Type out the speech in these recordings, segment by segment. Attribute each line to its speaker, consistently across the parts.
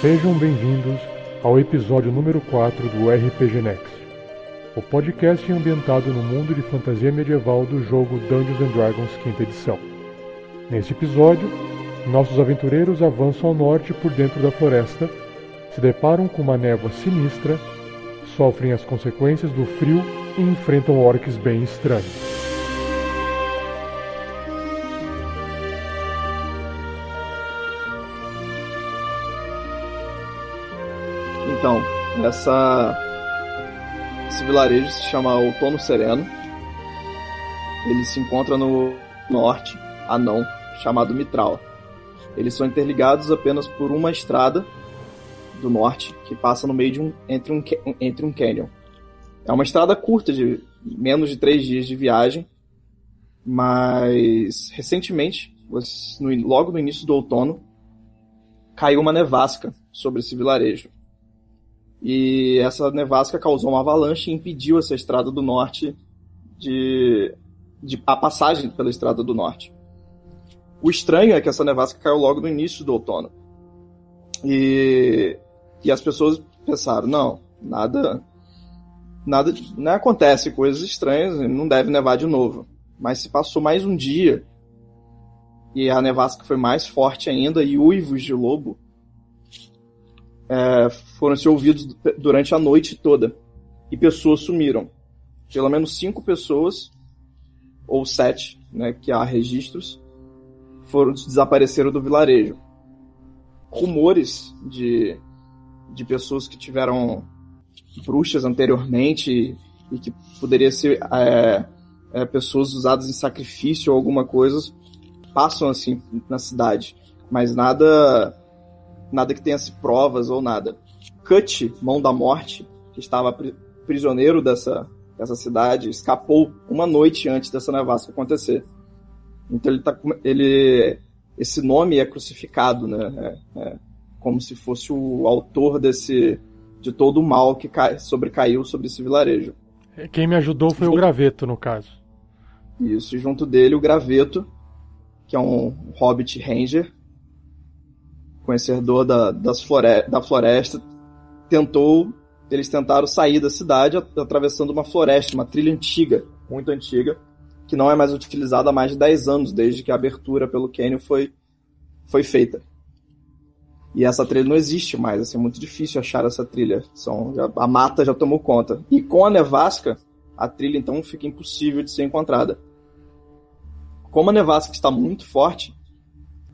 Speaker 1: Sejam bem-vindos ao episódio número 4 do RPG Next, o podcast ambientado no mundo de fantasia medieval do jogo Dungeons and Dragons 5 edição. Neste episódio, nossos aventureiros avançam ao norte por dentro da floresta, se deparam com uma névoa sinistra, sofrem as consequências do frio e enfrentam orques bem estranhos.
Speaker 2: Então, essa. Esse vilarejo se chama Outono Sereno. Ele se encontra no norte, anão, chamado Mitral. Eles são interligados apenas por uma estrada do norte que passa no meio de um entre um entre um canyon. É uma estrada curta de menos de três dias de viagem, mas recentemente, no- logo no início do outono, caiu uma nevasca sobre esse vilarejo. E essa nevasca causou uma avalanche e impediu essa estrada do norte de, de a passagem pela estrada do norte. O estranho é que essa nevasca caiu logo no início do outono. E, e as pessoas pensaram, não, nada nada né, acontece coisas estranhas, não deve nevar de novo. Mas se passou mais um dia e a nevasca foi mais forte ainda e uivos de lobo foram se ouvidos du- durante a noite toda. E pessoas sumiram. Pelo menos cinco pessoas, ou sete, né, que há registros, foram desapareceram do vilarejo. Rumores de, de pessoas que tiveram bruxas anteriormente e, e que poderia ser é, é, pessoas usadas em sacrifício ou alguma coisa passam assim na cidade. Mas nada nada que tenha se provas ou nada. Cut, mão da morte, que estava pri- prisioneiro dessa, dessa cidade, escapou uma noite antes dessa nevasca acontecer. Então ele tá com- ele esse nome é crucificado, né? É, é como se fosse o autor desse de todo o mal que cai, sobrecaiu sobre esse vilarejo.
Speaker 1: Quem me ajudou foi o graveto, no caso.
Speaker 2: E Isso, e junto dele o Graveto, que é um hobbit ranger, conhecedor da, das flore da floresta, tentou, eles tentaram sair da cidade at- atravessando uma floresta, uma trilha antiga, muito antiga, que não é mais utilizada há mais de 10 anos, desde que a abertura pelo Canyon foi, foi feita. E essa trilha não existe mais, assim, é muito difícil achar essa trilha. São, já- a mata já tomou conta. E com a nevasca, a trilha então fica impossível de ser encontrada. Como a nevasca está muito forte,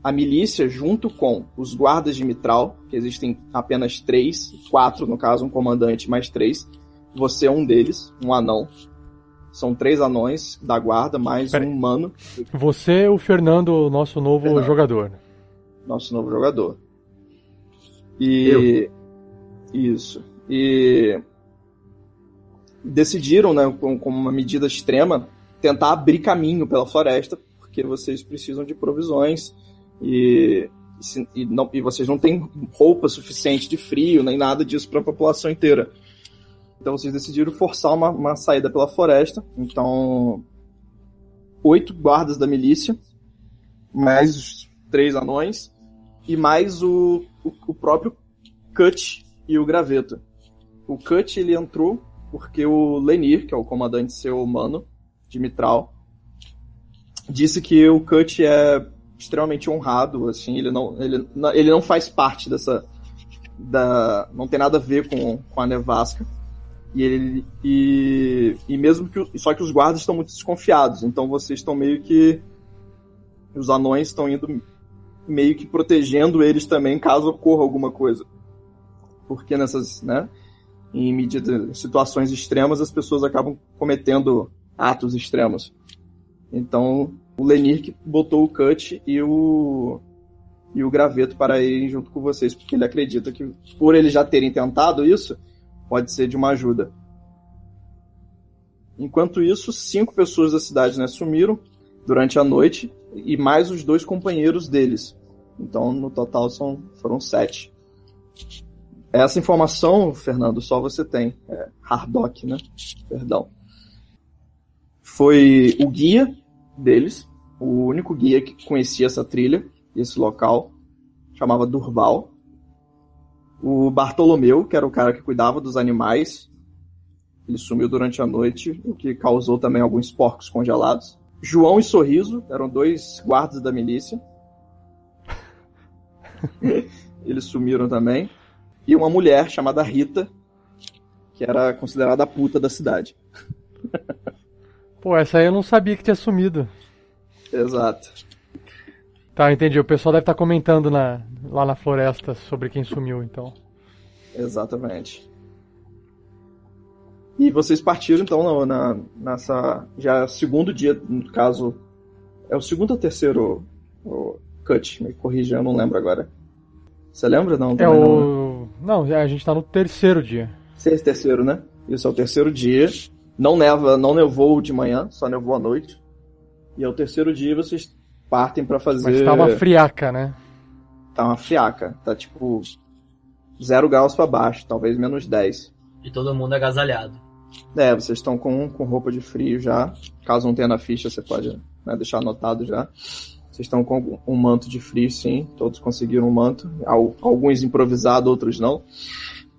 Speaker 2: a milícia, junto com os guardas de Mitral, que existem apenas três, quatro no caso, um comandante mais três, você é um deles, um anão. São três anões da guarda, mais
Speaker 1: Peraí.
Speaker 2: um humano,
Speaker 1: Você, o Fernando, o nosso novo
Speaker 2: Fernando.
Speaker 1: jogador.
Speaker 2: nosso novo jogador. E. Isso. E. Decidiram, né, como com uma medida extrema, tentar abrir caminho pela floresta, porque vocês precisam de provisões e, e se- e não, e vocês não têm roupa suficiente de frio, nem nada disso para a população inteira. Então vocês decidiram forçar uma, uma saída pela floresta. Então, oito guardas da milícia, mais os três anões, e mais o, o, o próprio Cut e o Graveto. O Cut ele entrou porque o Lenir, que é o comandante seu humano, de Mitral, disse que o Cut é extremamente honrado, assim, ele não, ele, não- ele não faz parte dessa. Da, não tem nada a ver com, com a nevasca. E ele. E, e mesmo que. o- Só que os guardas estão muito desconfiados, então vocês estão meio que. Os anões estão indo meio que protegendo eles também caso ocorra alguma coisa. Porque nessas, né, em medida, situações extremas, as pessoas acabam cometendo atos extremos. Então, o Lenir que botou o Cut e o e o Graveto para irem junto com vocês, porque ele acredita que por eles já terem tentado isso, pode ser de uma ajuda. Enquanto isso, cinco pessoas da cidade, né, sumiram durante a noite e mais os dois companheiros deles. Então, no total, são, foram sete. Essa informação, Fernando, só você tem. É, Hardock, né? Perdão. Foi o guia deles, o único guia que conhecia essa trilha, esse local, chamava Durval. O Bartolomeu, que era o cara que cuidava dos animais, ele sumiu durante a noite, o que causou também alguns porcos congelados. João e Sorriso eram dois guardas da milícia. Eles sumiram também. E uma mulher chamada Rita, que era considerada a puta da cidade.
Speaker 3: Pô, essa aí eu não sabia que tinha sumido.
Speaker 2: Exato.
Speaker 3: Tá, entendi. O pessoal deve estar comentando na- lá na floresta sobre quem sumiu, então.
Speaker 2: Exatamente. E vocês partiram então na, na- nessa. Já é segundo dia, no caso. É o segundo ou terceiro o cut? Me corrija, eu não lembro agora. Você lembra? Não,
Speaker 3: É
Speaker 2: também não, né?
Speaker 3: o. Não, a gente tá no terceiro dia.
Speaker 2: Sexto, terceiro, né? Isso é o terceiro dia. Não neva, não nevou de manhã, só nevou à noite. E é o terceiro dia vocês partem pra fazer.
Speaker 3: Mas tá uma friaca, né?
Speaker 2: tá uma friaca. Tá tipo. Zero graus pra baixo, talvez menos 10.
Speaker 4: E todo mundo agasalhado.
Speaker 2: É, vocês estão com, com roupa de frio já. Caso não tenha na ficha, você pode né, deixar anotado já. Vocês estão com um manto de frio, sim. Todos conseguiram um manto. Al- Alguns improvisado, outros não.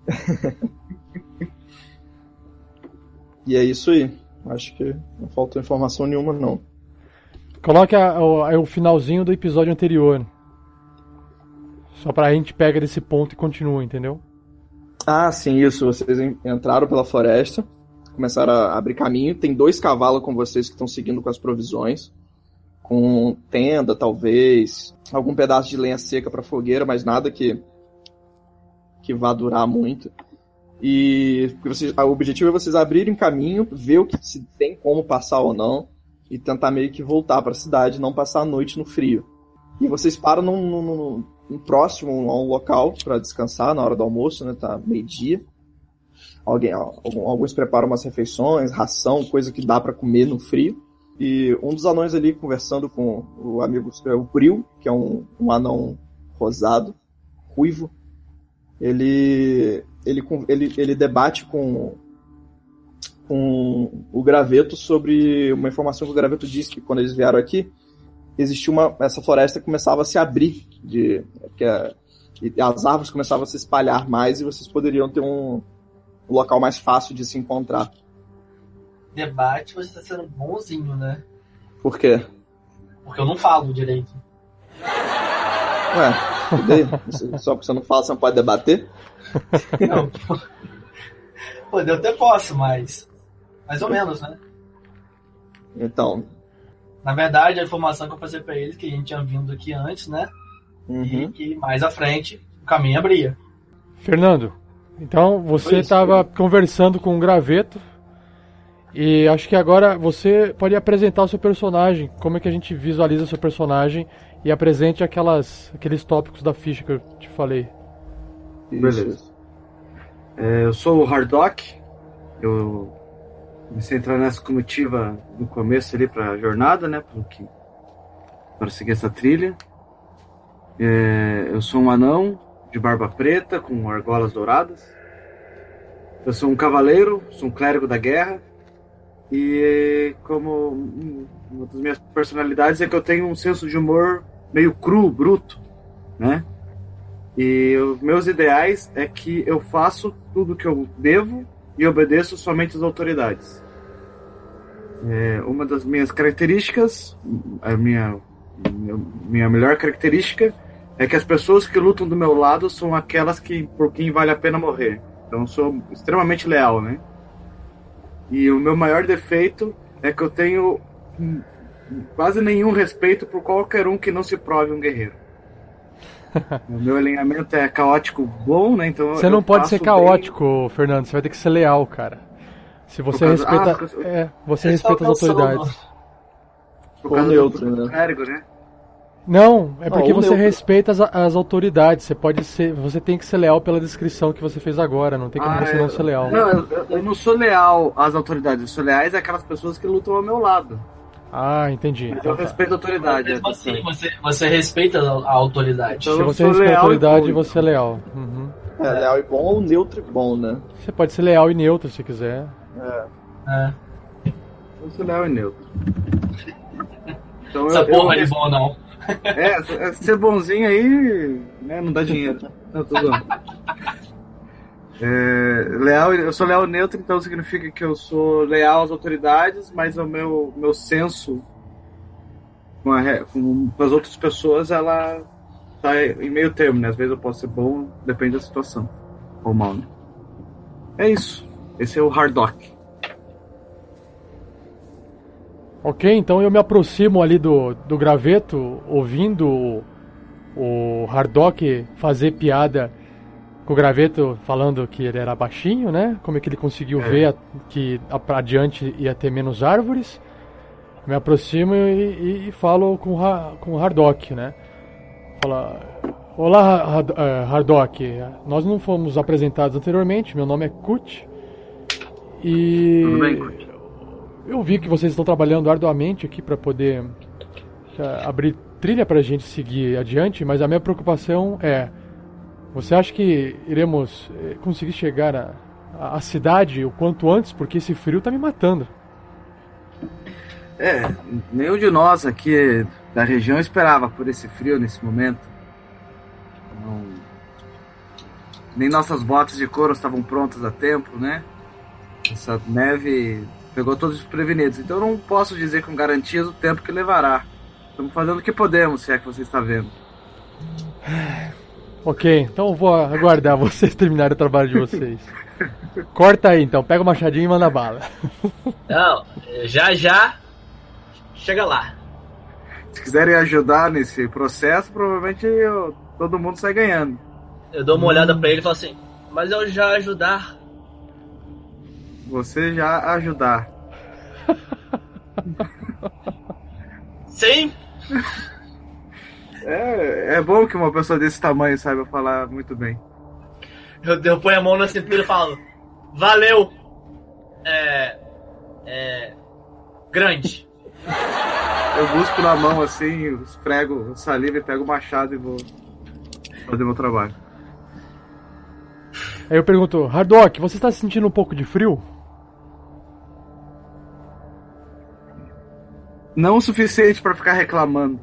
Speaker 2: e é isso aí. Acho que não faltou informação nenhuma, não.
Speaker 3: Coloque a- o, aí o finalzinho do episódio anterior. Só pra gente pega desse ponto e continua, entendeu?
Speaker 2: Ah, sim, isso. Vocês en- entraram pela floresta, começaram a abrir caminho. Tem dois cavalos com vocês que estão seguindo com as provisões. Com tenda, talvez. Algum pedaço de lenha seca para fogueira, mas nada que, que vá durar muito. E porque vocês- o objetivo é vocês abrirem caminho, ver o que se tem como passar ou não, e tentar meio que voltar para a cidade, não passar a noite no frio. E vocês param num- num- num- um próximo a um local para descansar na hora do almoço, né? Tá meio-dia. Alguém, algum- alguns preparam umas refeições, ração, coisa que dá para comer no frio. E um dos anões ali conversando com o amigo, é, o Bril, que é um, um anão rosado, ruivo, ele, ele, con- ele, ele debate com, com o Graveto sobre uma informação que o Graveto disse que quando eles vieram aqui, existia uma, essa floresta começava a se abrir de que a- e as árvores começavam a se espalhar mais e vocês poderiam ter um, um local mais fácil de se encontrar.
Speaker 4: Debate, você tá sendo bonzinho, né?
Speaker 2: Por quê?
Speaker 4: Porque eu não falo direito.
Speaker 2: Ué, e daí? só porque você não fala, você não pode debater?
Speaker 4: Não, pô. Pô, eu até posso, mas. Mais ou menos, né?
Speaker 2: Então.
Speaker 4: Na verdade, a informação que eu passei pra ele, que a gente tinha vindo aqui antes, né?
Speaker 2: uhum.
Speaker 4: E que mais à frente o caminho abria.
Speaker 3: Fernando, então você
Speaker 2: Oi,
Speaker 3: estava conversando com um graveto. E acho que agora você pode apresentar o seu personagem. Como é que a gente visualiza o seu personagem e apresente aquelas, aqueles tópicos da ficha que eu te falei.
Speaker 2: Isso.
Speaker 5: Beleza. É, eu sou o Hardock. Eu comecei a entrar nessa comitiva no começo ali para jornada, né? Pelo que para seguir essa trilha. É, eu sou um anão de barba preta com argolas douradas. Eu sou um cavaleiro, sou um clérigo da guerra. E como um- uma das minhas personalidades é que eu tenho um senso de humor meio cru, bruto, né? E os meus ideais é que eu faço tudo que eu devo e obedeço somente às autoridades. É, uma das minhas características, a minha, minha melhor característica, é que as pessoas que lutam do meu lado são aquelas que por quem vale a pena morrer. Então eu sou extremamente leal, né? E o meu maior defeito é que eu tenho hum, quase nenhum respeito por qualquer um que não se prove um guerreiro. O meu alinhamento é caótico bom, né? Então
Speaker 3: Você
Speaker 5: eu
Speaker 3: não pode
Speaker 5: faço
Speaker 3: ser
Speaker 5: bem-
Speaker 3: caótico, Fernando. Você vai ter que ser leal, cara. Se você
Speaker 5: causa-
Speaker 3: respeita,
Speaker 5: Ah, por causa-
Speaker 3: é, você
Speaker 4: Eu
Speaker 3: respeita
Speaker 4: só
Speaker 3: as
Speaker 4: não sou,
Speaker 3: autoridades.
Speaker 5: por
Speaker 2: Ou
Speaker 5: causa do
Speaker 2: neutro, né?
Speaker 5: clérigo, né?
Speaker 3: Não, é porque
Speaker 2: ou
Speaker 3: você
Speaker 2: neutro.
Speaker 3: respeita as, as autoridades. Você pode ser, você tem que ser leal pela descrição que você fez agora. Não tem como
Speaker 5: Ah,
Speaker 3: você
Speaker 5: é.
Speaker 3: não ser leal.
Speaker 5: Não, eu, eu- eu não sou leal às autoridades, eu sou leais àquelas pessoas que lutam ao meu lado.
Speaker 3: Ah, entendi.
Speaker 5: Mas eu
Speaker 3: Então tá.
Speaker 5: respeito a
Speaker 4: Mas
Speaker 5: autoridade.
Speaker 4: mesmo
Speaker 5: é,
Speaker 4: assim, você, você respeita a a autoridade.
Speaker 5: Então-
Speaker 3: Se
Speaker 5: eu
Speaker 3: você
Speaker 5: sou
Speaker 3: respeita a
Speaker 5: leal e
Speaker 3: autoridade,
Speaker 5: bom,
Speaker 3: você é leal. Uhum.
Speaker 2: É, leal e bom ou neutro e bom, né?
Speaker 3: Você pode ser leal e neutro se quiser.
Speaker 4: né?
Speaker 5: Eu sou leal e neutro. Então,
Speaker 4: Essa
Speaker 5: eu-
Speaker 4: porra
Speaker 5: eu-
Speaker 4: de bom não.
Speaker 5: É, é, ser bonzinho aí, né, não dá dinheiro. Não, tô zoando. Tá É, leal, eu sou leal neutro, então significa que eu sou leal às autoridades, mas o meu, meu senso com, a re- com as outras pessoas, ela tá em meio termo, né? Às vezes eu posso ser bom, depende da situação. Ou mal, né? É isso. Esse é o Hardock.
Speaker 3: Ok, então eu me aproximo ali do, do graveto, ouvindo o, o Hardock fazer piada com o graveto, falando que ele era baixinho, né? Como é que ele conseguiu ver a- que a- pra adiante ia ter menos árvores. Me aproximo e, e- e falo com, o Ra- com o Hardock, né? Fala, Olá, Ra- Rad- eh, Hardock. Nós não fomos apresentados anteriormente. Meu nome é Kut. E
Speaker 5: Tudo bem, Kut?
Speaker 3: eu vi que vocês estão trabalhando arduamente aqui para poder eh, abrir trilha para a gente seguir adiante, mas a minha preocupação é: você acha que iremos eh, conseguir chegar à- à à cidade o quanto antes? Porque esse frio tá me matando.
Speaker 5: É, nenhum de nós aqui da região esperava por esse frio nesse momento. Não- Nem nossas botas de couro estavam prontas a tempo, né? Essa neve pegou todos os prevenidos. Então eu não posso dizer com garantias o tempo que levará. Estamos fazendo o que podemos, se é que você está vendo.
Speaker 3: Ok, então eu vou aguardar vocês terminarem o trabalho de vocês. Corta aí então, pega o machadinho e manda bala.
Speaker 6: Não, já já chega lá.
Speaker 5: Se quiserem ajudar nesse processo, provavelmente eu- todo mundo sai ganhando.
Speaker 6: Eu dou uma
Speaker 5: Hum.
Speaker 6: olhada pra ele e falo assim: Mas eu já ajudar.
Speaker 5: Você já ajudar.
Speaker 6: Sim?
Speaker 5: É, é bom que uma pessoa desse tamanho saiba falar muito bem.
Speaker 6: Eu, eu ponho a mão na cintura e falo: Valeu! É. É. Grande.
Speaker 5: Eu busco na mão assim, esfrego saliva e pego o machado e vou fazer meu trabalho.
Speaker 3: Aí eu pergunto, Hardock, você está sentindo um pouco de frio?
Speaker 5: Não o suficiente pra ficar reclamando.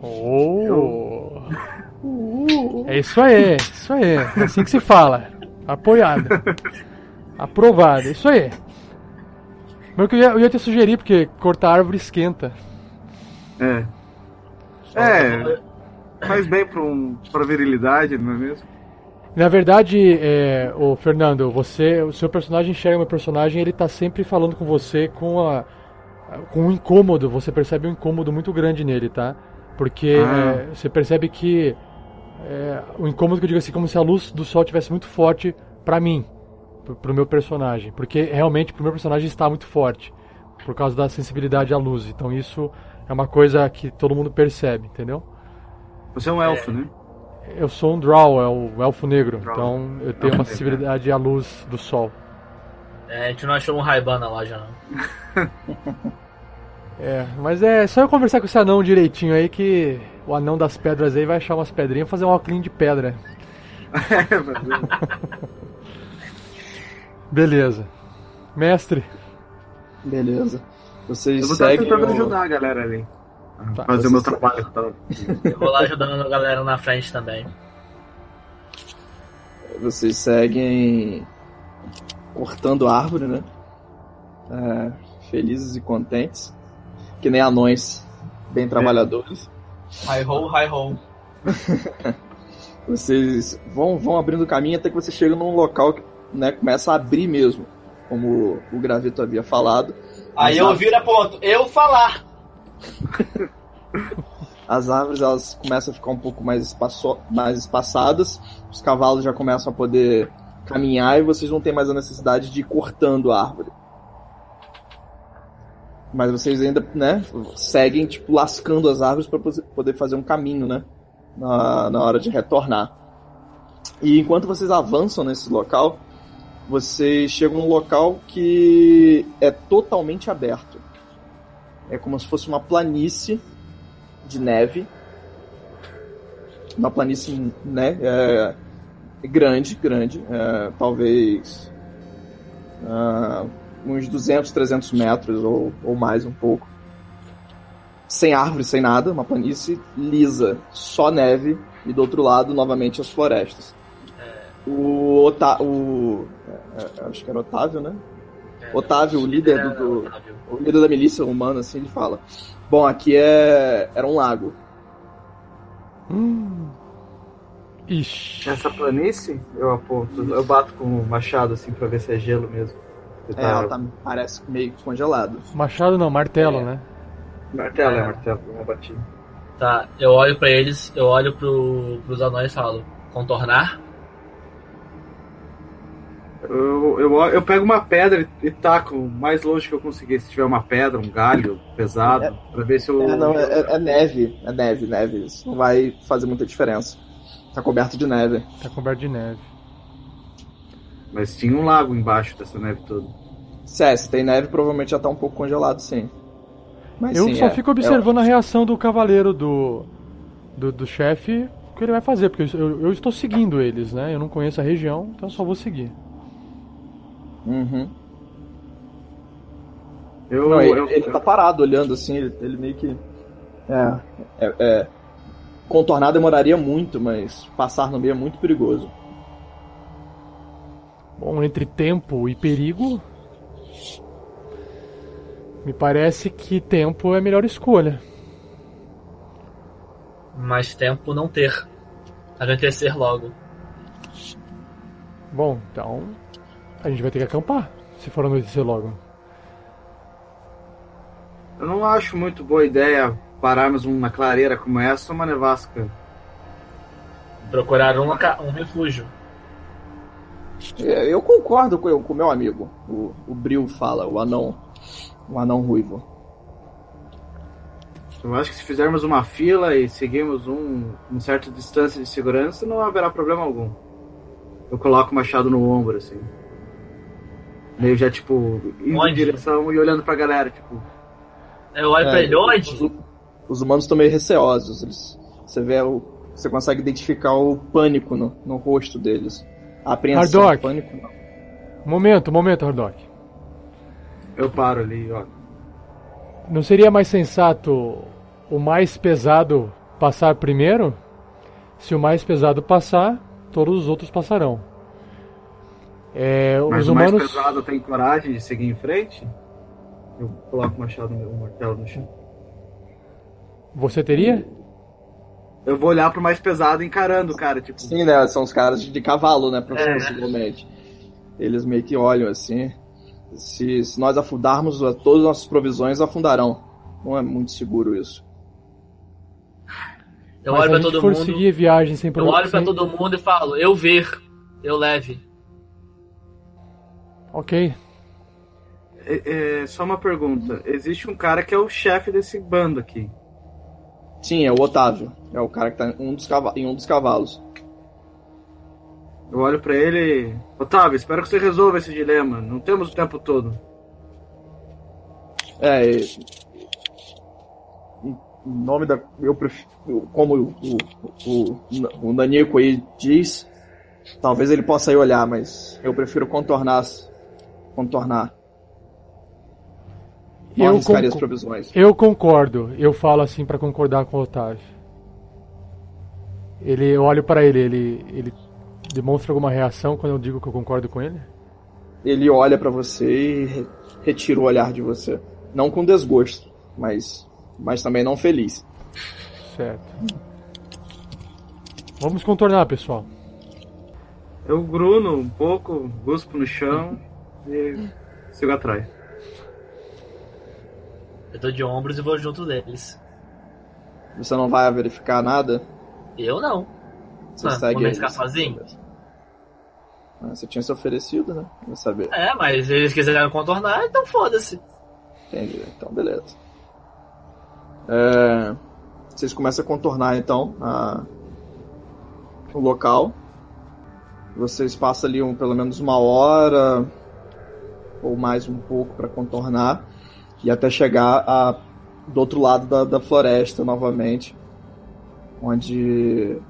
Speaker 3: Oh. É isso aí, isso aí. É assim que se fala. Apoiado. Aprovado, é isso aí. Mas o que eu ia, eu ia te sugerir, porque cortar árvore esquenta.
Speaker 5: É. É. Faz bem pra, um, pra virilidade, não é mesmo?
Speaker 3: Na verdade, é, o Fernando, você, o seu personagem enxerga meu personagem, ele tá sempre falando com você com a com um incômodo, você percebe um incômodo muito grande nele, tá? Porque
Speaker 5: Ah.
Speaker 3: é, você percebe que é, o incômodo que eu digo assim, como se a luz do sol tivesse muito forte pra mim, pro, pro meu personagem, porque realmente pro meu personagem está muito forte por causa da sensibilidade à luz. Então isso é uma coisa que todo mundo percebe, entendeu?
Speaker 5: Você é um elfo, né?
Speaker 3: Eu sou um Drow, é o elfo negro.
Speaker 5: Drow.
Speaker 3: Então eu tenho uma
Speaker 5: negro.
Speaker 3: sensibilidade à luz do sol.
Speaker 6: É, a gente não achou um Raiban na loja, não.
Speaker 3: É, mas é só eu conversar com esse anão direitinho aí que o anão das pedras aí vai achar umas pedrinhas e fazer um óculos de pedra.
Speaker 5: É, mas
Speaker 3: Beleza. Mestre,
Speaker 2: Beleza. Vocês
Speaker 5: eu vou estar
Speaker 2: seguem.
Speaker 5: tentando
Speaker 2: o-
Speaker 5: ajudar a galera ali. a
Speaker 3: Tá,
Speaker 5: fazer
Speaker 2: você
Speaker 5: o meu
Speaker 2: sabe.
Speaker 5: trabalho e tal.
Speaker 6: Eu vou lá ajudando a galera na frente também.
Speaker 2: Vocês seguem cortando árvore, né? É, felizes e contentes. Que nem anões,
Speaker 5: É.
Speaker 2: bem trabalhadores.
Speaker 4: Hi ho, hi ho.
Speaker 2: Vocês vão, vão abrindo caminho até que você chega num local que né, começa a abrir mesmo. Como o Graveto havia falado,
Speaker 4: Aí eu viro a ponto. Eu falar.
Speaker 2: as árvores elas começam a ficar um pouco mais, espaço, mais espaçadas, os cavalos já começam a poder caminhar e vocês não têm mais a necessidade de ir cortando a árvore. Mas vocês ainda, né, seguem, tipo, lascando as árvores para poder fazer um caminho, né, na, na hora de retornar. E enquanto vocês avançam nesse local, vocês chegam num local que é totalmente aberto. É como se fosse uma planície de neve. Uma planície, né? é, grande, grande. é, talvez ah, uns 200, 300 metros ou, ou mais um pouco. Sem árvore, sem nada. Uma planície lisa, só neve. E do outro lado, novamente, as florestas. O Otávio. O... é, é, Acho que era Otávio, né? Otávio, o líder
Speaker 6: Era
Speaker 2: do- do-
Speaker 6: É, Otávio.
Speaker 2: o líder da milícia humana, assim, ele fala. Bom, aqui é... era um lago.
Speaker 3: Hum. Ixi.
Speaker 5: Essa planície, eu aponto, eu bato com o machado assim pra ver se é gelo mesmo. Você
Speaker 2: É,
Speaker 5: tá-
Speaker 2: ela tá, parece meio congelado.
Speaker 3: Machado não, martelo, né?
Speaker 5: Martelo, é martelo, uma batida.
Speaker 6: Tá, eu olho pra eles, eu olho pro, pros anões e falo, contornar?
Speaker 5: Eu, eu, eu pego uma pedra e, e taco o mais longe que eu conseguir. Se tiver uma pedra, um galho pesado, pra ver se eu.
Speaker 2: É, não, é, é- é neve. É neve, neve. Isso não vai fazer muita diferença. Tá coberto de neve.
Speaker 3: Tá coberto de neve.
Speaker 5: Mas tinha um lago embaixo dessa neve toda.
Speaker 2: Se é, se tem neve, provavelmente já tá um pouco congelado, sim. Mas
Speaker 3: Eu
Speaker 2: sim,
Speaker 3: só
Speaker 2: é,
Speaker 3: fico
Speaker 2: é-
Speaker 3: observando a reação do cavaleiro do, do, do chefe, o que ele vai fazer, porque eu, eu estou seguindo eles, né? Eu não conheço a região, então eu só vou seguir.
Speaker 2: Uhum.
Speaker 5: Eu,
Speaker 2: Não, ele,
Speaker 5: eu,
Speaker 2: ele tá parado olhando assim, ele, ele meio que. É, é, é. Contornar demoraria muito, mas passar no meio é muito perigoso.
Speaker 3: Bom, entre tempo e perigo, me parece que tempo é a melhor escolha.
Speaker 6: Mais tempo não ter. Anoitecer logo.
Speaker 3: Bom, então a gente vai ter que acampar, se for anoitecer logo.
Speaker 5: eu não acho muito boa ideia pararmos uma clareira como essa ou uma nevasca.
Speaker 6: Procurar um, loca- um refúgio.
Speaker 2: É, Eu concordo com com o meu amigo, o, o Bril fala, o anão. O anão ruivo.
Speaker 5: Eu acho que se fizermos uma fila e seguirmos um, um certo distância de segurança, não haverá problema algum. Eu coloco o machado no ombro, assim. Meio já, tipo, indo
Speaker 6: Onde?
Speaker 5: em direção e olhando pra galera, tipo,
Speaker 6: Eu olho
Speaker 2: É,
Speaker 6: pra ele,
Speaker 2: Os,
Speaker 6: onde?
Speaker 2: os humanos estão meio receosos. Eles, você vê o, você consegue identificar o pânico no, no rosto deles. A apreensão,
Speaker 3: Hardock.
Speaker 2: o pânico. não.
Speaker 3: Momento, momento, Hardock.
Speaker 5: eu paro ali, ó.
Speaker 3: Não seria mais sensato o mais pesado passar primeiro? Se o mais pesado passar, todos os outros passarão. É,
Speaker 5: Mas
Speaker 3: os
Speaker 5: o mais
Speaker 3: humanos.
Speaker 5: pesado tem coragem de seguir em frente? Eu coloco o machado, no- o martelo no chão.
Speaker 3: Você teria?
Speaker 5: Eu vou olhar pro mais pesado encarando o cara, tipo,
Speaker 2: Sim, né? São os caras de cavalo, né? pro-
Speaker 6: É.
Speaker 2: Possivelmente. Eles meio que olham assim. Se, se nós afundarmos, todas as nossas provisões afundarão. Não é muito seguro isso.
Speaker 6: Eu
Speaker 3: Mas se a
Speaker 6: olho pra
Speaker 3: gente
Speaker 6: todo
Speaker 3: for
Speaker 6: mundo.
Speaker 3: seguir a viagem sem
Speaker 6: Eu
Speaker 3: problema.
Speaker 6: olho pra todo mundo e falo, eu ver, eu leve.
Speaker 3: Ok.
Speaker 5: é, é, só uma pergunta. Existe um cara que é o chefe desse bando aqui.
Speaker 2: Sim, é o Otávio. É o cara que tá em um dos, cava- em um dos cavalos.
Speaker 5: Eu olho pra ele. e, Otávio, espero que você resolva esse dilema. Não temos o tempo todo.
Speaker 2: É. e- Em em nome da. Eu prefiro. Como o, o, o, o Nanico aí diz, talvez ele possa ir olhar, mas eu prefiro contornar. Contornar. Não
Speaker 3: Eu,
Speaker 2: arriscaria as
Speaker 3: concor-
Speaker 2: provisões.
Speaker 3: eu concordo. Eu falo assim pra concordar com o Otávio. Ele, eu olho pra ele, ele, ele demonstra alguma reação quando eu digo que eu concordo com ele?
Speaker 2: Ele olha pra você e re- retira o olhar de você. Não com desgosto, mas, mas também não feliz.
Speaker 3: Certo. Vamos contornar, pessoal.
Speaker 5: Eu gruno um pouco, guspo no chão e sigo atrás.
Speaker 6: Eu tô de ombros e vou junto deles.
Speaker 2: Você não vai verificar nada?
Speaker 6: Eu não.
Speaker 2: Você
Speaker 6: Ah,
Speaker 2: segue.
Speaker 6: vamos arriscar
Speaker 2: eles.
Speaker 6: sozinho?
Speaker 2: Ah, Você tinha se oferecido, né? Vai saber.
Speaker 6: É, mas eles quiseram contornar, então foda-se.
Speaker 2: Entendi. Então, beleza. É, vocês começam a contornar, então, a- o local. Vocês passam ali um, pelo menos uma hora ou mais um pouco para contornar e até chegar a- do outro lado da, da floresta novamente, onde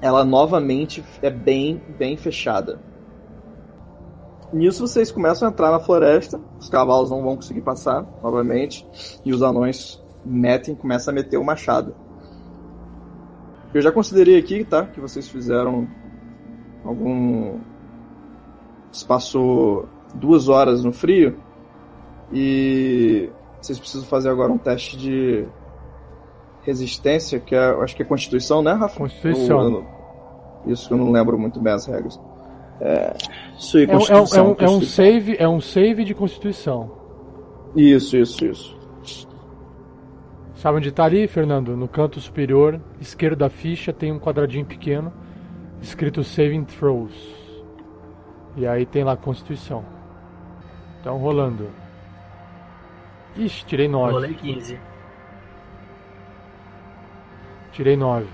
Speaker 2: ela novamente é bem, bem fechada. Nisso vocês começam a entrar na floresta, os cavalos não vão conseguir passar novamente, e os anões metem, começam a meter o machado. Eu já considerei aqui, tá? Que vocês fizeram algum. Se passou duas horas no frio e vocês precisam fazer agora um teste de resistência, que é, eu acho que é Constituição, né, Rafa?
Speaker 3: Constituição.
Speaker 2: Eu- eu- isso que eu não lembro muito bem as regras. É, isso aí,
Speaker 3: É um, é um- é
Speaker 2: Constituição.
Speaker 3: um- é um
Speaker 2: Constituição.
Speaker 3: save, é um save de constituição.
Speaker 2: Isso, isso, isso.
Speaker 3: Sabe onde tá ali, Fernando? No canto superior esquerdo da ficha tem um quadradinho pequeno escrito Saving Throws. E aí tem lá Constituição. Então rolando. Ixi, tirei 9.
Speaker 6: Rolei 15.
Speaker 3: Tirei 9.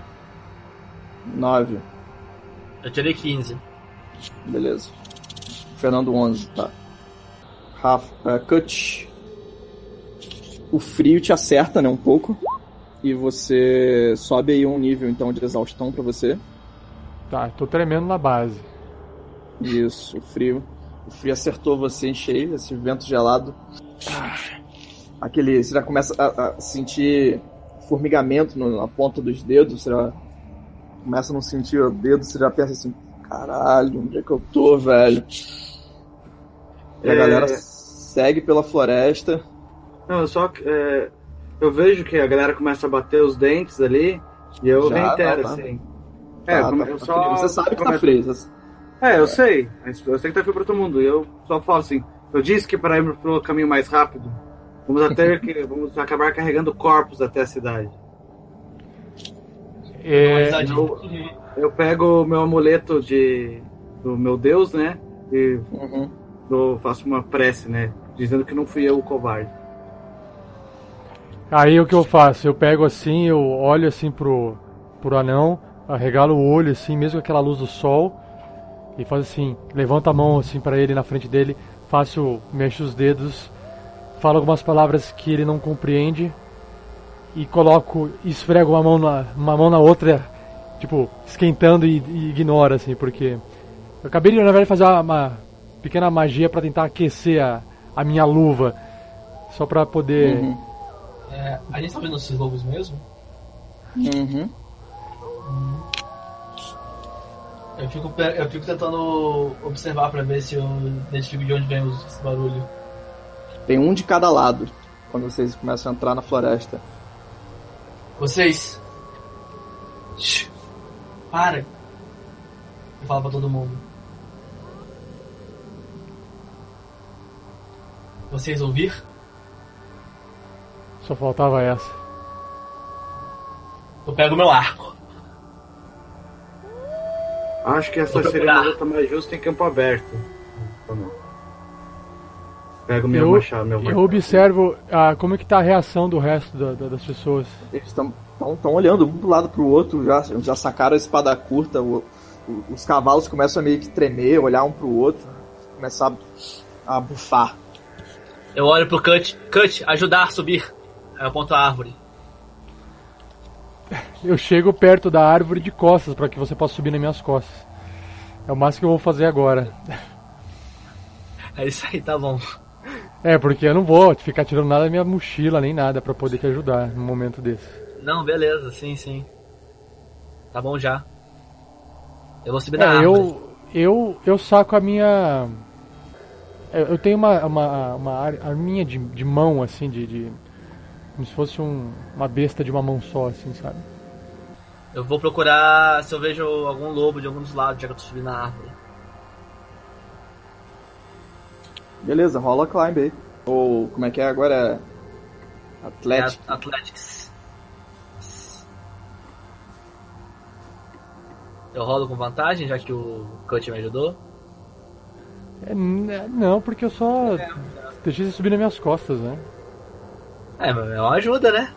Speaker 2: Nove.
Speaker 6: Eu tirei 15.
Speaker 2: Beleza. Fernando 11, tá. Rafa, é, Cut. O frio te acerta, né, um pouco. E você sobe aí um nível, então, de exaustão pra você.
Speaker 3: Tá, tô tremendo na base.
Speaker 2: Isso, o frio. O frio acertou você em cheio, esse vento gelado. Ah, Aquele. Você já começa a, a sentir formigamento no- na ponta dos dedos, você já começa a não sentir o dedo, você já pensa assim, caralho, onde é que eu tô, velho? E a
Speaker 5: É.
Speaker 2: galera segue pela floresta.
Speaker 5: Não, eu só. é, eu vejo que a galera começa a bater os dentes ali e eu
Speaker 2: Já,
Speaker 5: reitero,
Speaker 2: tá, tá.
Speaker 5: assim.
Speaker 2: Tá,
Speaker 5: É, eu come-
Speaker 2: tá-
Speaker 5: eu
Speaker 2: tá
Speaker 5: só.
Speaker 2: frio. Você sabe que tá
Speaker 5: come-
Speaker 2: frio. você-
Speaker 5: É, eu sei. Eu sei que tá frio pra todo mundo. E eu só falo assim. Eu disse que para ir pro caminho mais rápido, vamos até que vamos acabar carregando corpos até a cidade.
Speaker 3: É,
Speaker 5: eu, eu pego o meu amuleto de do meu Deus, né? E
Speaker 2: Uhum.
Speaker 5: dou- faço uma prece, né? Dizendo que não fui eu o covarde.
Speaker 3: Aí o que eu faço? Eu pego assim, eu olho assim pro, pro anão, arregalo o olho assim, mesmo com aquela luz do sol, e faço assim, levanta a mão assim pra ele na frente dele, faço, mexo os dedos, falo algumas palavras que ele não compreende, e coloco, esfrego uma mão na, uma mão na outra, tipo, esquentando e, e ignora assim, porque eu acabei de, na verdade, fazer uma pequena magia pra tentar aquecer a, a minha luva, só pra poder...
Speaker 2: Uhum.
Speaker 4: É, a gente tá vendo esses lobos mesmo?
Speaker 2: Uhum.
Speaker 4: Eu fico, pe- eu fico tentando observar pra ver se eu identifico de onde vem os- esse barulho.
Speaker 2: Tem um de cada lado quando vocês começam a entrar na floresta.
Speaker 4: Vocês! Shh. Para! Eu falo pra todo mundo. Vocês ouvir?
Speaker 3: Só faltava essa.
Speaker 6: Eu pego meu arco.
Speaker 5: Acho que essa
Speaker 6: Vou
Speaker 5: seria uma
Speaker 6: procurar.
Speaker 5: luta mais justa em campo aberto. Ou não? Pego meu
Speaker 3: Eu-
Speaker 5: machado, meu
Speaker 3: Eu
Speaker 5: martelo.
Speaker 3: observo ah, como é que tá a reação do resto da- da- das pessoas.
Speaker 2: Eles estão olhando um do lado pro outro, já, já sacaram a espada curta, o- o- os cavalos começam a meio que tremer, olhar um pro outro, começar a, a bufar.
Speaker 6: Eu olho pro Cut. Cut, ajudar a subir. Aí eu aponto a árvore.
Speaker 3: Eu chego perto da árvore de costas para que você possa subir nas minhas costas. É o máximo que eu vou fazer agora.
Speaker 6: É isso aí, tá bom.
Speaker 3: É, porque eu não vou ficar tirando nada da minha mochila nem nada para poder te ajudar num momento desse.
Speaker 6: Não, beleza, sim, sim. Tá bom já. Eu vou subir na
Speaker 3: É,
Speaker 6: árvore.
Speaker 3: eu, eu, eu saco a minha. Eu eu tenho uma, uma, uma ar- arminha de, de mão, assim, de. de- como se fosse um- uma besta de uma mão só, assim, sabe?
Speaker 6: Eu vou procurar se eu vejo algum lobo de algum dos lados, já que eu tô subindo na árvore.
Speaker 2: Beleza, rola climb aí. Ou como é que é agora? É
Speaker 6: É
Speaker 2: Atlético.
Speaker 6: a- Athletics. Eu rolo com vantagem, já que o Cut me ajudou.
Speaker 3: É, n- não, porque eu só deixei você subir nas minhas costas, né?
Speaker 6: É, mas é uma ajuda, né?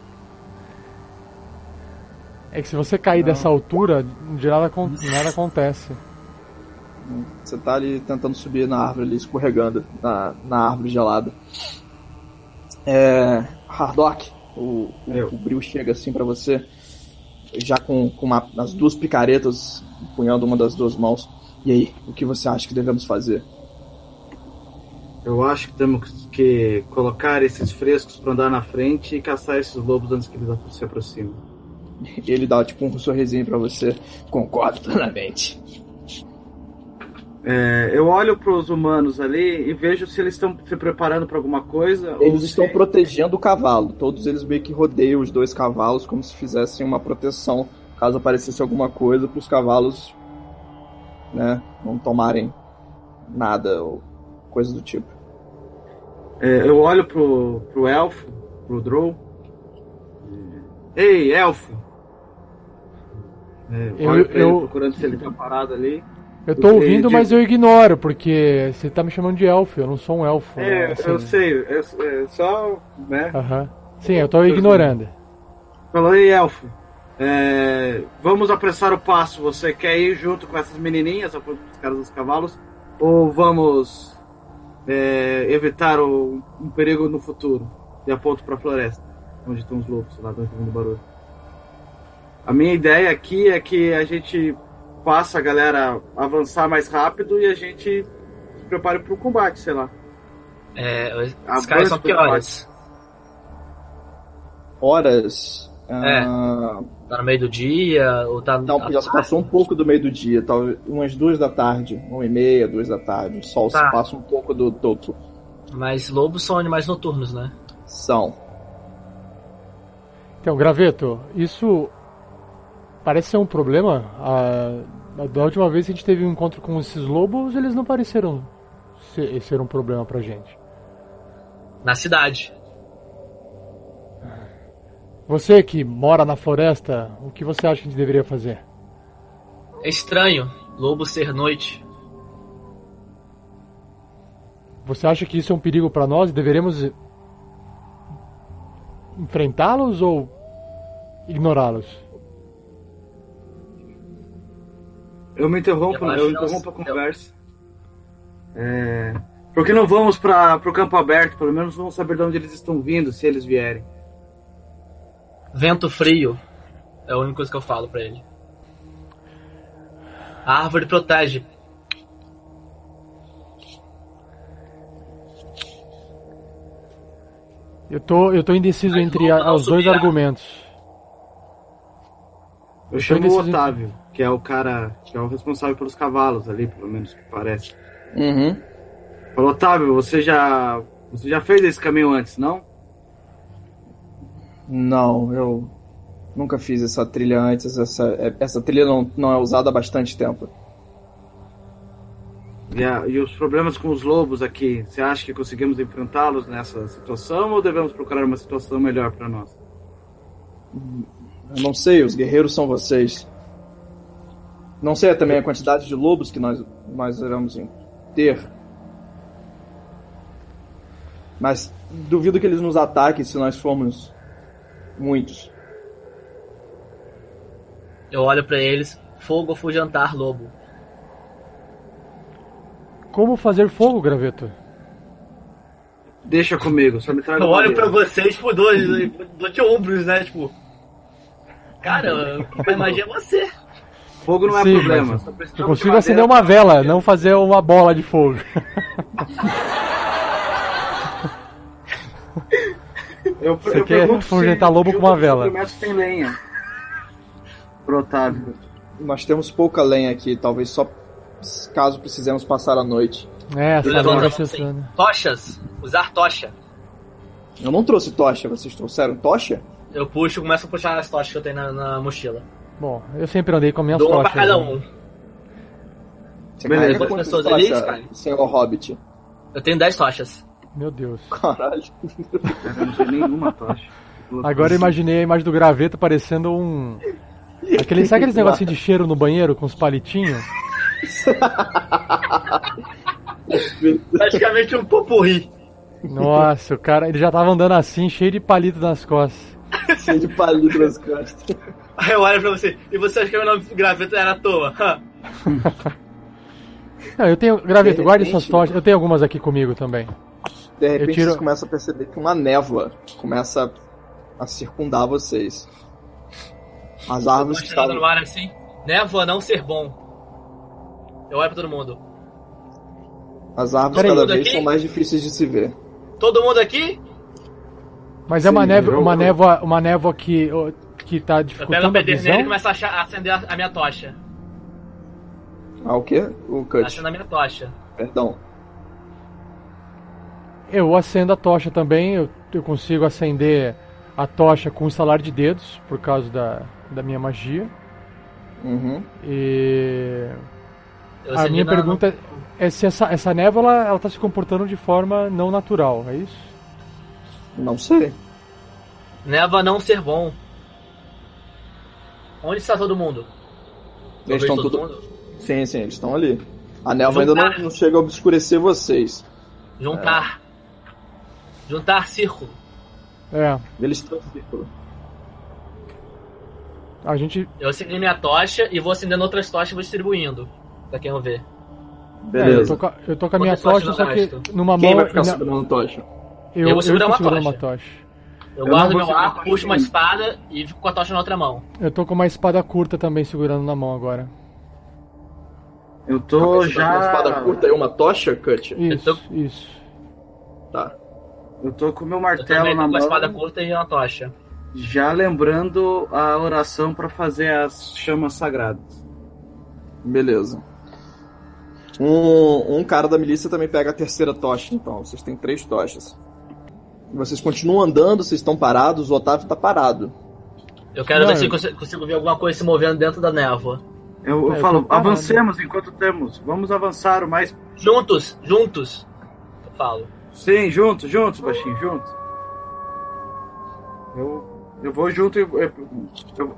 Speaker 3: É que se você cair dessa altura, de nada, acon- nada acontece.
Speaker 2: Você tá ali tentando subir na árvore, ali escorregando na, na árvore gelada. É. Hardock, o, o,
Speaker 5: Eu.
Speaker 2: o Bril chega assim pra você, já com, com uma- as duas picaretas empunhando uma das duas mãos. E aí, o que você acha que devemos fazer?
Speaker 5: Eu acho que temos que colocar esses frescos pra andar na frente e caçar esses lobos antes que eles apro- se aproximem.
Speaker 2: Ele dá tipo um sorrisinho pra você. Concordo plenamente.
Speaker 5: É, eu olho para os humanos ali e vejo se eles estão se preparando para alguma coisa. ou
Speaker 2: Eles
Speaker 5: se-
Speaker 2: estão protegendo o cavalo. Todos eles meio que rodeiam os dois cavalos como se fizessem uma proteção caso aparecesse alguma coisa para os cavalos, né, não tomarem nada ou coisa do tipo.
Speaker 5: É, eu olho pro, pro elfo, pro Drow. Ei, elfo! É, eu
Speaker 3: Eu-
Speaker 5: olho pra
Speaker 3: eu-
Speaker 5: ele procurando se ele tá parado ali.
Speaker 3: Eu tô
Speaker 5: Eu
Speaker 3: ouvindo,
Speaker 5: entendi.
Speaker 3: mas eu ignoro, porque você tá me chamando de elfo, eu não sou um elfo.
Speaker 5: É,
Speaker 3: né, assim.
Speaker 5: eu sei, é, é só. Né?
Speaker 3: Aham. Sim, eu tô ignorando.
Speaker 5: Falou, ei, elfo. é, vamos apressar o passo. Você quer ir junto com essas menininhas, ou com os caras dos cavalos? Ou vamos é, evitar o- um perigo no futuro? E aponto pra floresta, onde estão os lobos, lá estão ouvindo barulho. A minha ideia aqui é que a gente faça a galera avançar mais rápido e a gente se prepare pro combate, sei lá.
Speaker 6: É, os
Speaker 5: Avanço
Speaker 6: caras são
Speaker 5: pro
Speaker 6: piores.
Speaker 2: Horas. ah,
Speaker 6: Tá no meio do dia, ou tá.
Speaker 2: Não, já se passou um pouco do meio do dia, talvez umas duas da tarde, uma e meia, duas da tarde. O sol
Speaker 6: Tá.
Speaker 2: se passa um pouco do topo.
Speaker 6: Mas lobos são animais noturnos, né?
Speaker 2: São.
Speaker 3: Então, Graveto, isso parece ser um problema. A- a- da última vez que a gente teve um encontro com esses lobos, eles não pareceram ser, ser um problema pra gente.
Speaker 6: Na cidade.
Speaker 3: Você que mora na floresta, o que você acha que a gente deveria fazer?
Speaker 6: É estranho lobo ser noite.
Speaker 3: Você acha que isso é um perigo pra nós? Deveremos eh, enfrentá-los ou ignorá-los?
Speaker 5: Eu me interrompo,
Speaker 6: Eu
Speaker 5: eu,
Speaker 6: acho que nós-
Speaker 5: interrompo a conversa. É, por que não vamos para o campo aberto? Pelo menos vamos saber de onde eles estão vindo, se eles vierem.
Speaker 6: Vento frio. É a única coisa que eu falo pra ele. A árvore protege.
Speaker 3: Eu tô, eu tô indeciso
Speaker 6: Mas
Speaker 3: entre
Speaker 6: vamos
Speaker 3: a-
Speaker 6: lá,
Speaker 3: os dois
Speaker 6: subirá.
Speaker 3: argumentos.
Speaker 5: Eu chamo o
Speaker 3: indeciso em-
Speaker 5: Otávio, que é o cara, que é o responsável pelos cavalos ali, pelo menos que parece.
Speaker 2: Uhum.
Speaker 5: Falou, Otávio, você já, você já fez esse caminho antes, não?
Speaker 2: Não, eu nunca fiz essa trilha antes. Essa, é- essa trilha não, não é usada há bastante tempo.
Speaker 5: E, a- e os problemas com os lobos aqui, você acha que conseguimos enfrentá-los nessa situação ou devemos procurar uma situação melhor para nós?
Speaker 2: Eu não sei, os guerreiros são vocês. Não sei também a quantidade de lobos que nós, nós iremos em- ter. Mas duvido que eles nos ataquem se nós formos muitos.
Speaker 6: Eu olho pra eles. Fogo ou jantar, lobo.
Speaker 3: Como fazer fogo, Graveto?
Speaker 5: Deixa comigo, só me traga
Speaker 6: Eu
Speaker 5: uma
Speaker 6: olho pra
Speaker 5: madeira.
Speaker 6: vocês, tipo, dou, dou de ombros, né? Tipo. Cara, o que faz magia é você.
Speaker 5: Fogo não é
Speaker 3: Sim,
Speaker 5: problema.
Speaker 3: mas
Speaker 5: só precisamos de
Speaker 3: Eu consigo
Speaker 5: madeira
Speaker 3: acender uma vela, não fazer uma bola de fogo.
Speaker 5: Eu,
Speaker 3: Você quer afugentar é um lobo com uma vela.
Speaker 5: tem lenha. Pro Otávio.
Speaker 2: Nós temos pouca lenha aqui, talvez só caso precisemos passar a noite.
Speaker 3: É, essa
Speaker 6: Eu levanto
Speaker 3: não
Speaker 6: a
Speaker 3: vai
Speaker 6: mão
Speaker 3: ser
Speaker 6: assim.
Speaker 3: sana.
Speaker 6: Tochas. Usar tocha.
Speaker 2: Eu não trouxe tocha, vocês trouxeram tocha?
Speaker 6: Eu puxo, começo a puxar as tochas que eu tenho na, na mochila.
Speaker 3: Bom, eu sempre andei com minhas
Speaker 6: Dou uma pra
Speaker 3: tochas,
Speaker 6: cada
Speaker 3: né?
Speaker 6: um.
Speaker 2: Você
Speaker 5: Beleza.
Speaker 2: carrega
Speaker 6: Quantas
Speaker 2: quantas
Speaker 6: pessoas
Speaker 2: tochas,
Speaker 6: ali, Sky?
Speaker 2: senhor Hobbit?
Speaker 6: Eu tenho 10 tochas.
Speaker 3: Meu Deus.
Speaker 2: Caralho.
Speaker 5: Cara, eu não tem nenhuma tocha.
Speaker 3: Agora
Speaker 6: um.
Speaker 3: eu imaginei a imagem do graveto parecendo um. Aquele, sabe aqueles negocinhos de cheiro no banheiro com os palitinhos?
Speaker 6: Praticamente um popurri.
Speaker 3: Nossa, o cara, ele já tava andando assim, cheio de palito nas costas.
Speaker 2: Cheio de palito nas costas.
Speaker 6: Aí eu olho pra você. E você acha que meu nome graveto era à toa? Hã?
Speaker 3: Não, eu tenho. Graveto,
Speaker 2: De
Speaker 3: guarde
Speaker 2: repente- né?
Speaker 3: suas tochas. Eu tenho algumas aqui comigo também.
Speaker 2: De repente
Speaker 3: tiro-
Speaker 2: vocês começam a perceber que uma névoa começa a circundar vocês. As árvores que
Speaker 6: Estou
Speaker 2: estavam.
Speaker 6: no ar assim. Névoa não ser bom. Eu olho pra todo mundo.
Speaker 2: As árvores
Speaker 3: Peraí,
Speaker 2: cada
Speaker 6: tudo
Speaker 2: vez
Speaker 6: aqui?
Speaker 2: são mais difíceis de se ver.
Speaker 6: Todo mundo aqui?
Speaker 3: Mas é uma
Speaker 5: Sim,
Speaker 3: névoa,
Speaker 5: eu-
Speaker 3: uma névoa, uma névoa que, ó, que tá
Speaker 6: Eu pego a
Speaker 3: dificultando a
Speaker 6: pederneira e
Speaker 3: visão.
Speaker 6: começo a achar- a acender a, a minha tocha.
Speaker 2: Ah, o quê? O Cut.
Speaker 6: Acendo a minha tocha.
Speaker 2: Perdão.
Speaker 3: Eu acendo a tocha também, eu, eu consigo acender a tocha com um salar de dedos, por causa da, da minha magia.
Speaker 2: Uhum.
Speaker 3: E
Speaker 6: Eu
Speaker 3: a
Speaker 6: acendi
Speaker 3: minha
Speaker 6: na-
Speaker 3: pergunta é se essa, essa névoa ela está se comportando de forma não natural, é isso?
Speaker 2: Não sei.
Speaker 6: Neva não ser bom. Onde está todo mundo?
Speaker 2: Eles
Speaker 6: Eu vejo
Speaker 2: estão
Speaker 6: todo
Speaker 2: tudo.
Speaker 6: mundo.
Speaker 2: Sim, sim, eles estão ali. A névoa ainda
Speaker 6: Vamos
Speaker 2: não, não chega a obscurecer vocês.
Speaker 6: Juntar. Juntar círculo.
Speaker 3: É,
Speaker 2: Eles estão no círculo.
Speaker 3: a gente. é,
Speaker 6: Eu acendi minha tocha e vou acendendo outras tochas e vou distribuindo. Pra quem não vê.
Speaker 3: é, eu, tô,
Speaker 2: Beleza.
Speaker 3: com a- eu tô com a minha
Speaker 6: Quantas tochas
Speaker 3: tocha,
Speaker 6: eu
Speaker 3: só que
Speaker 6: gasto?
Speaker 3: numa
Speaker 2: Quem
Speaker 3: mão.
Speaker 2: vai ficar
Speaker 3: na-
Speaker 2: segurando tocha?
Speaker 3: eu, eu
Speaker 6: Eu vou
Speaker 3: tô
Speaker 6: segurar uma
Speaker 3: segurando uma
Speaker 6: tocha.
Speaker 3: tocha.
Speaker 6: Eu,
Speaker 5: Eu
Speaker 6: guardo
Speaker 5: não vou
Speaker 6: meu
Speaker 5: segurar
Speaker 6: arco,
Speaker 5: tocha
Speaker 6: puxo uma
Speaker 5: nenhuma.
Speaker 6: espada e fico com a tocha na outra mão.
Speaker 3: Eu tô com uma espada curta também segurando na mão agora.
Speaker 5: Eu tô
Speaker 2: Você tá com
Speaker 5: já.
Speaker 2: Uma espada curta e uma tocha, Cut?
Speaker 3: Isso,
Speaker 6: tô-
Speaker 3: isso.
Speaker 2: Tá.
Speaker 5: Eu tô com meu
Speaker 6: Eu
Speaker 5: martelo
Speaker 6: também tô
Speaker 5: na
Speaker 6: com a
Speaker 5: mão.
Speaker 6: espada curta e uma tocha.
Speaker 5: Já lembrando a oração pra fazer as chamas sagradas.
Speaker 2: Beleza. Um, um cara da milícia também pega a terceira tocha, então. Vocês têm três tochas. Vocês continuam andando, vocês estão parados, o Otávio tá parado.
Speaker 6: Eu quero
Speaker 3: Não,
Speaker 6: ver se
Speaker 3: eu-
Speaker 6: eu consigo, consigo ver alguma coisa se movendo dentro da névoa.
Speaker 5: Eu, eu
Speaker 3: É, eu
Speaker 5: falo,
Speaker 3: tô parando.
Speaker 5: avancemos enquanto temos. Vamos avançar o mais.
Speaker 6: Juntos, juntos. Eu falo.
Speaker 5: Sim, juntos, juntos, baixinho, juntos. Eu, eu vou junto e. Eu, eu,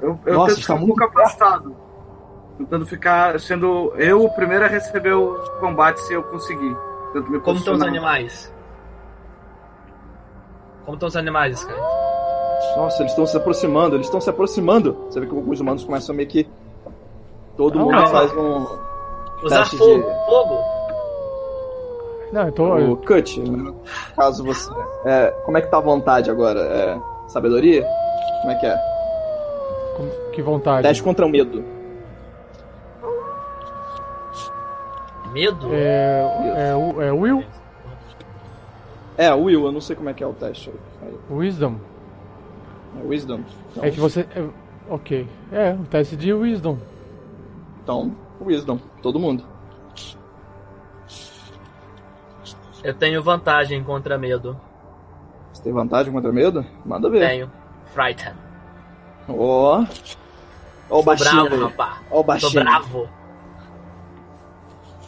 Speaker 5: eu, eu
Speaker 2: Nossa,
Speaker 5: tento
Speaker 2: tá
Speaker 5: ficar um
Speaker 2: muito
Speaker 5: pouco afastado. Tentando ficar sendo eu o primeiro a receber o combate se eu conseguir. Tento me
Speaker 6: Como estão os
Speaker 5: posicionar.
Speaker 6: animais? Como estão os animais, cara?
Speaker 2: Nossa, eles estão se aproximando, eles estão se aproximando. Você vê que os humanos começam meio que. Todo
Speaker 3: Ah,
Speaker 2: mundo
Speaker 6: não.
Speaker 2: faz um.
Speaker 6: Usar
Speaker 2: Teste de-
Speaker 6: fogo, fogo.
Speaker 3: Não, eu tô.
Speaker 2: O cut, né? caso você. É, como é que tá a vontade agora? É, sabedoria? Como é que é?
Speaker 3: com- Que vontade.
Speaker 2: Teste contra o medo.
Speaker 6: Medo?
Speaker 3: É, é, o- é Will?
Speaker 2: É, Will, eu não sei como é que é o teste. aí.
Speaker 3: Wisdom.
Speaker 2: É Wisdom. Então,
Speaker 3: É que você. é- ok. É, o teste de Wisdom.
Speaker 2: então, Wisdom, todo mundo.
Speaker 6: Eu tenho vantagem contra medo.
Speaker 2: Você tem vantagem contra medo? Manda
Speaker 3: É.
Speaker 2: ver.
Speaker 6: Tenho. Frighten.
Speaker 2: Ó. Ó o
Speaker 6: Tô
Speaker 2: baixinho.
Speaker 6: bravo,
Speaker 2: aí.
Speaker 6: rapá.
Speaker 2: Ó o
Speaker 6: Tô
Speaker 2: baixinho.
Speaker 6: bravo.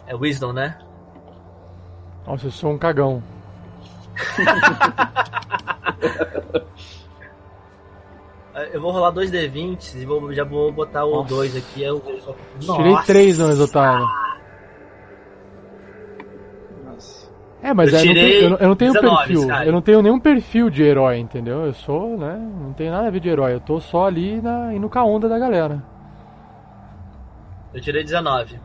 Speaker 6: É Wisdom, né?
Speaker 3: Nossa, eu sou um cagão.
Speaker 6: É, Eu vou rolar dois D20 e vou, já vou botar o
Speaker 3: Nossa.
Speaker 6: 2 aqui. Eu...
Speaker 3: Tirei
Speaker 6: Nossa.
Speaker 3: três né? no resultado.
Speaker 2: Nossa.
Speaker 3: É, mas
Speaker 6: Eu
Speaker 3: aí eu, não
Speaker 6: tirei
Speaker 3: tenho, eu não- eu não tenho
Speaker 6: 19,
Speaker 3: perfil.
Speaker 6: cara.
Speaker 3: Eu não tenho nenhum perfil de herói, entendeu? Eu sou, né? Não tenho nada a ver de herói. Eu tô só ali na, indo com a onda da galera.
Speaker 6: Eu tirei 19.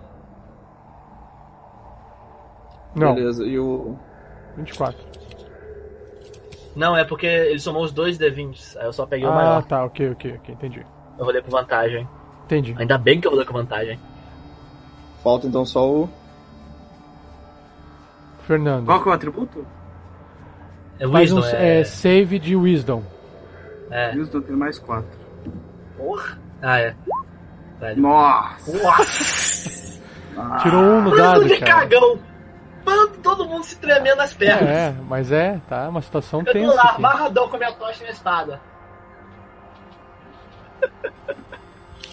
Speaker 3: Não,
Speaker 2: Beleza, e o.
Speaker 3: 24.
Speaker 6: Não, é porque ele somou os dois D20. Aí eu só peguei o
Speaker 3: Ah,
Speaker 6: maior.
Speaker 3: tá, ok, ok, ok, entendi.
Speaker 6: Eu rolei com vantagem.
Speaker 3: Entendi.
Speaker 6: Ainda bem que eu rolei com vantagem.
Speaker 2: Falta então só o.
Speaker 3: Fernando.
Speaker 5: Qual que é o atributo?
Speaker 6: É
Speaker 3: Faz
Speaker 6: Wisdom,
Speaker 3: um
Speaker 6: é...
Speaker 3: é, save de Wisdom.
Speaker 6: é.
Speaker 5: Wisdom tem mais quatro.
Speaker 6: Ah, é. Velho.
Speaker 5: Nossa!
Speaker 6: Nossa!
Speaker 3: Tirou um no dado,
Speaker 6: Bando de
Speaker 3: cara.
Speaker 6: cagão! Bando, todo mundo se tremendo nas pernas.
Speaker 3: É, mas é, tá, uma situação
Speaker 6: Eu
Speaker 3: tensa
Speaker 6: tô lá,
Speaker 3: aqui.
Speaker 6: amarradão com a minha tocha e minha espada.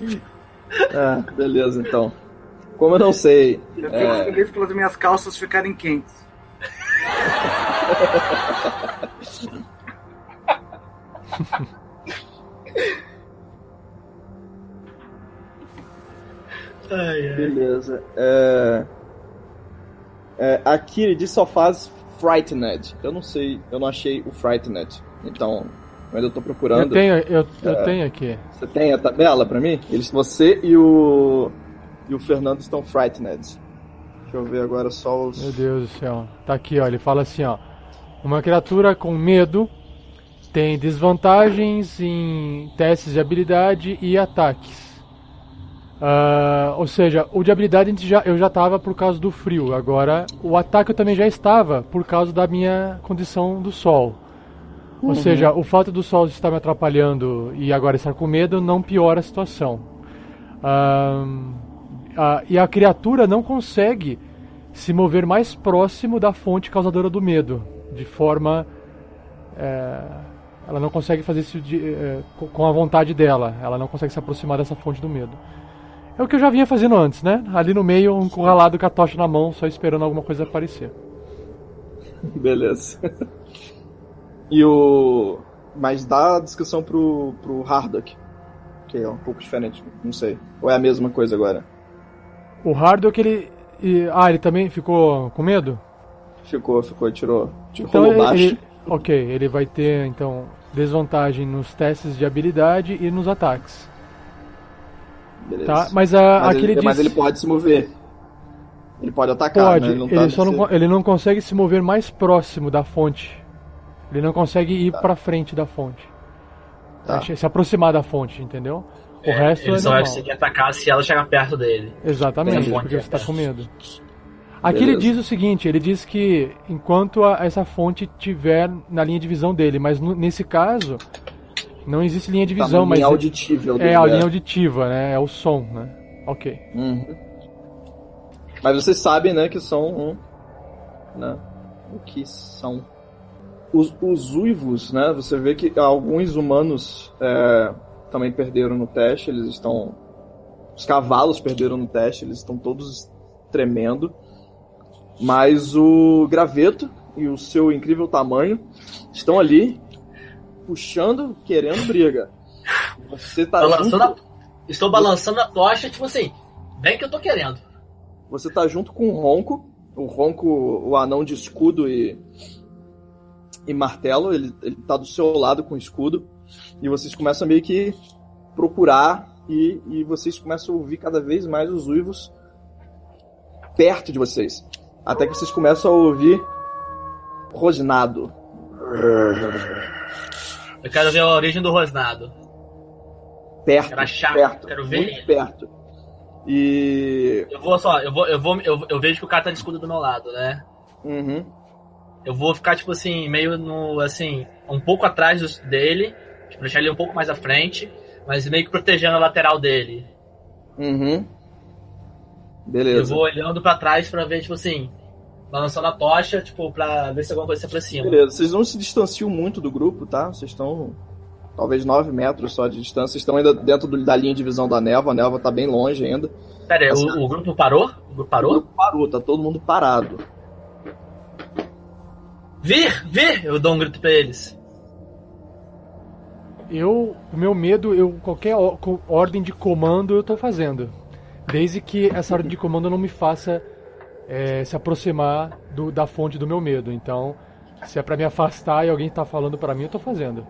Speaker 2: É, beleza então. Como eu não sei.
Speaker 5: Eu fico
Speaker 2: É.
Speaker 5: feliz pelas minhas calças ficarem quentes.
Speaker 6: Ai, ai.
Speaker 2: Beleza. É... É, aqui ele diz só faz Frightened. Eu não sei, eu não achei o Frightened. Então, eu ainda tô procurando.
Speaker 3: Eu tenho, eu, eu tenho aqui.
Speaker 2: Você tem a tabela pra mim? Eles, você e o e o Fernando estão frightened. Deixa eu ver agora só os.
Speaker 3: Meu Deus do céu. Tá aqui, ó. Ele fala assim, ó. Uma criatura com medo tem desvantagens em testes de habilidade e ataques. Ah, ou seja, o de habilidade a gente já- eu já estava por causa do frio. Agora, o ataque eu também já estava por causa da minha condição do sol. Ou seja, o fato do sol estar me atrapalhando e agora estar com medo não piora a situação. Ahn, Ah, e a criatura não consegue se mover mais próximo da fonte causadora do medo, de forma. é, ela não consegue fazer isso de- é, co- com a vontade dela, ela não consegue se aproximar dessa fonte do medo. É o que eu já vinha fazendo antes, né? Ali no meio, um encurralado com a tocha na mão, só esperando alguma coisa aparecer.
Speaker 2: Beleza. E o. Mas dá a descrição pro, pro Hardock. Que é um pouco diferente, não sei. Ou é a mesma coisa agora?
Speaker 3: O Hardock, ele. e- ah, ele também ficou com medo?
Speaker 2: Ficou, ficou, tirou. Tirou
Speaker 3: Então
Speaker 2: rolou
Speaker 3: ele,
Speaker 2: baixo.
Speaker 3: ele- ok, ele vai ter então desvantagem nos testes de habilidade e nos ataques,
Speaker 2: Beleza.
Speaker 3: tá? Mas, a,
Speaker 2: Mas
Speaker 3: aquele
Speaker 2: ele,
Speaker 3: diz,
Speaker 2: mas ele pode se mover. Ele pode atacar,
Speaker 3: pode,
Speaker 2: né?
Speaker 3: ele,
Speaker 2: tá
Speaker 3: só não,
Speaker 2: nesse-
Speaker 3: con- ele não consegue se mover mais próximo da fonte. Ele não consegue ir pra frente da fonte.
Speaker 2: Tá.
Speaker 3: Se se aproximar da fonte, entendeu? O resto
Speaker 6: Ele
Speaker 3: é
Speaker 6: só
Speaker 3: normal.
Speaker 6: vai conseguir atacar se ela chegar perto dele.
Speaker 3: Exatamente,
Speaker 2: Entendi.
Speaker 3: porque você está com medo. Aqui ele
Speaker 2: Beleza.
Speaker 3: diz o seguinte, ele diz que enquanto a- essa fonte tiver na linha de visão dele, mas no- nesse caso não existe linha de
Speaker 2: tá
Speaker 3: visão,
Speaker 2: em
Speaker 3: mas
Speaker 2: auditível.
Speaker 3: é
Speaker 2: dele,
Speaker 3: a
Speaker 2: né?
Speaker 3: linha auditiva, né? É o som, né? Ok.
Speaker 2: Uhum. Mas vocês sabem, né, que são. um, Né, o que são. Os, os uivos, né? Você vê que alguns humanos é, também perderam no teste, eles estão. Os cavalos perderam no teste, eles estão todos tremendo. Mas o graveto e o seu incrível tamanho estão ali puxando, querendo briga. Você tá
Speaker 6: Balançando
Speaker 2: junto-
Speaker 6: a- Estou balançando a tocha, tipo assim, vem que eu tô querendo.
Speaker 2: Você tá junto com o Ronco. O Ronco, o anão de escudo e, e martelo, ele, ele tá do seu lado com o escudo. E vocês começam a meio que procurar e, e vocês começam a ouvir cada vez mais os uivos perto de vocês. Até que vocês começam a ouvir rosnado.
Speaker 6: Eu quero ver a origem do rosnado.
Speaker 2: Perto,
Speaker 6: Era chato,
Speaker 2: perto,
Speaker 6: quero ver
Speaker 2: muito
Speaker 6: ele.
Speaker 2: perto. E...
Speaker 6: Eu vou só, eu vou, eu vou, eu, eu vejo que o cara tá de escudo do meu lado, né?
Speaker 2: Uhum.
Speaker 6: Eu vou ficar, tipo assim, meio no, assim, um pouco atrás dos- dele, tipo, deixar ele um pouco mais à frente, mas meio que protegendo a lateral dele.
Speaker 2: Uhum.
Speaker 6: Eu
Speaker 2: Beleza.
Speaker 6: vou olhando pra trás pra ver, tipo assim, balançando a tocha, tipo, pra ver se alguma coisa se aproxima.
Speaker 2: Beleza, vocês não se distanciam muito do grupo, tá? Vocês estão talvez 9 metros só de distância, vocês estão ainda dentro do- da linha de visão da névoa, a névoa tá bem longe ainda.
Speaker 6: Pera aí, o, o grupo parou? O grupo
Speaker 2: O
Speaker 6: parou?
Speaker 2: grupo parou, tá todo mundo parado.
Speaker 6: Vir, vir! Eu dou um grito pra eles.
Speaker 3: Eu, o meu medo, eu qualquer o- co- ordem de comando eu tô fazendo. Desde que essa ordem de comando não me faça eh, se aproximar do- da fonte do meu medo. Então, se é pra me afastar e alguém tá falando pra mim, eu tô fazendo.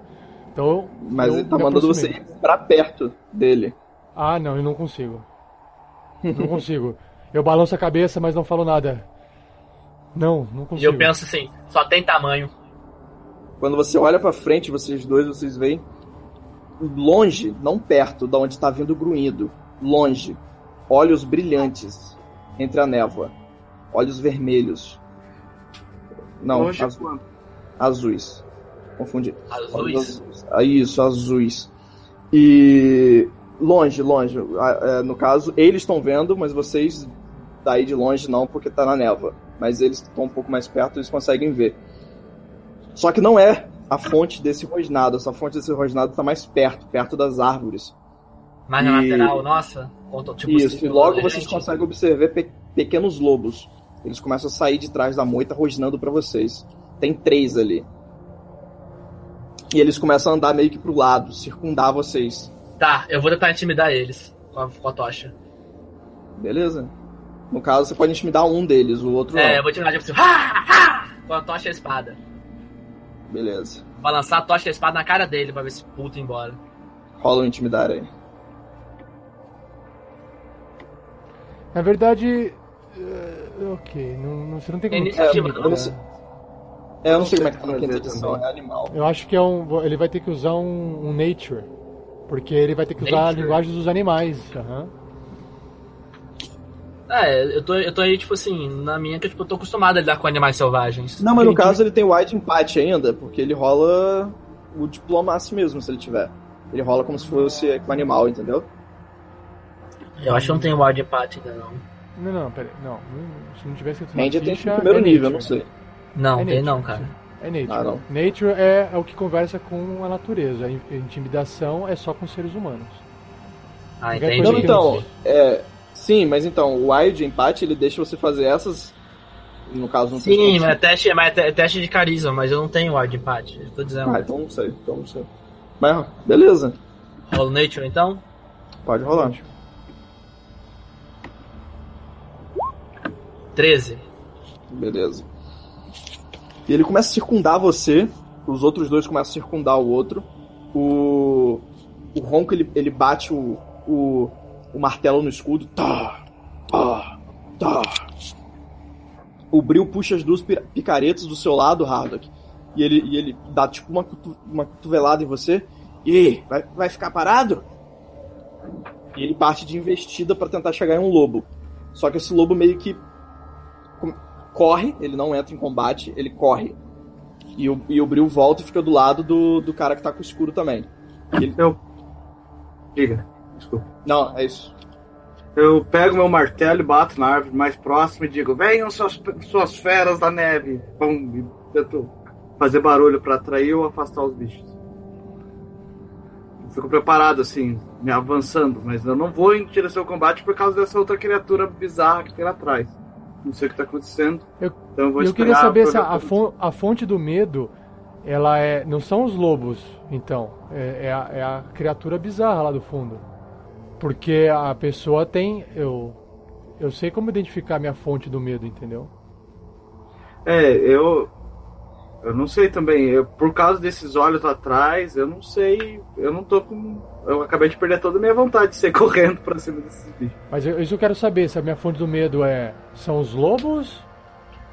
Speaker 3: Então,
Speaker 2: Mas
Speaker 3: eu
Speaker 2: ele tá
Speaker 3: me
Speaker 2: mandando você
Speaker 3: aproximei.
Speaker 2: ir pra perto dele.
Speaker 3: Ah, não, eu não consigo. Não consigo. Eu balanço a cabeça, mas não falo nada. Não, não
Speaker 6: E
Speaker 3: consigo.
Speaker 6: eu penso assim, só tem tamanho.
Speaker 2: Quando você olha pra frente, vocês dois, vocês veem longe, não perto, da onde tá vindo o grunhido. Longe. Olhos brilhantes entre a névoa. Olhos vermelhos. Não, tá-
Speaker 5: Longe
Speaker 2: azu-
Speaker 5: quanto?
Speaker 2: azuis. Confundi.
Speaker 6: Azuis.
Speaker 2: Ah, Isso, azuis. E longe, longe. Ah, é, No caso, eles estão vendo, mas vocês daí de longe não, porque tá na névoa. Mas eles que estão um pouco mais perto, eles conseguem ver. Só que não é a fonte desse rosnado. Essa fonte desse rosnado tá mais perto, perto das árvores.
Speaker 6: Mas na
Speaker 2: E-
Speaker 6: lateral, nossa. Conto- tipo,
Speaker 2: Isso,
Speaker 6: assim,
Speaker 2: e logo
Speaker 6: gente,
Speaker 2: vocês conseguem observar pe- pequenos lobos. Eles começam a sair de trás da moita rosnando pra vocês. Tem três ali. E eles começam a andar meio que pro lado, circundar vocês.
Speaker 6: Tá, eu vou tentar intimidar eles com a, com a tocha.
Speaker 2: Beleza? No caso, você pode intimidar um deles, o outro
Speaker 6: É, eu
Speaker 2: não.
Speaker 6: vou intimidar tipo assim, "Ha! Ha!" com a tocha e a espada.
Speaker 2: Beleza.
Speaker 6: Balançar a tocha e a espada na cara dele pra ver se puto ir embora.
Speaker 2: Rola um intimidar aí.
Speaker 3: Na verdade. eh, ok, não, não, você não tem como.
Speaker 6: É iniciativa,
Speaker 3: descobrir,
Speaker 6: não?
Speaker 3: né?
Speaker 2: Eu não É, eu não sei como é que tá na
Speaker 5: Fazer
Speaker 2: quinta edição,
Speaker 5: também.
Speaker 2: é animal.
Speaker 3: Eu acho que é um, ele vai ter que usar um, um nature. Porque ele vai ter que usar a
Speaker 6: Nature?
Speaker 3: linguagem dos animais. aham.
Speaker 6: É, eu tô, eu tô aí, tipo assim, na minha que tipo, eu tô acostumado a lidar com animais selvagens.
Speaker 2: Não, mas no
Speaker 3: Entendi.
Speaker 2: caso ele tem white empate ainda, porque ele rola o diplomacy mesmo, se ele tiver. Ele rola como se fosse com animal, entendeu?
Speaker 6: Eu acho que não tem Wild Path ainda, não.
Speaker 3: Não, não, peraí. Não, não- se não tiver escrito na
Speaker 2: Média tem
Speaker 3: ficha,
Speaker 2: no primeiro
Speaker 3: é
Speaker 2: nível,
Speaker 3: nature.
Speaker 2: não sei.
Speaker 6: Não,
Speaker 3: É
Speaker 6: tem
Speaker 3: nature,
Speaker 6: não, cara.
Speaker 3: É nature.
Speaker 2: Ah, não.
Speaker 3: Nature é, é o que conversa com a natureza. In- Intimidação é só com seres humanos.
Speaker 6: Ah,
Speaker 3: Qualquer
Speaker 6: entendi.
Speaker 3: coisa
Speaker 2: Não,
Speaker 3: que
Speaker 2: então,
Speaker 3: não-
Speaker 2: É, sim, mas então, o Wild Empate, ele deixa você fazer essas. No caso, um não sei
Speaker 6: Sim,
Speaker 2: se-
Speaker 6: mas é teste, mas é te- é teste de carisma, mas eu não tenho Wild Path. Eu tô dizendo.
Speaker 2: Ah, então não sei, então não sei. Mas, beleza,
Speaker 6: Rola o Nature, então?
Speaker 2: pode rolar.
Speaker 6: 13.
Speaker 2: Beleza. E ele começa a circundar você, os outros dois começam a circundar o outro. O, o Ronco ele, ele bate o, o, o martelo no escudo. Tá, tá, tá. O Bril puxa as duas pira- picaretas do seu lado, Hardock. E ele, e ele dá tipo uma, cotu- uma cotovelada em você. E aí, vai, vai ficar parado? E ele parte de investida pra tentar chegar em um lobo. Só que esse lobo meio que corre, ele não entra em combate, ele corre. E o, e o Bril volta e fica do lado do, do cara que tá com o escuro também.
Speaker 5: Eu. Diga, desculpa.
Speaker 2: Não, é isso.
Speaker 5: Eu pego meu martelo e bato na árvore mais próxima e digo: Venham suas, suas feras da neve. Bom, e tento fazer barulho pra atrair ou afastar os bichos. Fico preparado, assim, me avançando, mas eu não vou em direção ao combate por causa dessa outra criatura bizarra que tem lá atrás. Não sei o que tá acontecendo.
Speaker 3: Eu-
Speaker 5: então eu vou
Speaker 3: E eu
Speaker 5: esperar.
Speaker 3: queria saber se a,
Speaker 5: pra-
Speaker 3: a fon- a fonte do medo, ela é. Não são os lobos, então. É, é a, é a criatura bizarra lá do fundo. Porque a pessoa tem. Eu, eu sei como identificar a minha fonte do medo, entendeu?
Speaker 5: É, eu. Eu não sei também. Eu, por causa desses olhos lá atrás, eu não sei. Eu não tô com. Eu acabei de perder toda a minha vontade de ser correndo pra cima desses bichos.
Speaker 3: Mas eu, isso eu quero saber, se a minha fonte do medo é. São os lobos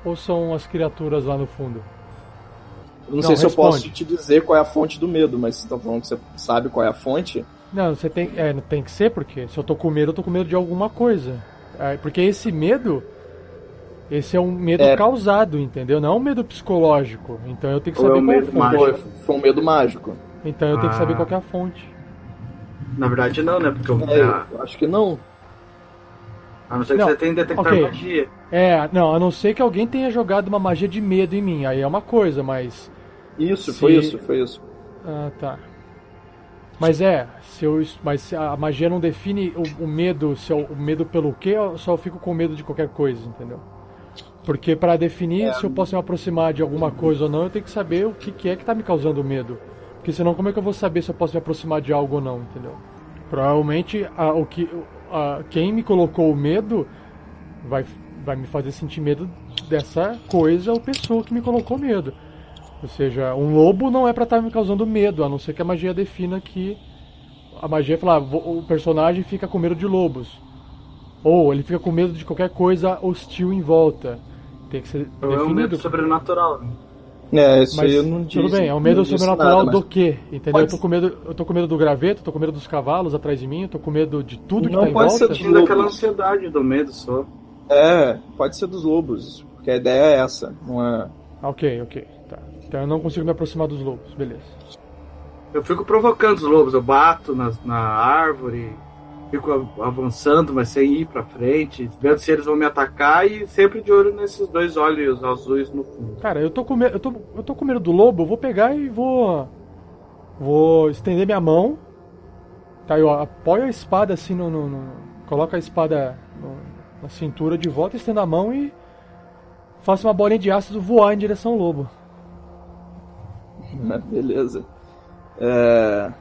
Speaker 3: ou são as criaturas lá no fundo?
Speaker 2: Eu não,
Speaker 3: Não,
Speaker 2: sei se eu posso
Speaker 3: responde.
Speaker 2: te dizer qual é a fonte do medo, mas se tá falando que você sabe qual é a fonte.
Speaker 3: Não, você tem, é, não tem que ser, porque se eu tô com medo, eu tô com medo de alguma coisa. É, porque esse medo, esse é um medo
Speaker 2: É.
Speaker 3: causado, entendeu? Não é um medo psicológico. Então eu tenho que
Speaker 5: Ou é
Speaker 3: saber
Speaker 5: um
Speaker 3: qual é a
Speaker 5: medo
Speaker 3: fonte.
Speaker 5: mágico.
Speaker 2: Foi, foi um medo mágico.
Speaker 3: Então eu tenho que saber
Speaker 5: Ah.
Speaker 3: qual que é a fonte.
Speaker 5: Na verdade, não, né? Porque eu.
Speaker 2: É,
Speaker 5: a-
Speaker 2: eu acho que não.
Speaker 5: A não ser que
Speaker 3: Não,
Speaker 5: você tenha detectar
Speaker 3: ok.
Speaker 5: magia.
Speaker 3: É, não, a não ser que alguém tenha jogado uma magia de medo em mim. Aí é uma coisa, mas.
Speaker 2: Isso,
Speaker 3: Sim.
Speaker 2: foi isso, foi isso.
Speaker 3: Ah, tá. Mas é, se eu, mas se a magia não define o, o medo, se eu, o medo pelo quê, eu só fico com medo de qualquer coisa, entendeu? Porque pra definir se eu posso me aproximar de alguma coisa ou não, eu tenho que saber o que, que é que tá me causando medo. Porque senão como é que eu vou saber se eu posso me aproximar de algo ou não, entendeu? Provavelmente a, o que, a, quem me colocou o medo vai, vai me fazer sentir medo dessa coisa ou pessoa que me colocou medo. Ou seja, um lobo não é pra estar me causando medo, a não ser que a magia defina que. A magia fala, ah, vo- o personagem fica com medo de lobos. Ou ele fica com medo de qualquer coisa hostil em volta. Tem que ser
Speaker 5: Ou é um medo
Speaker 3: definido.
Speaker 5: sobrenatural. né?
Speaker 2: É, isso
Speaker 3: Mas
Speaker 2: aí eu não disse.
Speaker 3: tudo bem, é um medo
Speaker 2: não disse
Speaker 3: sobrenatural
Speaker 2: nada,
Speaker 3: do
Speaker 2: mas-
Speaker 3: quê? Entendeu?
Speaker 2: Pode
Speaker 3: Eu tô, com medo, eu tô com medo do graveto, eu tô com medo dos cavalos atrás de mim, eu tô com medo de tudo que
Speaker 2: Não
Speaker 3: tá em
Speaker 2: pode
Speaker 3: volta.
Speaker 2: ser
Speaker 5: Eu tinha aquela ansiedade do medo só.
Speaker 2: É, pode ser dos lobos, porque a ideia é essa, não é.
Speaker 3: Ah, ok, ok. Tá. Então eu não consigo me aproximar dos lobos, beleza.
Speaker 5: Eu fico provocando os lobos, eu bato na, na árvore, fico av- avançando, mas sem ir pra frente, vendo se eles vão me atacar e sempre de olho nesses dois olhos azuis no fundo.
Speaker 3: Cara, eu tô com medo, eu tô, eu tô com medo do lobo, eu vou pegar e vou vou estender minha mão. Tá, eu apoio a espada assim no, no, no- coloco a espada no- na cintura de volta, estendo a mão e faço uma bolinha de ácido voar em direção ao lobo.
Speaker 2: Beleza. É,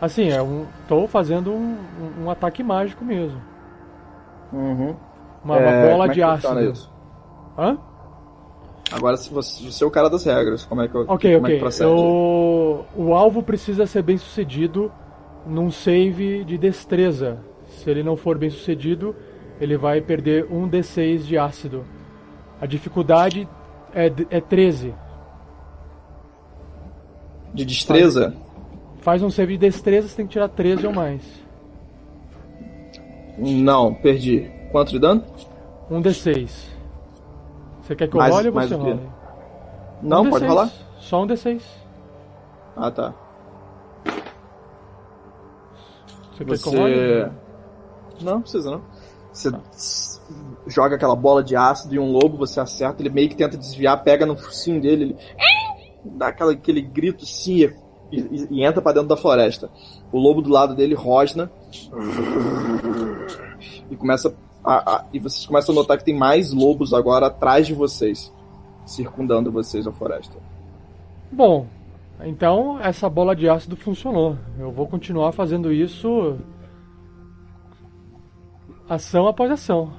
Speaker 3: Assim, é um, tô fazendo um, um- um ataque mágico mesmo.
Speaker 2: uhum.
Speaker 3: Uma, uma
Speaker 2: É, como
Speaker 3: bola
Speaker 2: é que
Speaker 3: de
Speaker 2: funciona
Speaker 3: ácido.
Speaker 2: isso?
Speaker 3: Hã?
Speaker 2: Agora, se você, você é o cara das regras, como é que, eu-
Speaker 3: Ok,
Speaker 2: como é
Speaker 3: ok.
Speaker 2: que procede?
Speaker 3: O, o alvo precisa ser bem sucedido num save de destreza. Se ele não for bem sucedido, ele vai perder um D6 de ácido. A dificuldade é, d- é 13.
Speaker 2: De destreza?
Speaker 3: Faz um save de destreza, você tem que tirar 13 ou mais.
Speaker 2: Não, perdi. Quanto de dano?
Speaker 3: Um D6. Você quer que eu
Speaker 2: Mais-
Speaker 3: role ou
Speaker 2: mais
Speaker 3: você
Speaker 2: o quê?
Speaker 3: role?
Speaker 2: Não,
Speaker 3: um
Speaker 2: pode
Speaker 3: D6.
Speaker 2: rolar?
Speaker 3: Só um D6.
Speaker 2: Ah, tá.
Speaker 3: Você, quer que eu role? Tá.
Speaker 2: Você. Não, não precisa não. Você s- joga aquela bola de ácido e um lobo, você acerta, ele meio que tenta desviar, pega no focinho dele, ele dá aquela, aquele grito sim e, e- e entra pra dentro da floresta. O lobo do lado dele rosna e começa a- a- e vocês começam a notar que tem mais lobos agora atrás de vocês, circundando vocês na floresta.
Speaker 3: Bom, então essa bola de ácido funcionou. Eu vou continuar fazendo isso. ação após ação.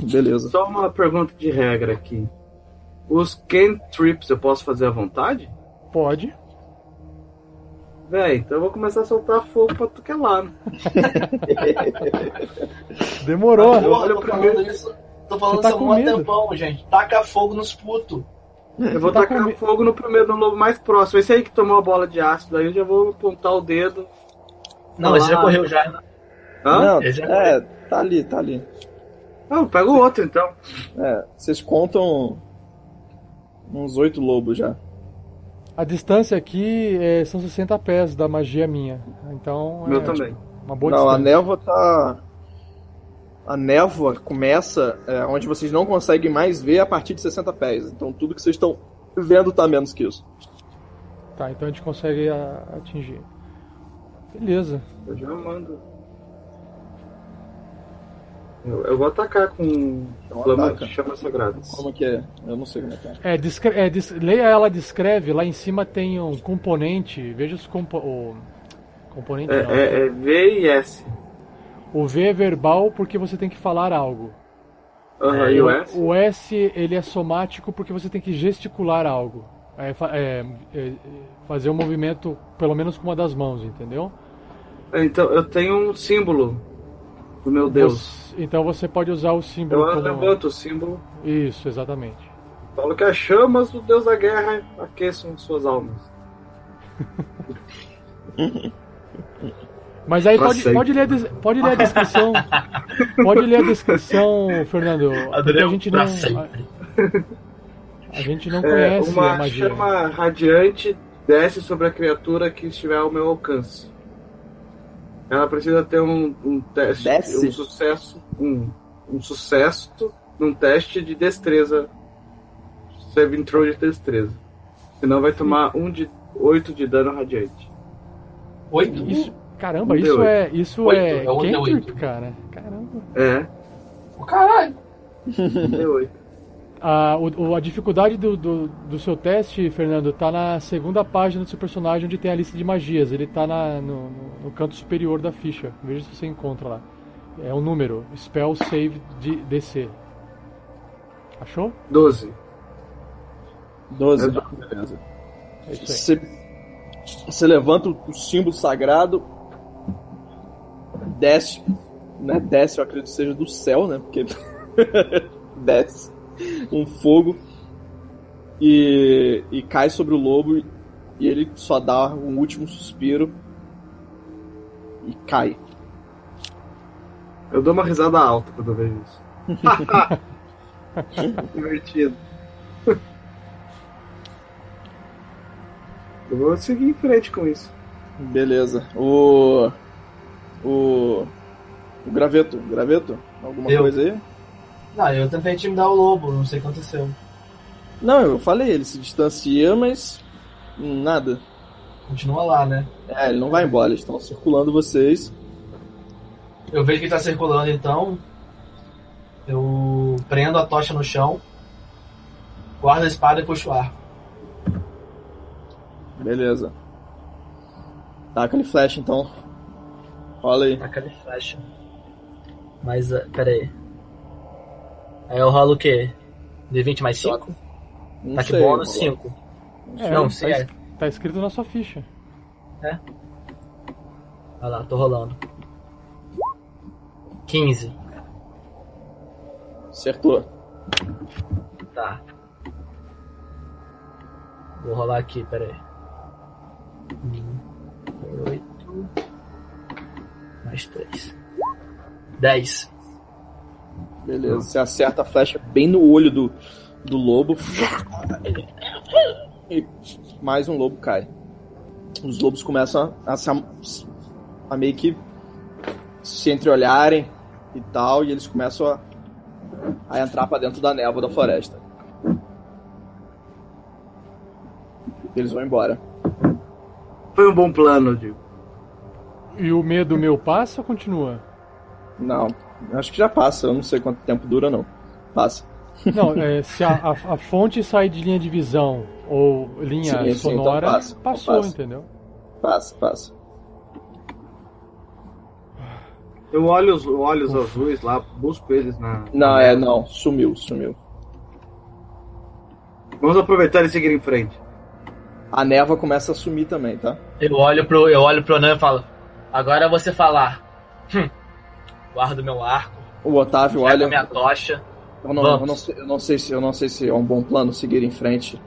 Speaker 2: Beleza.
Speaker 5: Só uma pergunta de regra aqui. Os cantrips eu posso fazer à vontade?
Speaker 3: Pode.
Speaker 5: Véi, então eu vou começar a soltar fogo pra tu que é lá.
Speaker 3: Demorou.
Speaker 4: Porra,
Speaker 5: olha
Speaker 4: tô
Speaker 5: o primeiro.
Speaker 4: falando isso. Tô falando
Speaker 3: Você tá
Speaker 4: isso há
Speaker 3: com
Speaker 4: um
Speaker 3: tá medo?
Speaker 4: tempão, gente. Taca fogo nos putos.
Speaker 5: Eu vou
Speaker 3: tá
Speaker 5: tacar
Speaker 3: com me-
Speaker 5: fogo no primeiro, no lobo mais próximo. Esse aí que tomou a bola de ácido, aí eu já vou apontar o dedo.
Speaker 3: Tá
Speaker 6: Não, esse já
Speaker 5: Ah.
Speaker 6: correu já.
Speaker 5: Hã?
Speaker 2: Não,
Speaker 6: Ele já
Speaker 2: é, tá ali, tá ali.
Speaker 5: Não, pega o outro então.
Speaker 2: É, vocês contam uns oito lobos já.
Speaker 3: A distância aqui é, são 60 pés da magia minha. Então
Speaker 5: O
Speaker 3: é
Speaker 5: meu também.
Speaker 3: uma boa
Speaker 2: não, a
Speaker 3: distância.
Speaker 2: névoa tá. A névoa começa é, onde vocês não conseguem mais ver a partir de 60 pés. Então tudo que vocês estão vendo tá menos que isso.
Speaker 3: Tá, então a gente consegue a- atingir. Beleza.
Speaker 5: Eu já mando. Eu, eu vou atacar com
Speaker 2: Então
Speaker 5: flama
Speaker 2: ataca.
Speaker 5: de chamas sagradas.
Speaker 2: Como que é? Eu não sei como é que é.
Speaker 3: É, descre- é, des- leia ela, descreve. Lá em cima tem um componente. Veja os compo... o... componente.
Speaker 5: É,
Speaker 3: não. né?
Speaker 5: é, é V e S.
Speaker 3: O V é verbal porque você tem que falar algo.
Speaker 5: Aham,
Speaker 6: É,
Speaker 5: e o
Speaker 6: eu-
Speaker 5: S?
Speaker 3: O S ele é somático porque você tem que gesticular algo. É, fa- é, é, fazer um movimento, pelo menos com uma das mãos, entendeu?
Speaker 5: Então, eu tenho um símbolo do meu Deus.
Speaker 3: Você- então você pode usar o símbolo
Speaker 5: Eu
Speaker 3: como-
Speaker 5: levanto o símbolo,
Speaker 3: Isso, exatamente.
Speaker 5: falo que as chamas do Deus da Guerra aqueçam suas almas.
Speaker 3: Mas aí
Speaker 5: Pra
Speaker 3: pode,
Speaker 5: sempre.
Speaker 3: pode, ler a des- pode ler a descrição. pode ler a descrição, Fernando. Porque
Speaker 6: Adorei
Speaker 3: a é
Speaker 6: o
Speaker 3: gente não.
Speaker 6: pra
Speaker 3: A,
Speaker 6: sempre.
Speaker 3: a gente não
Speaker 5: É,
Speaker 3: conhece a
Speaker 5: uma
Speaker 3: magia.
Speaker 5: chama radiante desce sobre a criatura que estiver ao meu alcance. Ela precisa ter um, um teste,
Speaker 2: Desce?
Speaker 5: um sucesso, um, um sucesso num teste de destreza. Saving throw de destreza. Senão vai tomar um de 8 de dano radiante.
Speaker 4: Oito?
Speaker 3: Isso, caramba,
Speaker 5: Um
Speaker 3: isso
Speaker 5: D8.
Speaker 3: é. Isso
Speaker 4: Oito,
Speaker 3: é.
Speaker 4: é um D8.
Speaker 3: cantrip, cara. Caramba.
Speaker 5: É,
Speaker 4: Ô, Caralho.
Speaker 5: de 8.
Speaker 3: A, o- o- a dificuldade do, do, do seu teste, Fernando, tá na segunda página do seu personagem, onde tem a lista de magias. Ele tá na- no, no- no canto superior da ficha. Veja se você encontra lá. É o número. Spell Save de DC. Achou?
Speaker 5: 12.
Speaker 2: 12.
Speaker 5: É,
Speaker 2: Beleza.
Speaker 3: É isso aí.
Speaker 2: Você, você levanta o o símbolo sagrado, desce, né? Desce, eu acredito que seja do céu, né? Porque desce um fogo e, e cai sobre o lobo e ele só dá um último suspiro e cai.
Speaker 5: Eu dou uma risada alta quando eu vejo isso. Divertido. Eu vou seguir em frente com isso.
Speaker 2: Beleza. O. O. O graveto. Graveto? Alguma
Speaker 4: Eu.
Speaker 2: coisa aí?
Speaker 4: Não, eu tentei intimidar o lobo, não sei o que aconteceu.
Speaker 2: Não, eu falei, ele se distancia, mas nada.
Speaker 4: Continua lá, né?
Speaker 2: É, ele não vai embora, eles estão circulando vocês.
Speaker 4: Eu vejo que tá circulando, então. Eu prendo a tocha no chão, guardo a espada e puxo o ar.
Speaker 2: Beleza. Tá aquele flash então. Rola aí.
Speaker 6: Taca de flecha. Mas, ah, pera aí. Aí eu rolo o quê? D20 mais 5?
Speaker 2: Não
Speaker 6: Ataque
Speaker 2: sei,
Speaker 6: bônus
Speaker 2: rola.
Speaker 6: 5.
Speaker 3: É,
Speaker 6: Não,
Speaker 3: tá,
Speaker 6: sei.
Speaker 3: es- tá escrito na sua ficha.
Speaker 6: Olha lá, tô rolando. 15.
Speaker 2: Acertou.
Speaker 6: Tá. Vou rolar aqui, pera aí. Um, oito. Mais três. Dez.
Speaker 2: Beleza. Você acerta a flecha bem no olho do, do lobo. E mais um lobo cai. Os lobos começam a, se am- a meio que se entreolharem e tal, e eles começam a, a entrar para dentro da névoa da floresta. Eles vão embora.
Speaker 5: Foi um bom plano, eu digo.
Speaker 3: E o medo meu passa ou continua?
Speaker 2: Não, acho que já passa, eu não sei quanto tempo dura, não. Passa.
Speaker 3: Não, é, se a, a, a fonte sai de linha de visão ou linha
Speaker 2: Sim, sim,
Speaker 3: sonora,
Speaker 2: então passa, então
Speaker 3: passou,
Speaker 2: passa.
Speaker 3: entendeu?
Speaker 2: Passa, passa.
Speaker 5: Eu olho os olhos azuis lá, busco eles na.
Speaker 2: Não, é, não, sumiu, sumiu.
Speaker 5: Vamos aproveitar e seguir em frente.
Speaker 2: A névoa começa a sumir também, tá?
Speaker 6: Eu olho pro, eu olho pro Nan e falo: Agora é você falar. Hum, guardo meu arco,
Speaker 2: O Otávio
Speaker 6: pego
Speaker 2: olha.
Speaker 6: minha tocha.
Speaker 2: Eu não, eu, não sei, eu não sei se eu não sei se é um bom plano seguir em frente.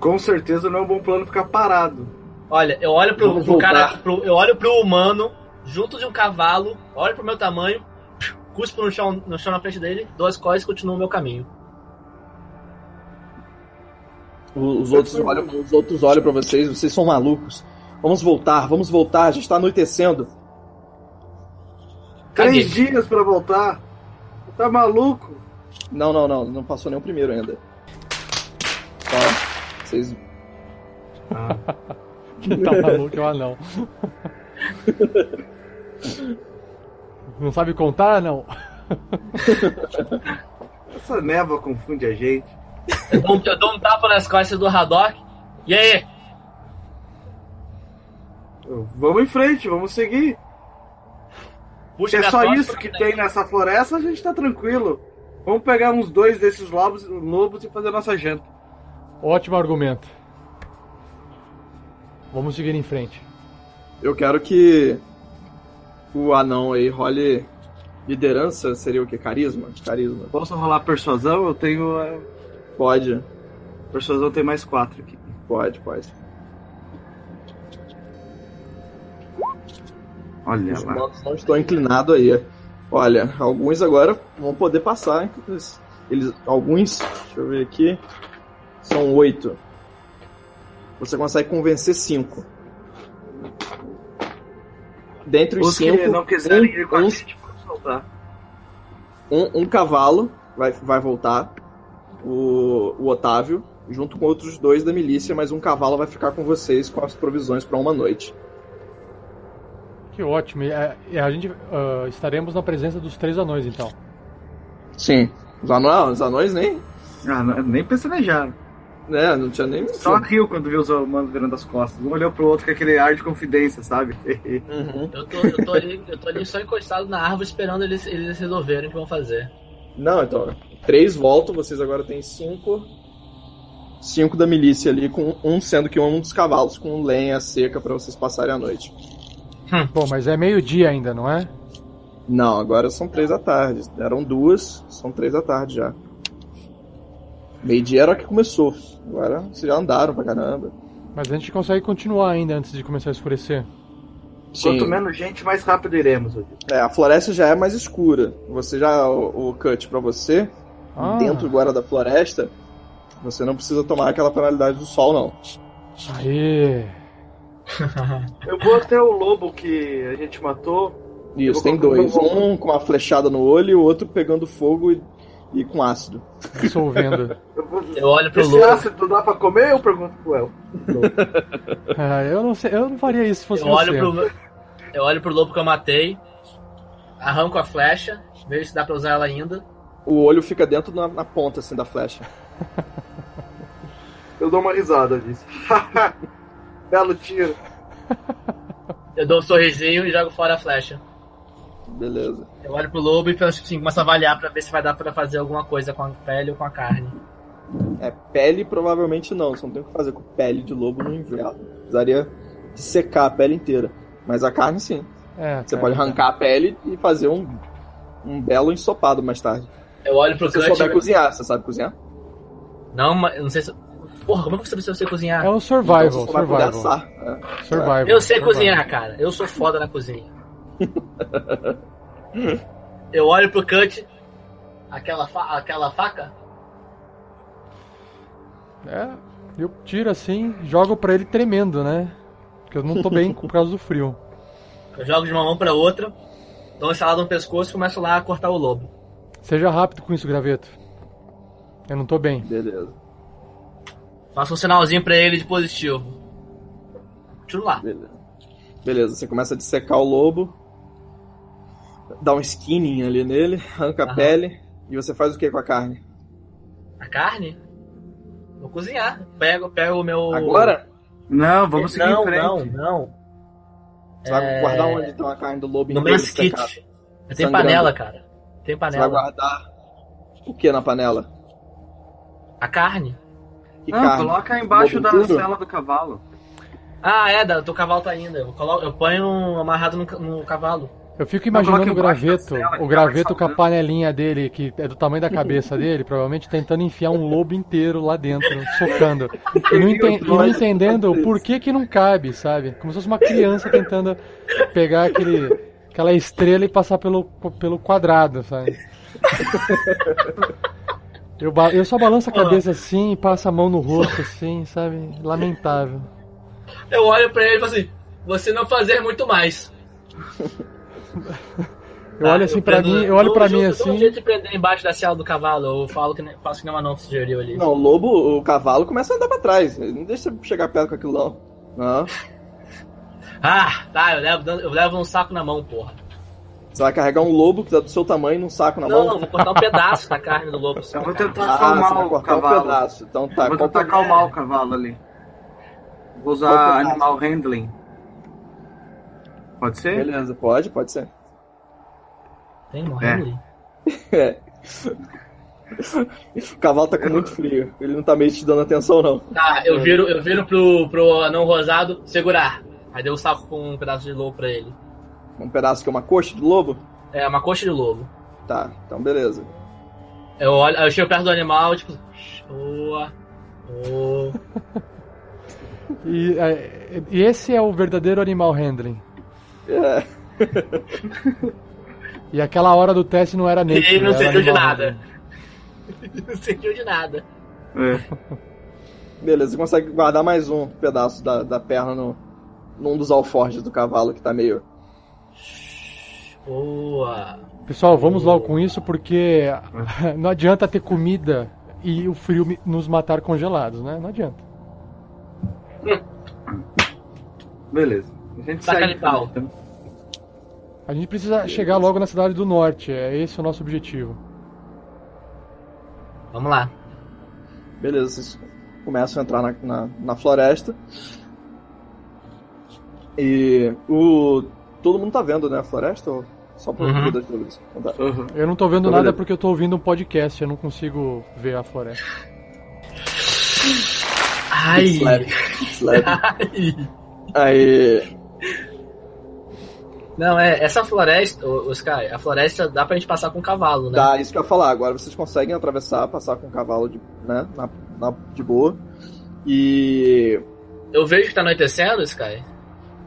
Speaker 5: Com certeza não é um bom plano ficar parado.
Speaker 6: Olha, eu olho pro,
Speaker 2: Vamos
Speaker 6: pro cara,
Speaker 2: voltar.
Speaker 6: pro- eu olho pro humano, junto de um cavalo, olho pro meu tamanho, cuspo no chão, no chão na frente dele, duas coisas e continuo o meu caminho.
Speaker 2: O- Os outros olham, os outros olham para vocês, vocês são malucos. Vamos voltar, vamos voltar, já está anoitecendo.
Speaker 5: Três
Speaker 6: Cadê?
Speaker 5: dias pra voltar. Tá maluco?
Speaker 2: Não, não, não, não passou nenhum primeiro ainda. Tá. Vocês
Speaker 5: Ah,
Speaker 3: tá maluco, é um anão. Não sabe contar, não?
Speaker 5: essa névoa confunde a gente.
Speaker 6: Eu dou, um- eu dou um tapa nas costas do Haddock. E aí?
Speaker 5: Vamos em frente, vamos seguir. Se
Speaker 6: Puxa
Speaker 5: é
Speaker 6: minha
Speaker 5: só
Speaker 6: tocha
Speaker 5: isso
Speaker 6: pra
Speaker 5: que
Speaker 6: frente.
Speaker 5: tem nessa floresta, a gente tá tranquilo. Vamos pegar uns dois desses lobos, lobos e fazer nossa janta.
Speaker 3: Ótimo argumento. Vamos seguir em frente.
Speaker 2: Eu quero que o anão aí role liderança, seria o quê? Carisma? Carisma.
Speaker 5: Posso rolar persuasão? Eu tenho. é,
Speaker 2: Pode,
Speaker 5: Persuasão tem mais quatro aqui.
Speaker 2: pode, pode.
Speaker 5: Olha
Speaker 2: Os
Speaker 5: lá.
Speaker 2: humanos não estão inclinados aí. Olha, alguns agora vão poder passar. hein? Eles, eles- alguns, deixa eu ver aqui, são oito. Você consegue convencer cinco. Dentre os,
Speaker 5: Os que
Speaker 2: cinco,
Speaker 5: não quiserem
Speaker 2: um-
Speaker 5: ir com a
Speaker 2: um
Speaker 5: gente, vamos soltar.
Speaker 2: um, um cavalo vai, vai voltar, o, o Otávio, junto com outros dois da milícia, mas um cavalo vai ficar com vocês com as provisões para uma noite.
Speaker 3: Que ótimo. E a, e a gente ah, estaremos na presença dos três anões, então.
Speaker 2: Sim. Os anões, os anões nem.
Speaker 5: Ah, não, nem pestanejaram.
Speaker 2: Né, não tinha nem.
Speaker 5: Só riu quando viu os humanos virando as costas. Um olhou pro outro com aquele ar de confidência, sabe?
Speaker 2: Uhum.
Speaker 6: Eu tô, eu, tô ali, eu tô ali só encostado na árvore esperando eles, eles resolverem o que vão fazer.
Speaker 2: Não, então. Três voltam, vocês agora têm cinco. Cinco da milícia ali, com um sendo que um dos cavalos com lenha seca para vocês passarem a noite.
Speaker 3: Bom, mas é meio-dia ainda, não é?
Speaker 2: Não, agora são três da tarde. Eram duas, são três da tarde já. Meio-dia era a que começou. Agora vocês já andaram pra caramba.
Speaker 3: Mas a gente consegue continuar ainda antes de começar a escurecer.
Speaker 2: Sim.
Speaker 5: Quanto menos gente, mais rápido iremos. eu digo.
Speaker 2: É, a floresta já é mais escura. Você já. O, o cut pra você,
Speaker 3: Ah,
Speaker 2: dentro agora da floresta, você não precisa tomar aquela penalidade do sol, não.
Speaker 3: Aê!
Speaker 5: Eu vou até o lobo que a gente matou.
Speaker 2: Isso,
Speaker 5: Eu vou
Speaker 2: tem
Speaker 5: colocar
Speaker 2: dois.
Speaker 5: uma bomba.
Speaker 2: Um com uma flechada no olho e o outro pegando fogo e, e com ácido.
Speaker 3: Dissolvendo.
Speaker 5: Eu vou...
Speaker 6: Eu olho pro
Speaker 5: Esse
Speaker 6: É. Lobo.
Speaker 5: ácido dá pra comer? Eu pergunto pro El.
Speaker 3: Ah, eu não sei, eu não faria isso se fosse
Speaker 6: Eu
Speaker 3: você.
Speaker 6: olho pro, eu olho pro Lobo que eu matei. Arranco a flecha. Vejo se dá pra usar ela ainda.
Speaker 2: O olho fica dentro na, na ponta, assim, da flecha.
Speaker 5: Eu dou uma risada disso. Belo tiro.
Speaker 6: Eu dou um sorrisinho e jogo fora a flecha.
Speaker 2: Beleza.
Speaker 6: Eu olho pro lobo e penso assim, começo a avaliar pra ver se vai dar pra fazer alguma coisa com a pele ou com a carne.
Speaker 2: É, pele provavelmente não. Você não tem o que fazer com pele de lobo no inverno. Precisaria de secar a pele inteira. Mas a carne sim.
Speaker 3: É,
Speaker 2: Você
Speaker 3: cara.
Speaker 2: pode arrancar a pele e fazer um, um belo ensopado mais tarde.
Speaker 6: Eu olho pro
Speaker 2: Se você souber
Speaker 6: Cut.
Speaker 2: cozinhar, você sabe cozinhar?
Speaker 6: Não, mas eu não sei se. Porra, como é que você precisa cozinhar?
Speaker 3: É um survival,
Speaker 2: Então você só vai poder
Speaker 3: survival.
Speaker 2: assar. É.
Speaker 3: Survival.
Speaker 6: Eu sei
Speaker 3: survival.
Speaker 6: cozinhar, cara. Eu sou foda na cozinha. eu olho pro Cut. Aquela, fa- aquela faca?
Speaker 3: É, eu tiro assim, jogo pra ele tremendo, né? Porque eu não tô bem por causa do frio.
Speaker 6: Eu jogo de uma mão pra outra, dou uma estalada no pescoço e começo lá a cortar o lobo.
Speaker 3: Seja rápido com isso, graveto. Eu não tô bem.
Speaker 2: É, Beleza,
Speaker 6: Faço um sinalzinho pra ele de positivo. Tiro lá.
Speaker 2: beleza. Beleza, você começa a dissecar o lobo, dá um skinning ali nele, arranca a
Speaker 6: Aham.
Speaker 2: pele, e você faz o que com a carne?
Speaker 6: A carne? Vou cozinhar. Pego, pego o meu.
Speaker 2: Agora?
Speaker 5: Não, vamos seguir
Speaker 6: não,
Speaker 5: em frente.
Speaker 6: Não, não.
Speaker 2: Você
Speaker 5: É,
Speaker 2: vai guardar onde então a carne do lobo
Speaker 6: No
Speaker 2: inteira
Speaker 6: meu
Speaker 2: dissecada?
Speaker 6: kit. Eu tenho
Speaker 2: Sangrando.
Speaker 6: panela, cara. Tem
Speaker 2: Você vai
Speaker 6: panela.
Speaker 2: guardar o que na panela?
Speaker 6: A carne?
Speaker 2: Que
Speaker 5: Não,
Speaker 2: carne?
Speaker 5: Ah, coloca embaixo
Speaker 2: Lobo
Speaker 5: da
Speaker 2: duro?
Speaker 5: cela do cavalo.
Speaker 6: Ah, é, da- do cavalo tá ainda. Eu, colo- eu ponho um amarrado no, ca- no cavalo.
Speaker 3: Eu fico
Speaker 5: Não, coloca
Speaker 3: imaginando o
Speaker 5: embaixo da
Speaker 3: graveto,
Speaker 5: cela, que tá
Speaker 3: o
Speaker 5: ela
Speaker 3: graveto
Speaker 5: vai
Speaker 3: com a
Speaker 5: salgando.
Speaker 3: panelinha dele, que é do tamanho da cabeça dele, provavelmente tentando enfiar um lobo inteiro lá dentro, socando. E não, enten- e não entendendo por que que não cabe, sabe? Como se fosse uma criança tentando pegar aquele, aquela estrela e passar pelo, pelo quadrado, sabe? Eu, ba- eu só balanço a cabeça assim e passo a mão no rosto assim, sabe? Lamentável.
Speaker 6: Eu olho pra ele e falo assim: Você não fazer muito mais. Tá,
Speaker 3: Eu
Speaker 5: Ah,
Speaker 3: olho assim pra mim, eu olho pra mim
Speaker 6: Eu dou um
Speaker 3: assim.
Speaker 6: jeito de prender embaixo da cela do cavalo. Eu falo que nem, faço que nem uma não sugeriu ali.
Speaker 2: Não, o lobo, o cavalo começa a andar pra trás. Ele não deixa você chegar perto com aquilo, não. Não.
Speaker 6: Ah, tá, eu levo, eu levo um saco na mão, porra.
Speaker 2: Você vai carregar um lobo que tá do seu tamanho num saco na
Speaker 6: não,
Speaker 2: mão.
Speaker 6: não, vou cortar um pedaço da carne do lobo.
Speaker 5: Eu vou
Speaker 6: cara.
Speaker 5: tentar
Speaker 2: Ah, você vai
Speaker 5: acalmar o
Speaker 2: cortar um
Speaker 5: cavalo.
Speaker 2: pedaço. Então
Speaker 5: Eu
Speaker 2: tá,
Speaker 5: vou
Speaker 2: qual
Speaker 5: tentar
Speaker 2: pedaço?
Speaker 5: acalmar o cavalo ali. Vou
Speaker 2: Qual
Speaker 5: usar
Speaker 2: pedaço?
Speaker 5: animal handling. Pode ser?
Speaker 2: Beleza, pode, pode ser.
Speaker 6: Tem morrendo ali.
Speaker 2: É. O cavalo tá com muito frio. Ele não tá meio te dando atenção, não.
Speaker 6: Tá, eu viro, eu viro pro, pro anão rosado segurar. Aí deu um saco com um pedaço de lobo pra ele.
Speaker 2: Um pedaço que é uma coxa de lobo?
Speaker 6: É, uma coxa de lobo.
Speaker 2: Tá, então beleza.
Speaker 6: Eu olho, aí eu chego perto do animal, tipo, boa, boa.
Speaker 3: E, é, e esse é o verdadeiro animal handling.
Speaker 2: É.
Speaker 3: E aquela hora do teste não era nature.
Speaker 6: Ele não
Speaker 3: era
Speaker 6: serviu de
Speaker 3: animal
Speaker 6: nada.
Speaker 3: handling.
Speaker 6: Não sentiu de nada.
Speaker 5: É.
Speaker 2: Beleza, você consegue guardar mais um pedaço da, da perna no, num dos alforjes do cavalo que tá meio.
Speaker 6: Boa.
Speaker 3: Pessoal, vamos logo com isso porque não adianta ter comida e o frio me- nos matar congelados, né? Não adianta.
Speaker 5: É. Beleza. A gente
Speaker 6: Taca
Speaker 5: segue.
Speaker 6: de pau.
Speaker 5: então.
Speaker 3: A gente precisa chegar logo na cidade do norte, é esse o nosso objetivo.
Speaker 6: Vamos lá.
Speaker 2: Beleza, vocês começam a entrar na, na, na floresta. E o. Todo mundo tá vendo, né? A floresta? Ou só por
Speaker 6: Uhum.
Speaker 2: uhum. das luzes? Então tá.
Speaker 5: Uhum.
Speaker 3: Eu não tô vendo
Speaker 2: Então,
Speaker 3: nada
Speaker 2: beleza.
Speaker 3: porque eu tô ouvindo um podcast, eu não consigo ver a floresta.
Speaker 6: Ai.
Speaker 2: Slap, slap.
Speaker 6: ai.
Speaker 2: Aí.
Speaker 6: Não, é, essa floresta, ô, ô, Sky, a floresta dá pra gente passar com o cavalo, né?
Speaker 2: Dá isso que eu ia falar. Agora vocês conseguem atravessar, passar com o cavalo de, né, na, na- de boa. E.
Speaker 6: Eu vejo que tá anoitecendo, Sky.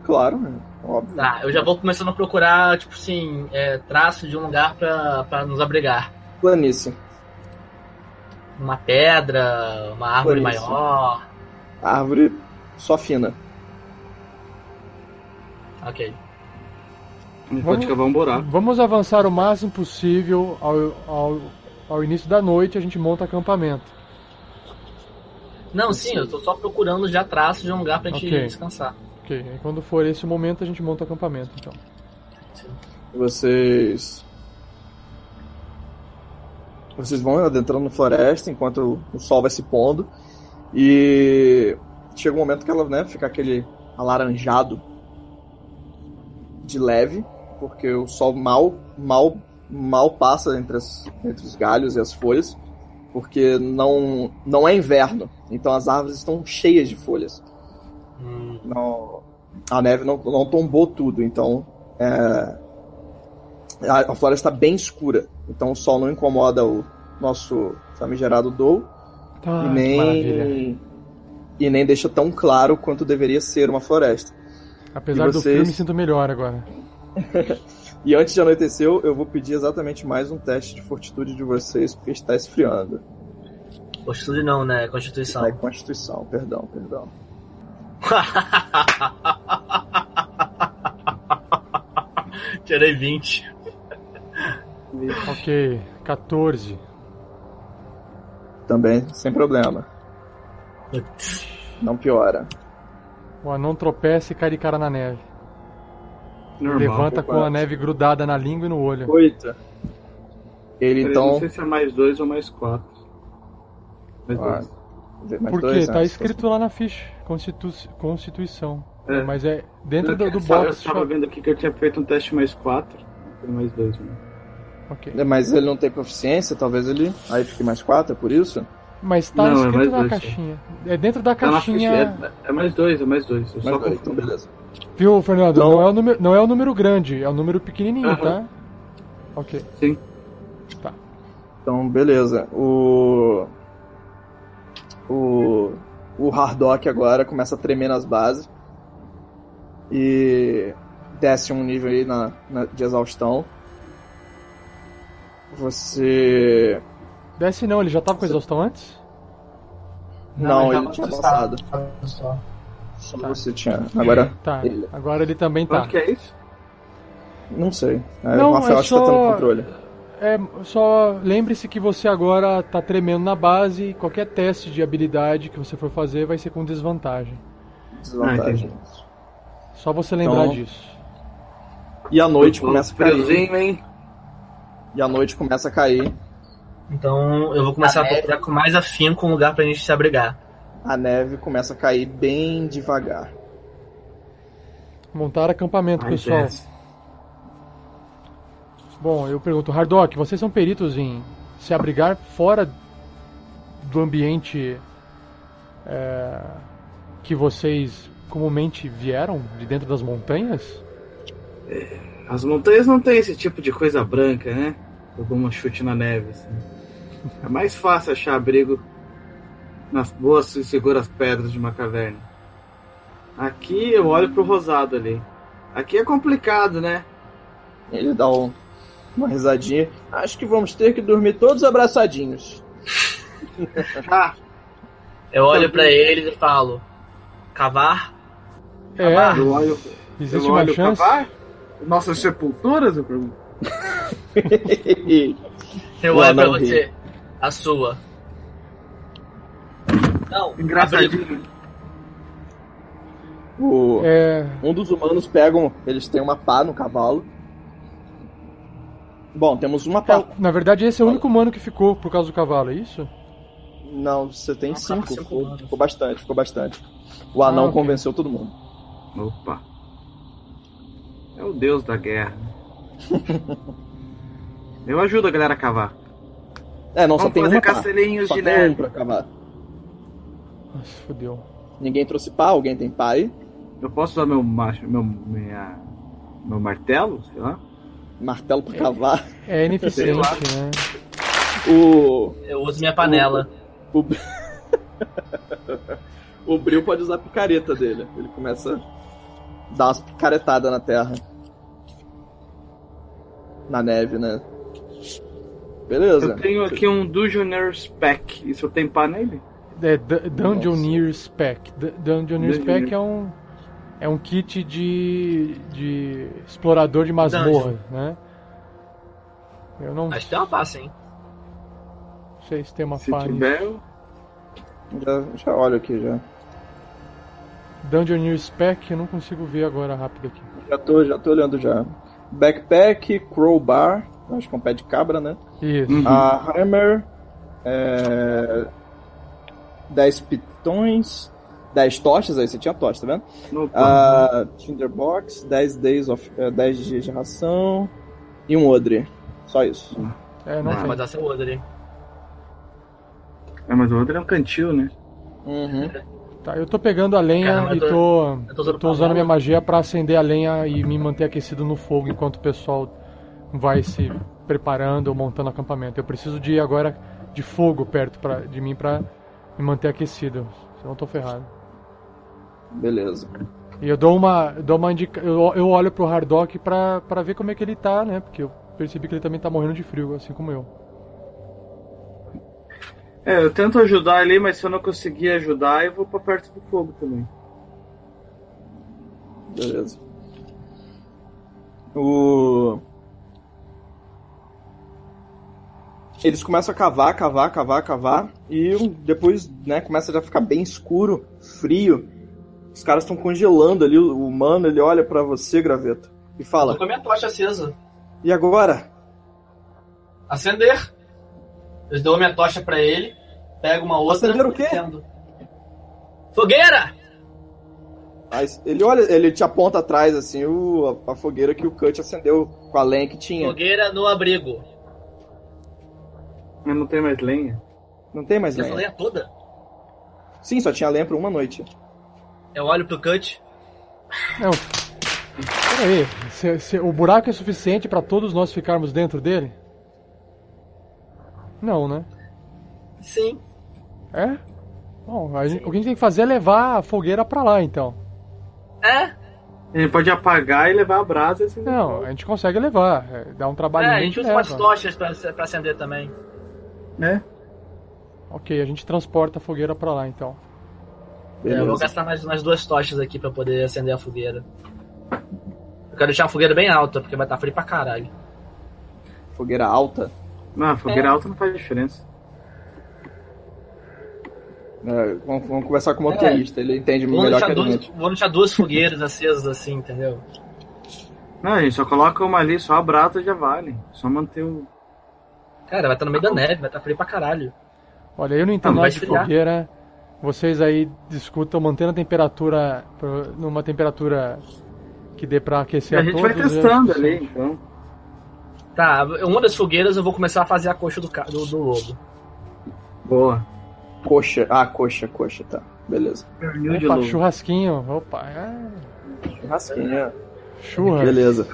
Speaker 2: Claro, né, óbvio.
Speaker 6: Tá, eu já vou começando a procurar, tipo assim, é, traço de um lugar pra, pra nos abrigar.
Speaker 2: Planície.
Speaker 6: Uma pedra, uma árvore
Speaker 2: Por isso.
Speaker 6: maior.
Speaker 2: Árvore só fina.
Speaker 6: Ok.
Speaker 5: Pode cavar um
Speaker 6: Ah.
Speaker 5: buraco.
Speaker 3: Vamos avançar o máximo possível ao, ao, ao início da noite, a gente monta acampamento.
Speaker 6: Não, sim, eu tô só procurando já traço de um lugar pra gente
Speaker 3: Ok.
Speaker 6: descansar.
Speaker 3: Ok, aí quando for esse o momento a gente monta acampamento então.
Speaker 2: Vocês. Vocês vão adentrando na floresta enquanto o sol vai se pondo. E chega um momento que ela né, fica aquele alaranjado de leve, porque o sol mal, mal, mal passa entre, as- entre os galhos e as folhas, porque não, não é inverno, então as árvores estão cheias de folhas
Speaker 6: Hum,
Speaker 2: não, a neve não, não tombou tudo, então é, a, a floresta está bem escura, então o sol não incomoda o nosso famigerado Dou
Speaker 3: Ah,
Speaker 2: Tá, e
Speaker 3: que maravilha.
Speaker 2: nem e nem deixa tão claro quanto deveria ser uma floresta.
Speaker 3: Apesar
Speaker 2: E
Speaker 3: do
Speaker 2: vocês?
Speaker 3: frio, me sinto melhor agora.
Speaker 2: E antes de anoitecer, eu vou pedir exatamente mais um teste de fortitude de vocês porque está esfriando.
Speaker 6: Constituição não, né? Constituição.
Speaker 2: Tá, é Constituição, perdão, perdão.
Speaker 6: Tirei 20.
Speaker 3: Ok, 14.
Speaker 2: Também, sem problema. Não piora.
Speaker 3: O anão tropeça e cai de cara na neve.
Speaker 5: Normal.
Speaker 3: Levanta
Speaker 2: opa.
Speaker 3: com a neve grudada na língua e no olho.
Speaker 2: Oito. Ele
Speaker 5: Eu
Speaker 2: então.
Speaker 5: Não sei se é mais dois ou mais quatro. Mais
Speaker 2: Ah,
Speaker 5: dois.
Speaker 2: mais
Speaker 3: Porque
Speaker 2: dois, né?
Speaker 3: tá escrito lá na ficha, Constitu- Constituição.
Speaker 5: É.
Speaker 3: Mas é dentro do, do
Speaker 5: Eu tava-
Speaker 3: box.
Speaker 5: Eu tava vendo aqui que eu tinha feito um teste mais quatro. Foi mais dois, né?
Speaker 3: Ok.
Speaker 2: É, Mas ele não tem proficiência, talvez ele. Aí fique mais quatro, é por isso?
Speaker 3: Mas tá
Speaker 5: Não, é
Speaker 3: escrito
Speaker 5: mais
Speaker 3: na
Speaker 5: dois,
Speaker 3: caixinha. É dentro da
Speaker 5: Tá na ficha,
Speaker 3: caixinha.
Speaker 5: é, é mais dois, é mais dois. Eu
Speaker 2: Mas
Speaker 5: só
Speaker 2: dois, então
Speaker 5: confundi.
Speaker 2: beleza.
Speaker 3: Viu, Fernando?
Speaker 2: Não.
Speaker 3: Não. é o número, não é o número grande, é o número pequenininho,
Speaker 5: Aham.
Speaker 3: tá? Ok.
Speaker 5: Sim.
Speaker 3: Tá.
Speaker 2: Então, beleza. O. O. O Hardock agora começa a tremer nas bases. E. Desce um nível aí na, na- de exaustão. Você.
Speaker 3: Desce não, ele já tava com exaustão antes?
Speaker 2: Não,
Speaker 4: já
Speaker 2: ele tinha
Speaker 4: passado.
Speaker 2: passado.
Speaker 4: Só.
Speaker 2: Só você tinha. Agora.
Speaker 3: Tá.
Speaker 2: Ele.
Speaker 3: Agora ele também tá.
Speaker 5: Quanto que é isso?
Speaker 2: Não sei. É,
Speaker 3: Não,
Speaker 2: o Rafael
Speaker 3: é
Speaker 2: acho que tá tendo
Speaker 3: só-
Speaker 2: controle.
Speaker 3: É, só lembre-se que você agora tá tremendo na base e qualquer teste de habilidade que você for fazer vai ser com desvantagem.
Speaker 2: Desvantagem.
Speaker 3: Só você lembrar
Speaker 2: Então-
Speaker 3: disso.
Speaker 2: e a noite começa a cair.
Speaker 5: friozinho, hein?
Speaker 2: E a noite começa a cair.
Speaker 6: Então eu vou começar a, procurar com mais afinco um lugar pra gente se abrigar.
Speaker 2: A neve começa a cair bem devagar.
Speaker 3: Montar acampamento,
Speaker 5: Ai,
Speaker 3: pessoal.
Speaker 5: desce.
Speaker 3: Bom, eu pergunto, Hardock, vocês são peritos em se abrigar fora do ambiente é, que vocês comumente vieram, de dentro das montanhas?
Speaker 5: As montanhas não tem esse tipo de coisa branca, né? Eu dou um chute na neve, assim. É mais fácil achar abrigo nas boas e seguras pedras de uma caverna. Aqui eu olho pro rosado ali. Aqui é complicado, né?
Speaker 2: Ele dá um- uma risadinha. Acho que vamos ter que dormir todos abraçadinhos.
Speaker 5: Ah,
Speaker 6: Eu olho pra eles e falo: cavar?
Speaker 3: É,
Speaker 5: Ah, eu olho,
Speaker 3: existe
Speaker 5: eu
Speaker 3: uma
Speaker 5: olho pra
Speaker 3: chance?
Speaker 5: baixo. Nossas sepulturas, eu pergunto.
Speaker 6: Eu
Speaker 2: Não,
Speaker 6: olho pra
Speaker 2: não, Gui.
Speaker 6: você, a sua. Não, abrigo.
Speaker 5: Engraçadinho.
Speaker 2: O-
Speaker 3: É,
Speaker 2: Um dos humanos pegam. Eles têm uma pá no cavalo. Bom, temos uma pá.
Speaker 3: é, na verdade, esse é o único humano que ficou por causa do cavalo, é isso?
Speaker 2: Não, você tem
Speaker 6: Não,
Speaker 2: cinco.
Speaker 6: cinco
Speaker 2: Ficou,
Speaker 6: humanos.
Speaker 2: ficou bastante, ficou bastante. O anão
Speaker 3: Ah, ok.
Speaker 2: convenceu todo mundo.
Speaker 5: Opa. É o deus da guerra. eu ajudo a galera a cavar.
Speaker 2: É, não, só
Speaker 5: Vamos
Speaker 2: tem
Speaker 5: fazer
Speaker 2: uma pá.
Speaker 5: castelinhos
Speaker 2: Só
Speaker 5: de
Speaker 2: tem um
Speaker 5: neve.
Speaker 2: pra cavar.
Speaker 3: Nossa, fodeu.
Speaker 2: Ninguém trouxe pá, alguém tem pá aí.
Speaker 5: Eu posso usar meu macho, meu, minha, meu martelo, sei lá.
Speaker 2: Martelo pra cavar.
Speaker 3: É ineficiente,
Speaker 5: Sei lá.
Speaker 3: né?
Speaker 2: O.
Speaker 6: Eu uso minha panela.
Speaker 2: O Bril pode usar a picareta dele. Ele começa a dar umas picaretadas na terra. Na neve, né? Beleza.
Speaker 5: Eu tenho aqui um Dungeoneer's Pack. Isso eu tenho pá nele?
Speaker 3: É D- Dungeoneer
Speaker 2: Nossa.
Speaker 3: Spec. D- Dungeoneer
Speaker 5: Dungeoneer.
Speaker 3: Spec é um é um kit de de explorador de masmorra, né? Eu não
Speaker 6: Acho que tem uma passa, hein?
Speaker 3: sei se tem uma
Speaker 5: Se
Speaker 3: falha.
Speaker 5: tiver, eu...
Speaker 2: Já, já olho aqui já.
Speaker 3: Dungeoneer Spec, eu não consigo ver agora rápido aqui.
Speaker 2: Já tô, já tô olhando já. Backpack, crowbar. Acho que é um pé de cabra, né?
Speaker 3: Isso.
Speaker 5: Uhum.
Speaker 2: A Hammer. É... 10 pitões. 10 tochas, aí você tinha tocha, tá vendo?
Speaker 5: Opa.
Speaker 2: Ah, Tinderbox, 10 days of, eh, 10 dias de ração e um odre. Só isso.
Speaker 3: É, não
Speaker 5: Ah,
Speaker 6: Não,
Speaker 3: tem.
Speaker 6: mas essa é outra ali.
Speaker 2: ah.
Speaker 5: É, mas o outro é um cantil, né?
Speaker 2: Uhum.
Speaker 3: Tá, eu tô pegando a lenha
Speaker 6: Caramba,
Speaker 3: e
Speaker 6: eu
Speaker 3: tô
Speaker 6: eu tô usando
Speaker 3: tô usando
Speaker 6: panela.
Speaker 3: minha magia pra acender a lenha e me manter aquecido no fogo enquanto o pessoal vai se preparando ou montando acampamento. Eu preciso de agora de fogo perto pra, de mim pra me manter aquecido. Senão eu tô ferrado.
Speaker 2: Beleza.
Speaker 3: E eu dou uma. eu Dou uma indica... eu, eu olho pro Hardock pra, pra ver como é que ele tá, né? Porque eu percebi que ele também tá morrendo de frio, assim como eu.
Speaker 5: É, eu tento ajudar ali, mas se eu não conseguir ajudar, eu vou pra perto do fogo também.
Speaker 2: Beleza. O... Eles começam a cavar, cavar, cavar, cavar. E depois, né, começa já a ficar bem escuro, frio. Os caras estão congelando ali. O humano, ele olha para você, graveto, e
Speaker 6: Tô
Speaker 2: fala:
Speaker 6: com a minha tocha acesa.
Speaker 2: E agora?
Speaker 6: Acender. Eu dou a minha tocha pra ele, pego uma outra.
Speaker 2: Acender o
Speaker 6: e
Speaker 2: quê?
Speaker 6: acendo. Fogueira!
Speaker 2: Aí ele olha, ele te aponta atrás, assim, o, a, a fogueira que o Cut acendeu com a lenha que tinha.
Speaker 6: Fogueira no abrigo.
Speaker 5: Mas não tem mais lenha.
Speaker 2: Não tem mais
Speaker 6: Você essa
Speaker 2: lenha?
Speaker 6: lenha toda?
Speaker 2: Sim, só tinha lenha pra uma noite.
Speaker 6: Eu olho pro Cut.
Speaker 3: Peraí, se- se o buraco é suficiente pra todos nós ficarmos dentro dele? Não, né?
Speaker 6: Sim.
Speaker 3: É? Bom, a gente- o que a gente tem que fazer é levar a fogueira pra lá, então.
Speaker 6: É?
Speaker 5: Ele pode apagar e levar a brasa. Assim,
Speaker 3: Não, a gente consegue levar. é, dá um trabalho
Speaker 6: é,
Speaker 3: muito
Speaker 6: a gente usa umas tochas pra, pra acender também.
Speaker 5: né?
Speaker 3: Ok, a gente transporta a fogueira pra lá, então.
Speaker 6: É, eu vou
Speaker 2: Beleza.
Speaker 6: gastar mais umas duas tochas aqui pra poder acender a fogueira. Eu quero deixar a fogueira bem alta, porque vai estar frio pra caralho.
Speaker 2: Fogueira alta.
Speaker 5: Não, a fogueira
Speaker 6: É.
Speaker 5: alta não faz diferença.
Speaker 2: É, vamos, vamos conversar com o
Speaker 6: É.
Speaker 2: motorista, ele entende
Speaker 6: Vou
Speaker 2: Hum, melhor que
Speaker 6: deixar,
Speaker 2: a
Speaker 6: duas,
Speaker 2: gente.
Speaker 6: vou deixar duas fogueiras acesas assim, entendeu?
Speaker 5: Não, a gente só coloca uma ali, só a brasa já vale. Só manter o.
Speaker 6: Cara, vai estar no meio da neve, vai estar frio pra caralho.
Speaker 3: Olha,
Speaker 5: Ah,
Speaker 3: eu não entendo
Speaker 6: Não,
Speaker 3: nada
Speaker 6: vai
Speaker 3: de
Speaker 6: esfriar.
Speaker 3: fogueira. Vocês aí discutam mantendo a temperatura pro- numa temperatura que dê pra aquecer
Speaker 5: a
Speaker 3: a
Speaker 5: gente
Speaker 3: todos.
Speaker 5: vai
Speaker 3: né?
Speaker 5: testando ali, então.
Speaker 6: Tá, uma das fogueiras eu vou começar a fazer a coxa do, ca- do, do lobo.
Speaker 5: Boa.
Speaker 2: Coxa. Ah, coxa, coxa, tá. Beleza.
Speaker 5: Pernil de
Speaker 3: Opa,
Speaker 5: novo.
Speaker 3: churrasquinho. Opa, é,
Speaker 2: Churrasquinha.
Speaker 3: churra.
Speaker 2: Beleza.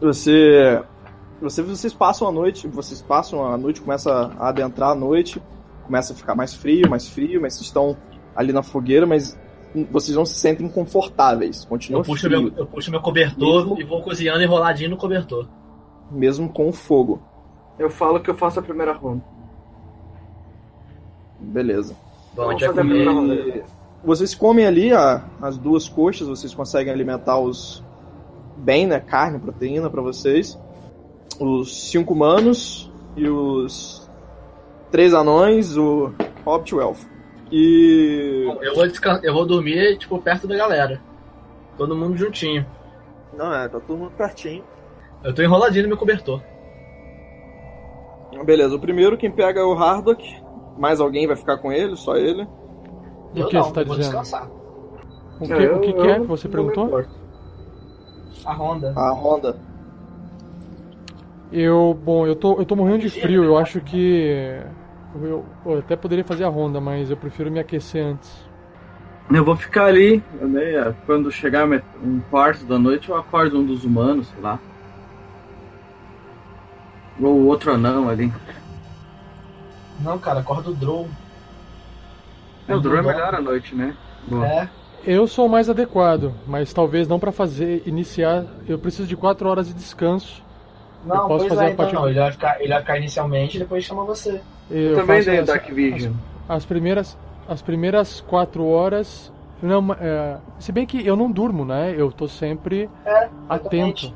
Speaker 2: Você, você. Vocês passam a noite, vocês passam a noite, começa a adentrar a noite, começa a ficar mais frio, mais frio, mas vocês estão ali na fogueira, mas vocês não se sentem confortáveis. Continua
Speaker 6: Eu puxo,
Speaker 2: frio,
Speaker 6: meu, eu puxo meu cobertor e vou cozinhando enroladinho no cobertor.
Speaker 2: mesmo com o fogo.
Speaker 5: Eu falo que eu faço a primeira ronda.
Speaker 2: Beleza.
Speaker 6: Bom, a gente vai
Speaker 5: Vamos fazer a primeira
Speaker 6: comer.
Speaker 5: ronda.
Speaker 2: E vocês comem ali a- as duas coxas, vocês conseguem alimentar os bem, né? Carne, proteína pra vocês. Os cinco humanos e os três anões, o Hobbit e o Elfo. E.
Speaker 6: Bom, Eu vou, descan- eu vou dormir, tipo, perto da galera. Todo mundo juntinho.
Speaker 2: Não, é, tá todo mundo pertinho.
Speaker 6: Eu tô enroladinho no meu cobertor.
Speaker 2: Beleza, o primeiro quem pega é o Hardock. Mais alguém vai ficar com ele, só ele.
Speaker 3: O
Speaker 6: eu
Speaker 3: que
Speaker 6: não,
Speaker 3: você tá
Speaker 6: eu vou
Speaker 3: dizendo?
Speaker 6: descansar.
Speaker 3: O que, o que, que é que você perguntou?
Speaker 6: A ronda.
Speaker 2: A Honda.
Speaker 3: Eu, bom, eu tô, eu tô morrendo de frio, eu acho que. Eu, eu até poderia fazer a ronda, mas eu prefiro me aquecer antes.
Speaker 5: Eu vou ficar ali, né, quando chegar met- um quarto da noite, eu acordo um dos humanos, sei lá. Ou o outro anão ali.
Speaker 6: Não, cara, acorda o Drow.
Speaker 5: É, o drone é melhor à noite, né? Boa.
Speaker 6: É.
Speaker 3: Eu sou o mais adequado, mas talvez não pra fazer, iniciar. Eu preciso de 4 horas de descanso.
Speaker 6: Não,
Speaker 3: Eu posso
Speaker 6: pois
Speaker 3: fazer
Speaker 6: é,
Speaker 3: a
Speaker 6: então
Speaker 3: parte-
Speaker 6: não. Ele vai, ficar, ele vai ficar inicialmente e depois chama você.
Speaker 3: Eu,
Speaker 5: Eu também
Speaker 3: faço
Speaker 5: dei o
Speaker 3: essa-
Speaker 5: Dark Vision.
Speaker 3: As, as primeiras, as primeiras 4 horas. Não, ma- é, se bem que eu não durmo, né? Eu tô sempre atento.
Speaker 6: exatamente.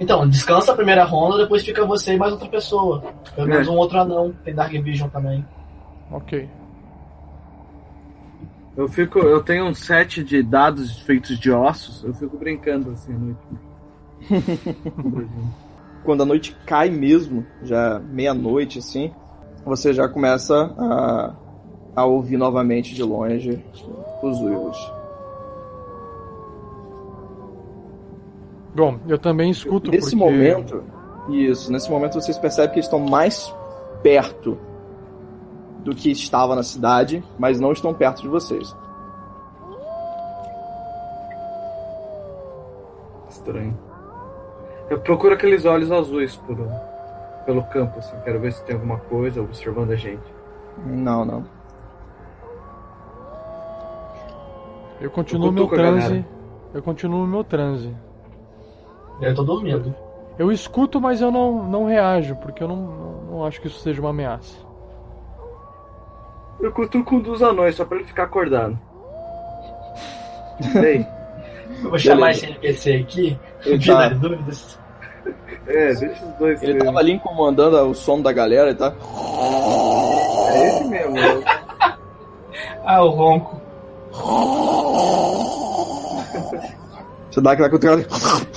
Speaker 6: Então, descansa a primeira ronda, depois fica você e mais outra pessoa. Pelo menos
Speaker 5: É.
Speaker 6: um outro anão. Tem Dark Vision também.
Speaker 3: Ok.
Speaker 5: Eu fico, eu tenho um set de dados feitos de ossos, eu fico brincando assim à noite.
Speaker 2: quando a noite cai mesmo, já meia-noite assim, você já começa a, a ouvir novamente de longe os uivos.
Speaker 3: Bom, eu também escuto
Speaker 2: Nesse
Speaker 3: porque...
Speaker 2: momento, isso, nesse momento vocês percebem que eles estão mais perto do que estava na cidade, mas não estão perto de vocês.
Speaker 5: Estranho. Eu procuro aqueles olhos azuis por, pelo campo, assim, quero ver se tem alguma coisa observando a gente.
Speaker 2: Não, não.
Speaker 3: Eu continuo
Speaker 5: Eu
Speaker 3: meu
Speaker 5: cutuco a galera.
Speaker 3: transe. Eu continuo meu transe.
Speaker 6: Eu tô dormindo.
Speaker 3: Eu escuto, mas eu não, não reajo, porque eu não, não, não acho que isso seja uma ameaça.
Speaker 5: Eu cutuco um dos anões, só pra ele ficar acordado. Ei,
Speaker 6: Eu vou chamar
Speaker 2: Beleza.
Speaker 6: esse NPC aqui,
Speaker 2: Ele
Speaker 6: Vila
Speaker 2: tá-
Speaker 6: das Dúvidas.
Speaker 5: É, deixa os dois.
Speaker 2: Ele
Speaker 5: mesmo.
Speaker 2: tava ali incomodando o som da galera e tá.
Speaker 5: É esse mesmo.
Speaker 6: Ah, o Ronco.
Speaker 2: Você dá aquela cutucada. assim.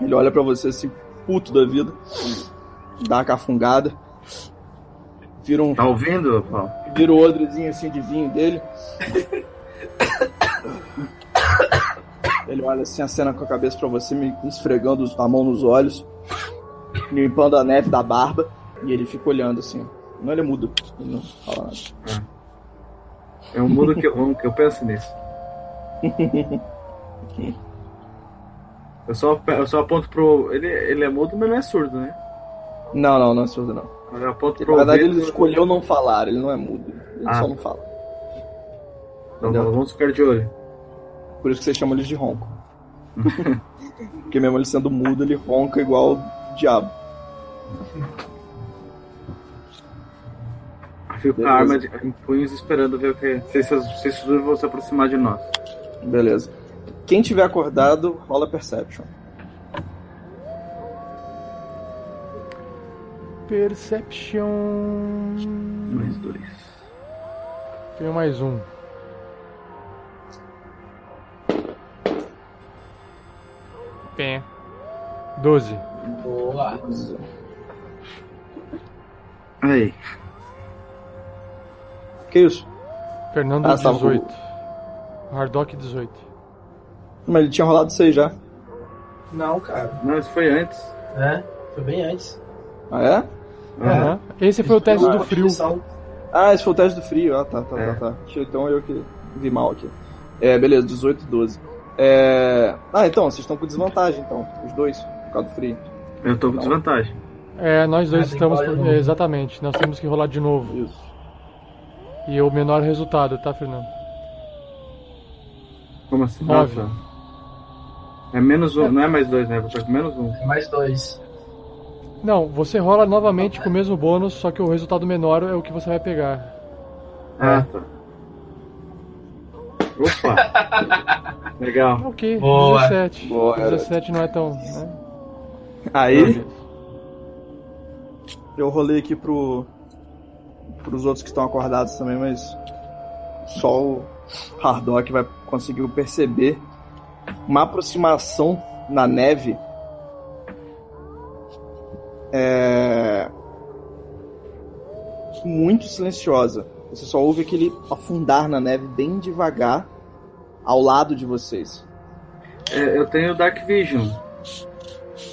Speaker 2: Ele olha pra você assim, puto da vida. Dá uma cafungada. Vira um.
Speaker 5: Tá ouvindo, Paulo?
Speaker 2: Vira o odrezinho assim de vinho dele. Ele olha assim, acena com a cabeça pra você, me esfregando os- a mão nos olhos, limpando a neve da barba, e ele fica olhando assim. Não, ele muda. Ele não fala nada.
Speaker 5: É um mundo que eu amo, que eu penso nisso. Eu só, eu só aponto pro. Ele, ele é mudo, mas não é surdo, né?
Speaker 2: Não, não, não é surdo, não.
Speaker 5: Eu aponto
Speaker 2: Na
Speaker 5: pro.
Speaker 2: verdade,
Speaker 5: ouvido-
Speaker 2: ele escolheu não falar, ele não é mudo. Ele
Speaker 5: Ah.
Speaker 2: só não fala.
Speaker 5: Então, vamos ficar de olho.
Speaker 2: Por isso que você chama ele de ronco. Porque mesmo ele sendo mudo, ele ronca igual o diabo.
Speaker 5: Fico com a
Speaker 2: Beleza.
Speaker 5: arma de, em punhos esperando ver o que. Se esses, se esses dois vão se aproximar de nós.
Speaker 2: Beleza. Quem tiver acordado, rola Perception.
Speaker 3: Perception.
Speaker 5: Mais dois.
Speaker 3: Tenho mais um. Tem. 12.
Speaker 6: Boa.
Speaker 5: Aí.
Speaker 2: Que isso?
Speaker 3: Fernando,
Speaker 2: Ah, tava com-
Speaker 3: 18. Hardock, 18.
Speaker 2: Mas ele tinha rolado seis já.
Speaker 4: Não, cara.
Speaker 5: Não, isso foi antes.
Speaker 4: É? Foi bem antes.
Speaker 2: Ah, é?
Speaker 5: Aham.
Speaker 3: Aham. Esse foi o teste do frio.
Speaker 2: Ah, esse foi o teste do frio. Ah, tá, tá,
Speaker 5: É.
Speaker 2: tá, tá. Achei- Então eu que vi mal aqui. É, beleza, 18 12. É... Ah, então, vocês estão com desvantagem, então, os dois, por causa do frio.
Speaker 5: Eu tô com
Speaker 2: Não.
Speaker 5: desvantagem.
Speaker 3: É, nós dois
Speaker 4: Ah, tem
Speaker 3: estamos.
Speaker 4: que rolar de
Speaker 3: por- é,
Speaker 4: novo.
Speaker 3: Exatamente, nós temos que rolar de novo.
Speaker 2: Isso.
Speaker 3: E o menor resultado, tá, Fernando?
Speaker 5: Como assim?
Speaker 3: Nove.
Speaker 5: Ah, tá. É menos um, não é mais dois, né? Vou estar com menos um.
Speaker 4: É mais dois.
Speaker 3: Não, você rola novamente com o mesmo bônus, só que o resultado menor é o que você vai pegar.
Speaker 5: Ah, tá. Opa! Legal.
Speaker 3: Ok,
Speaker 4: Boa.
Speaker 3: 17.
Speaker 2: Boa, garoto.
Speaker 3: 17 não é tão. né?
Speaker 2: Aí, eu rolei aqui pro... pros outros que estão acordados também, mas só o Hardock vai conseguir perceber uma aproximação na neve. É... muito silenciosa. Você só ouve aquele afundar na neve bem devagar ao lado de vocês.
Speaker 5: É, eu tenho Dark Vision.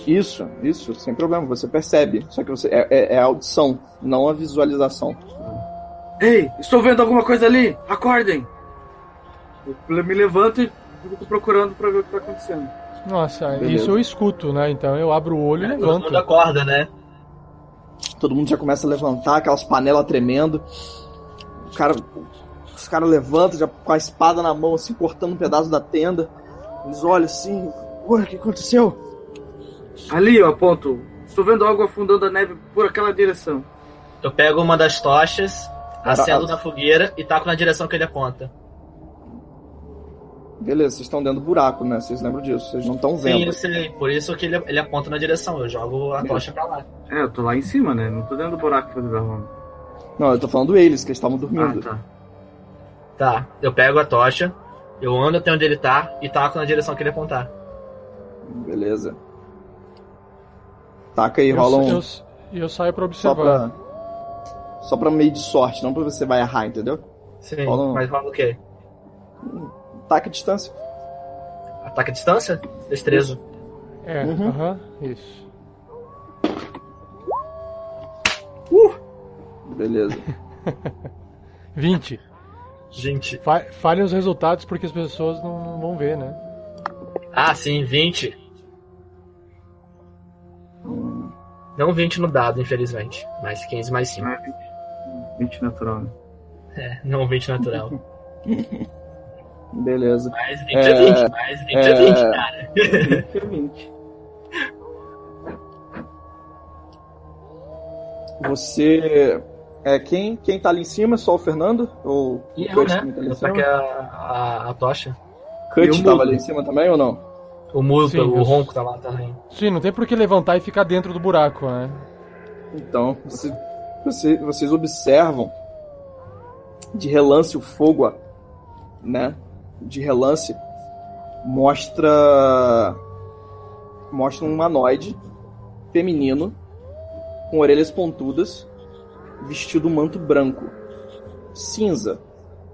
Speaker 2: Isso, isso, sem problema, você percebe. Só que você é, é- é a audição, não a visualização.
Speaker 5: Ei, estou vendo alguma coisa ali! Acordem! Eu me levanto e fico procurando pra ver o que tá acontecendo.
Speaker 3: Nossa,
Speaker 2: Beleza.
Speaker 3: isso eu escuto, né? Então eu abro o olho e
Speaker 6: Todo
Speaker 3: levanto.
Speaker 6: mundo acorda, né?
Speaker 2: Todo mundo já começa a levantar, aquelas panelas tremendo. O cara, os caras levantam já com a espada na mão, assim, cortando um pedaço da tenda. Eles olham assim, ué, o que aconteceu?
Speaker 5: Ali, eu aponto. Estou vendo algo afundando a neve por aquela direção.
Speaker 6: Eu pego uma das tochas, acendo
Speaker 2: Caralho.
Speaker 6: na fogueira e taco na direção que ele aponta.
Speaker 2: Beleza, vocês estão dentro do buraco, né? Vocês lembram disso, vocês não estão
Speaker 6: Sim,
Speaker 2: vendo.
Speaker 6: eu sei. Por isso que ele, ele aponta na direção. Eu jogo a
Speaker 2: Beleza.
Speaker 6: tocha pra lá.
Speaker 5: É, eu tô lá em cima, né? Não tô dentro do buraco fazendo arruma.
Speaker 2: Não, eu tô falando eles, que eles estavam
Speaker 5: Ah,
Speaker 2: dormindo.
Speaker 5: tá.
Speaker 6: Tá. Eu pego a tocha, eu ando até onde ele tá e taco na direção que ele apontar.
Speaker 2: Beleza. Taca aí,
Speaker 3: Eu-
Speaker 2: rola um.
Speaker 3: eu, eu saio pra
Speaker 2: Só
Speaker 3: observar.
Speaker 2: pra. Só pra meio de sorte, não pra você vai errar, entendeu?
Speaker 6: Sim.
Speaker 2: Rola um-
Speaker 6: Mas rola o quê?
Speaker 2: Taca a distância.
Speaker 6: Ataque à distância? Destreza.
Speaker 3: É,
Speaker 2: Uhum.
Speaker 3: aham, isso.
Speaker 2: Beleza.
Speaker 3: 20.
Speaker 6: Gente.
Speaker 3: Fa falhem os resultados porque as pessoas não, não vão ver, né?
Speaker 6: Ah, sim, 20. Não 20 no dado, infelizmente. Mas 15 mais 5.
Speaker 5: Não é 20, 20 natural. né?
Speaker 6: É, não 20 natural.
Speaker 2: Beleza.
Speaker 6: Mais 20 é 20. Mais 20 é,
Speaker 2: é,
Speaker 6: 20, cara.
Speaker 2: Você É, quem, quem tá ali em cima? Só o Fernando? Ou
Speaker 6: E
Speaker 2: o
Speaker 6: eu,
Speaker 2: Kurt também
Speaker 6: né?
Speaker 2: tá ali em
Speaker 6: Eu
Speaker 2: cima?
Speaker 6: taquei a, a, a tocha. eu
Speaker 2: Kurt
Speaker 6: mudo.
Speaker 2: tava ali em cima também ou não?
Speaker 6: O muro,
Speaker 3: Sim,
Speaker 6: o
Speaker 3: eu-
Speaker 6: ronco tá lá também.
Speaker 3: Sim, não tem por que levantar e ficar dentro do buraco, né?
Speaker 2: Então, você- você- vocês observam de relance o fogo, ó, né? De relance mostra mostra um humanoide feminino com orelhas pontudas, vestido um manto branco, cinza.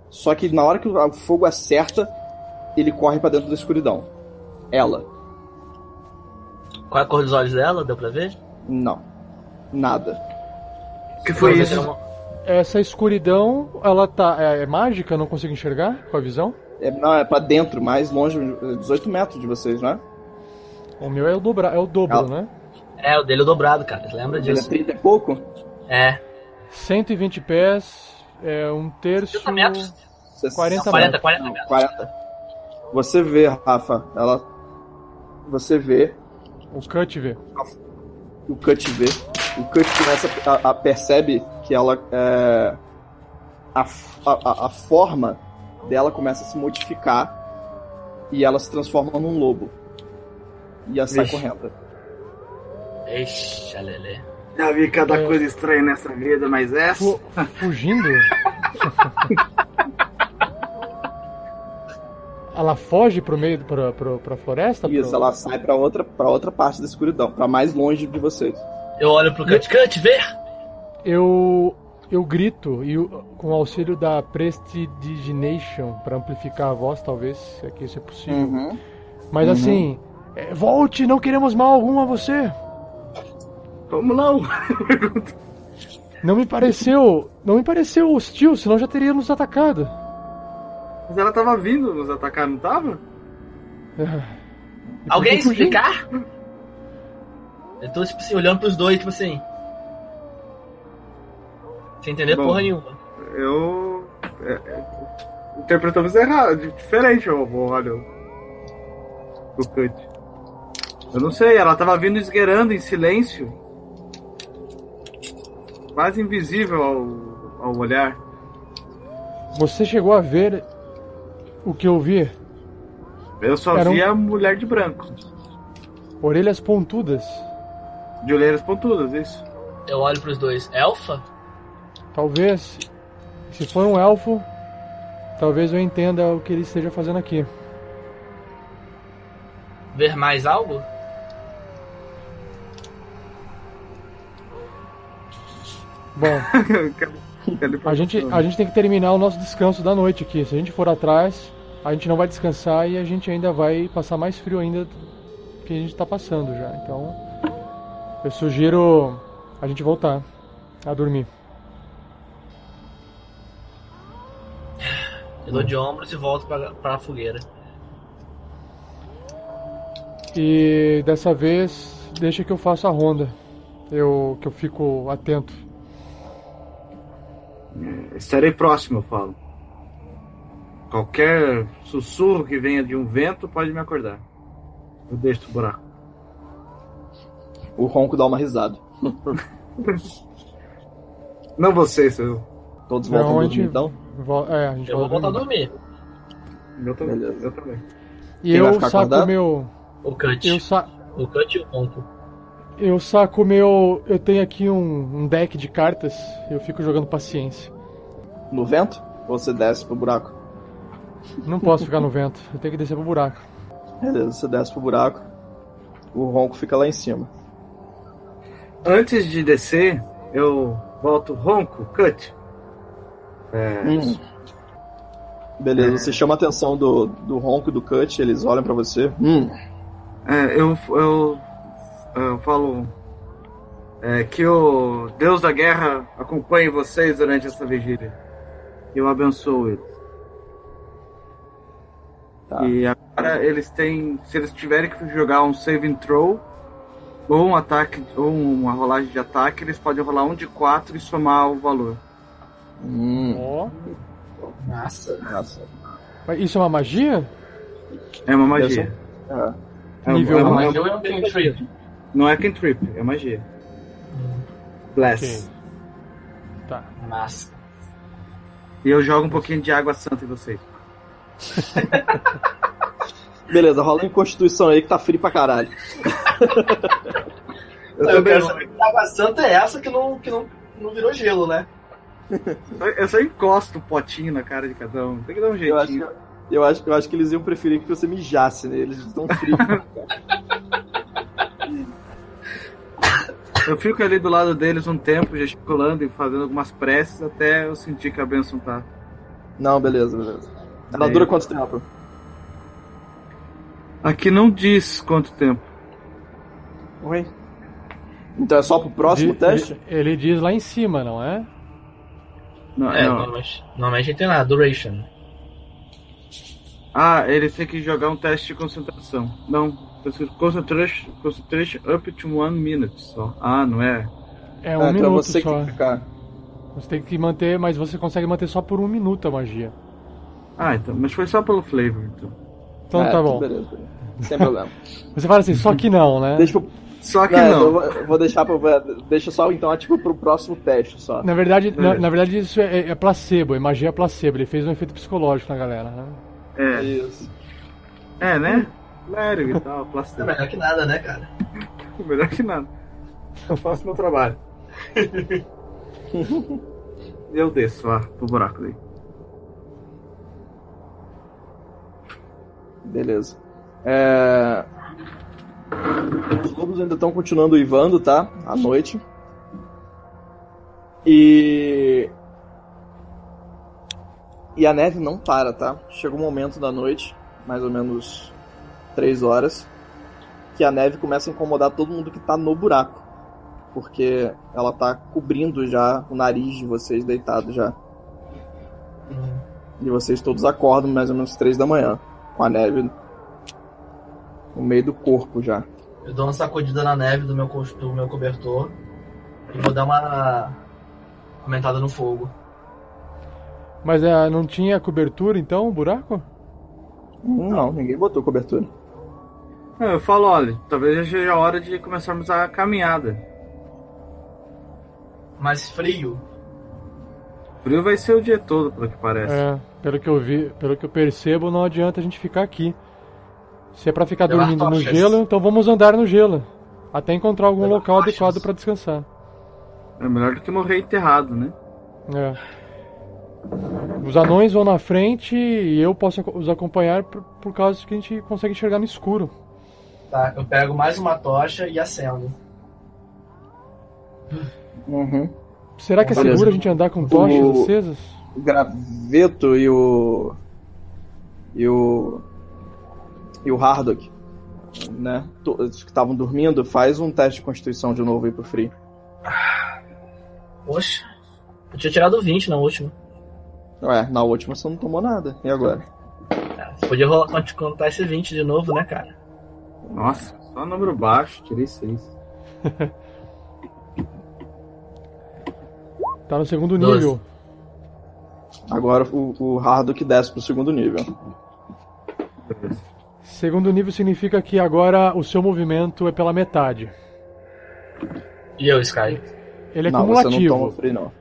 Speaker 2: Só que na hora que o fogo acerta, ele corre pra dentro da escuridão. Ela,
Speaker 6: Qual é a cor dos olhos dela? Deu pra ver?
Speaker 2: não. Nada.
Speaker 5: O que foi
Speaker 6: Ela
Speaker 5: isso?
Speaker 6: tem uma-
Speaker 3: Essa escuridão, ela tá. É, é mágica? Eu não consigo enxergar com a visão?
Speaker 2: É, não, é pra dentro, mais longe, eh, 18 metros de vocês, né?
Speaker 3: O meu é o, dobra, é o dobro,
Speaker 2: Ela-
Speaker 3: né?
Speaker 6: É, o dele é dobrado, cara. Lembra
Speaker 2: Ele é
Speaker 6: disso?
Speaker 2: 30 e pouco?
Speaker 6: É.
Speaker 3: 120 pés, é um terço.
Speaker 6: 30 metros?
Speaker 2: Você-
Speaker 3: 40
Speaker 2: não,
Speaker 6: 40, 40
Speaker 2: não,
Speaker 6: metros.
Speaker 2: 40. Você vê, Rafa, ela. Você vê,
Speaker 3: O cut vê.
Speaker 2: o Cut vê. O Cut começa a, a- percebe que ela. é, a, f- a, a- a forma dela começa a se modificar e ela se transforma num lobo. E ela sai
Speaker 5: Ixi.
Speaker 2: correndo.
Speaker 6: Ixi, alele.
Speaker 5: Já vi cada
Speaker 3: É.
Speaker 5: coisa estranha nessa vida, mas essa.
Speaker 3: Fu- fugindo? ela foge pro meio, pra, pra, pra
Speaker 6: Tá
Speaker 3: floresta?
Speaker 2: Isso,
Speaker 3: pro-
Speaker 2: ela sai pra outra, pra outra parte da escuridão, pra mais longe de vocês.
Speaker 6: Eu olho pro Cut Cut, vê!
Speaker 3: Eu eu grito e o- com o auxílio da prestidigination para amplificar a voz, talvez, se aqui isso é possível. Mas
Speaker 2: Hum. Uhum.
Speaker 3: assim, é, volte, não queremos mal algum a você.
Speaker 5: Vamos lá. o-
Speaker 3: Não me pareceu, não me pareceu hostil, senão já teria nos atacado.
Speaker 5: Mas ela tava vindo nos atacar, não tava?
Speaker 3: É,
Speaker 6: Alguém
Speaker 3: Fugindo.
Speaker 6: explicar? Eu tô, tipo assim, olhando pros dois, tipo assim. Sem entender
Speaker 5: Bom.
Speaker 6: porra nenhuma.
Speaker 5: Eu. é, é, interpretamos errado, de- diferente, ô, ô, olha. O Cut. Eu não sei, ela tava vindo esgueirando em silêncio. Quase invisível ao, ao olhar.
Speaker 3: Você chegou a ver o que eu vi?
Speaker 5: Eu só
Speaker 3: Era um-
Speaker 5: vi a mulher de branco.
Speaker 3: Orelhas pontudas,
Speaker 5: De olheiras pontudas, é isso.
Speaker 6: Eu olho pros dois. Elfa?
Speaker 3: talvez. Se for um elfo, talvez eu entenda o que ele esteja fazendo aqui.
Speaker 6: Ver mais algo?
Speaker 3: Bom, A gente, a gente tem que terminar o nosso descanso da noite aqui. Se a gente for atrás, a gente não vai descansar e a gente ainda vai passar mais frio ainda do que a gente tá passando já. Então, eu sugiro a gente voltar a dormir.
Speaker 6: Eu dou de ombros e volto pra, pra fogueira.
Speaker 3: E dessa vez, deixa que eu faça a ronda. Eu que eu fico atento.
Speaker 5: Estarei próximo, eu falo. Qualquer sussurro que venha de um vento pode me acordar. Eu deixo o buraco.
Speaker 2: O ronco dá uma risada.
Speaker 5: Não você, seu.
Speaker 2: Todos
Speaker 3: Não,
Speaker 2: voltam
Speaker 3: a
Speaker 2: dormir,
Speaker 3: gente-
Speaker 2: então.
Speaker 3: Vo- é, a gente
Speaker 6: Eu vou
Speaker 3: volta
Speaker 6: voltar
Speaker 3: a
Speaker 6: a
Speaker 3: dormir.
Speaker 6: dormir.
Speaker 5: Eu também.
Speaker 2: Beleza.
Speaker 5: Eu também.
Speaker 3: E
Speaker 2: Quem vai
Speaker 3: eu
Speaker 2: ficar
Speaker 3: saco
Speaker 2: acordado?
Speaker 3: o meu.
Speaker 6: O Cut.
Speaker 3: Eu, sa
Speaker 6: O Cut e o Ponto.
Speaker 3: eu saco o meu. Eu tenho aqui um, um deck de cartas. Eu fico jogando paciência.
Speaker 2: No vento? Ou você desce pro buraco?
Speaker 3: Não posso ficar no vento, eu tenho que descer pro buraco.
Speaker 2: Beleza, você desce pro buraco. O ronco fica lá em cima.
Speaker 5: Antes de descer, eu volto ronco, cut. É,
Speaker 2: Hum. Beleza, você chama a atenção do, do ronco e do cut, eles olham pra você. Hum.
Speaker 5: É, eu, eu, eu falo é, que o Deus da guerra acompanhe vocês durante essa vigília. Eu abençoo eles.
Speaker 2: Tá.
Speaker 5: E agora eles têm. Se eles tiverem que jogar um saving throw, ou um ataque, ou uma rolagem de ataque, eles podem rolar um de quatro e somar o valor.
Speaker 2: Hum.
Speaker 3: Ó.
Speaker 6: Nossa.
Speaker 2: Nossa.
Speaker 3: Mas Isso é uma magia?
Speaker 5: É uma magia.
Speaker 2: É.
Speaker 5: É uma-
Speaker 3: Nível
Speaker 5: é uma-
Speaker 3: um.
Speaker 4: Eu é um cantrip.
Speaker 5: não é cantrip, é magia. Bless.
Speaker 3: Ok. Tá.
Speaker 4: Mas.
Speaker 5: E eu jogo um pouquinho de água santa em vocês.
Speaker 2: Beleza, rola em Constituição aí que tá frio pra caralho.
Speaker 5: Eu,
Speaker 4: Eu,
Speaker 5: também
Speaker 4: quero saber que água santa é essa que não, que não, não virou gelo, né?
Speaker 5: eu só encosto o potinho na cara de cada um. Tem que dar um
Speaker 2: Eu acho, que,
Speaker 5: jeitinho.
Speaker 2: eu, acho, eu acho que eles iam preferir que você mijasse neles, eles tão frios.
Speaker 5: Eu fico ali do lado deles um tempo, gesticulando e fazendo algumas preces até eu sentir que a bênção tá.
Speaker 2: Não, beleza, beleza. Ela
Speaker 5: Daí-
Speaker 2: dura quanto tempo?
Speaker 5: Aqui não diz quanto tempo.
Speaker 2: Oi? Então é só pro próximo
Speaker 3: Di-
Speaker 2: teste?
Speaker 3: Ele, ele diz lá em cima, não é?
Speaker 5: Não,
Speaker 6: É,
Speaker 5: não.
Speaker 6: normalmente, normalmente tem lá, duration.
Speaker 5: Ah, eles têm que jogar um teste de concentração. Não, tá escrito concentration, concentration up to one minute só. Ah, não é?
Speaker 3: É
Speaker 2: É,
Speaker 3: um
Speaker 2: então
Speaker 3: minuto
Speaker 2: você
Speaker 3: só.
Speaker 2: que ficar.
Speaker 3: Você tem que manter, mas você consegue manter só por um minuto a magia.
Speaker 5: Ah, então, mas foi só pelo flavor, então.
Speaker 3: Então
Speaker 2: É,
Speaker 3: tá bom.
Speaker 2: Beleza, beleza. Sem problema.
Speaker 3: Você fala assim, só que não, né?
Speaker 2: Deixa pro...
Speaker 5: Só que
Speaker 2: É,
Speaker 5: não.
Speaker 2: Eu vou, eu vou deixar pra... Deixa só, então, é tipo pro próximo teste só.
Speaker 3: Na verdade, na,
Speaker 5: Beleza.
Speaker 3: na verdade isso é, é placebo, é magia placebo. Ele fez um efeito psicológico na galera, né?
Speaker 5: É,
Speaker 2: Isso.
Speaker 5: é, né? Lério e tal, plástico.
Speaker 4: É melhor que nada, né, cara?
Speaker 5: Melhor que nada. É. Eu faço meu trabalho. eu desço lá pro buraco daí.
Speaker 2: Beleza. É... Os lobos ainda estão continuando uivando, tá? À noite. E. E a neve não para, tá? Chega um momento da noite, mais ou menos 3 horas, que a neve começa a incomodar todo mundo que tá no buraco. Porque ela tá cobrindo já o nariz de vocês deitado já. E vocês todos acordam mais ou menos 3 da manhã com a neve no meio do corpo já.
Speaker 4: Eu dou uma sacudida na neve do meu, co- do meu cobertor e vou dar uma aumentada no fogo.
Speaker 3: Mas é, não tinha cobertura, então, o buraco?
Speaker 2: Hum, Não, ninguém botou cobertura.
Speaker 5: Não, Ah, eu falo, olha, talvez já seja a hora de começarmos a caminhada.
Speaker 4: Mais frio.
Speaker 5: Frio vai ser o dia todo, pelo que parece.
Speaker 3: É, pelo que eu vi, pelo que eu percebo, não adianta a gente ficar aqui. Se é pra ficar
Speaker 4: Levar
Speaker 3: dormindo no
Speaker 4: tochas.
Speaker 3: gelo, então vamos andar no gelo. Até encontrar algum
Speaker 4: Levar
Speaker 3: local
Speaker 4: tochas.
Speaker 3: adequado pra descansar.
Speaker 5: É melhor do que morrer enterrado, né?
Speaker 3: É. Os anões vão na frente e eu posso ac- os acompanhar por, por causa que a gente consegue enxergar no escuro.
Speaker 4: Tá, eu pego mais uma tocha e acendo.
Speaker 2: Uhum.
Speaker 3: Será que é
Speaker 2: Beleza.
Speaker 3: seguro a gente andar com tochas
Speaker 2: O-
Speaker 3: acesas?
Speaker 2: O graveto e o. E o. E o Hardock, né? Todos que estavam dormindo, faz um teste de constituição de novo aí pro Free.
Speaker 6: Poxa, eu tinha tirado 20 na última.
Speaker 2: Ué, na última você não tomou nada. E agora?
Speaker 6: Você podia rolar, cont- contar esse 20 de novo, né, cara?
Speaker 5: Nossa, só número baixo, tirei seis.
Speaker 3: Tá no segundo
Speaker 6: Doze.
Speaker 3: nível.
Speaker 2: Agora o, o Hardock desce pro segundo nível.
Speaker 3: Segundo nível significa que agora o seu movimento é pela metade.
Speaker 6: E eu, Sky.
Speaker 3: Ele é
Speaker 2: não, você não
Speaker 3: cumulativo.
Speaker 2: toma Free, não.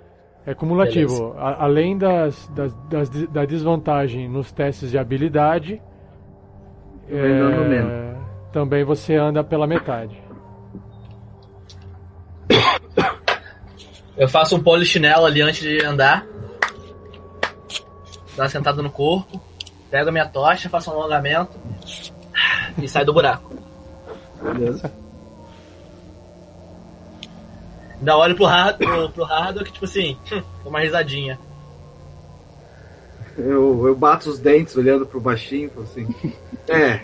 Speaker 3: É cumulativo. A- além das, das, das des- da desvantagem nos testes de habilidade, é,
Speaker 5: Vai dando menos.
Speaker 3: também você anda pela metade.
Speaker 6: Eu faço um polichinelo ali antes de andar. Dá uma sentada no corpo. Pego a minha tocha, faço um alongamento. E saio do buraco.
Speaker 2: Beleza?
Speaker 6: Ainda olho pro Hard, pro, pro Hardo que, tipo assim, dou uma risadinha.
Speaker 5: Eu, eu bato os dentes olhando pro baixinho, falo assim. É.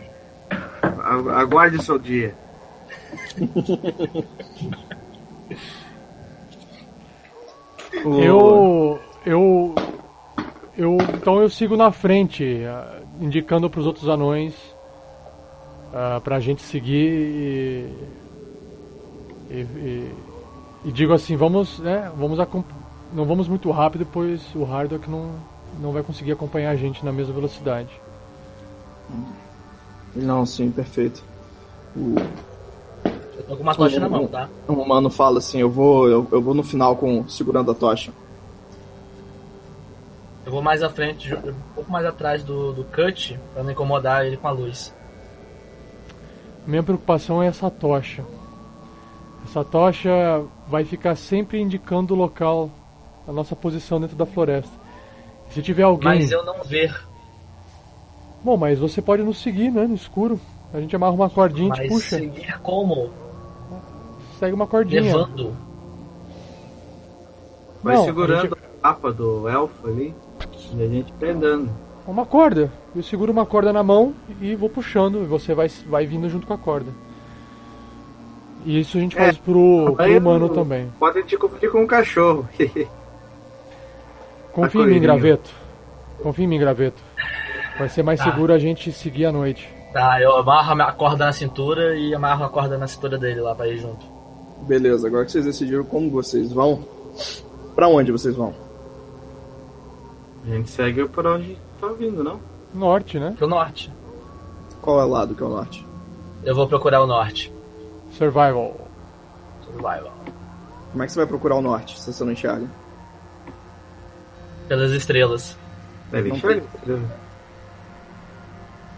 Speaker 5: a- Aguarde o seu dia.
Speaker 2: O-
Speaker 3: Eu, eu, eu, então eu sigo na frente, ah, indicando para os outros anões ah, pra gente seguir e, e, e- e digo assim, vamos, né, vamos acom- não vamos muito rápido, pois o Hardock não, não vai conseguir acompanhar a gente na mesma velocidade.
Speaker 2: Não, sim, perfeito. O-
Speaker 6: Eu tô com uma tocha na mão, tá?
Speaker 2: O humano fala assim, eu vou, eu, eu vou no final com segurando a tocha.
Speaker 6: Eu vou mais à frente, ju- um pouco mais atrás do, do Cut, pra não incomodar ele com a luz.
Speaker 3: Minha preocupação é essa tocha. Essa tocha vai ficar sempre indicando o local, a nossa posição dentro da floresta. Se tiver alguém.
Speaker 6: Mas eu não ver.
Speaker 3: Bom, mas você pode nos seguir, né? No escuro. A gente amarra uma cordinha e te
Speaker 6: Mas
Speaker 3: puxa. é?
Speaker 6: seguir como?
Speaker 3: Segue uma cordinha.
Speaker 6: Levando.
Speaker 5: Vai
Speaker 3: Não,
Speaker 5: segurando a capa do elfo ali e a gente prendendo.
Speaker 3: Uma corda. Eu seguro uma corda na mão e vou puxando. E você vai, vai vindo junto com a corda. E isso a gente
Speaker 5: É,
Speaker 3: faz pro, pro
Speaker 5: aí
Speaker 3: humano
Speaker 5: eu-
Speaker 3: também.
Speaker 5: Podem te confundir com um cachorro.
Speaker 3: Confia em mim,
Speaker 5: corridinha.
Speaker 3: graveto. Confia em mim, graveto. Vai ser mais
Speaker 6: Tá.
Speaker 3: seguro a gente seguir à noite.
Speaker 6: Tá, eu amarro a corda na cintura e amarro a corda na cintura dele lá pra ir junto.
Speaker 2: Beleza, agora que vocês decidiram como vocês vão, pra onde vocês vão?
Speaker 5: a gente segue por onde tá vindo, não?
Speaker 3: Norte, né?
Speaker 6: Pro norte.
Speaker 2: Qual é o lado que é o norte?
Speaker 6: Eu vou procurar o norte.
Speaker 3: Survival.
Speaker 6: Survival.
Speaker 2: Como é que você vai procurar o norte se você não enxerga?
Speaker 6: Pelas estrelas.
Speaker 5: Deve
Speaker 2: Não
Speaker 5: enxergar.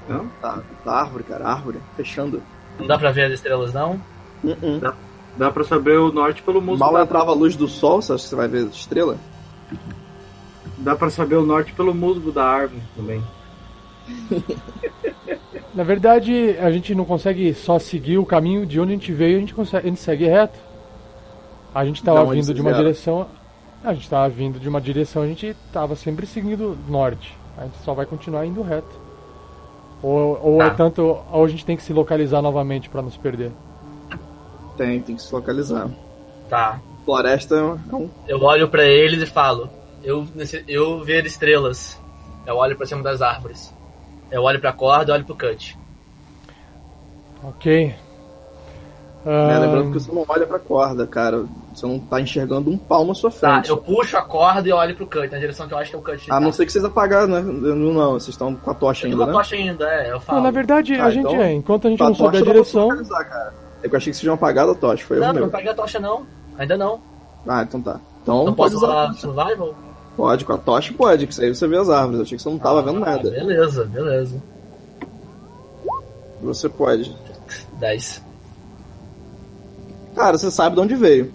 Speaker 5: Não?
Speaker 2: Tá, tá árvore, cara, árvore. Fechando.
Speaker 6: Não dá pra ver as estrelas, não?
Speaker 2: Uh
Speaker 5: Dá pra saber o norte pelo
Speaker 2: -uh.
Speaker 5: musgo.
Speaker 2: Mal
Speaker 5: da-
Speaker 2: entrava a luz do sol, você acha que você vai ver estrela?
Speaker 5: Dá pra saber o norte pelo musgo da árvore também.
Speaker 3: Na verdade, a gente não consegue só seguir o caminho de onde a gente veio, a gente, consegue, a gente segue reto. A gente estava
Speaker 2: Da onde
Speaker 3: vindo
Speaker 2: vocês
Speaker 3: de uma
Speaker 2: vieram?
Speaker 3: direção. A gente estava vindo de uma direção, a gente estava sempre seguindo norte. A gente só vai continuar indo reto. Ou, ou é
Speaker 6: Tá.
Speaker 3: tanto. Ou a gente tem que se localizar novamente para nos perder.
Speaker 2: Tem, tem que se localizar.
Speaker 6: Tá.
Speaker 2: Floresta é um.
Speaker 6: Eu olho pra eles e falo. Eu, nesse- eu ver estrelas. Eu olho pra cima das árvores. Eu olho pra corda, eu olho pro cut.
Speaker 3: Ok.
Speaker 2: né?
Speaker 3: Ah,
Speaker 2: Lembrando que você não olha pra corda, cara. Você não tá enxergando um pau na sua
Speaker 6: Tá,
Speaker 2: frente.
Speaker 6: eu puxo a corda e olho pro cut, na direção que eu acho que é o cut.
Speaker 2: A
Speaker 6: tá.
Speaker 2: Ah, não ser que vocês apagaram, né? Não, não, vocês estão com a tocha
Speaker 6: Eu tô com
Speaker 2: ainda,
Speaker 6: a
Speaker 2: né?
Speaker 6: tocha ainda, é, eu
Speaker 3: não,
Speaker 6: falo.
Speaker 3: na verdade,
Speaker 2: Ah,
Speaker 3: a gente
Speaker 2: então-
Speaker 3: é. Enquanto a gente
Speaker 2: Tá,
Speaker 3: não souber a
Speaker 2: dá pra
Speaker 3: direção.
Speaker 2: localizar, cara. É que eu achei que vocês tinham apagado a tocha, foi
Speaker 6: não,
Speaker 2: eu
Speaker 6: não
Speaker 2: meu.
Speaker 6: peguei a tocha não. Ainda não.
Speaker 2: Ah, então tá. Então
Speaker 6: Não
Speaker 2: pode
Speaker 6: posso
Speaker 2: usar.
Speaker 6: usar survival?
Speaker 2: Pode, com a tocha pode, que isso aí você vê as árvores. Eu achei que você não tava Tá vendo
Speaker 6: Ah,
Speaker 2: nada.
Speaker 6: Beleza, beleza.
Speaker 2: Você pode.
Speaker 6: 10.
Speaker 2: Cara, você sabe de onde veio.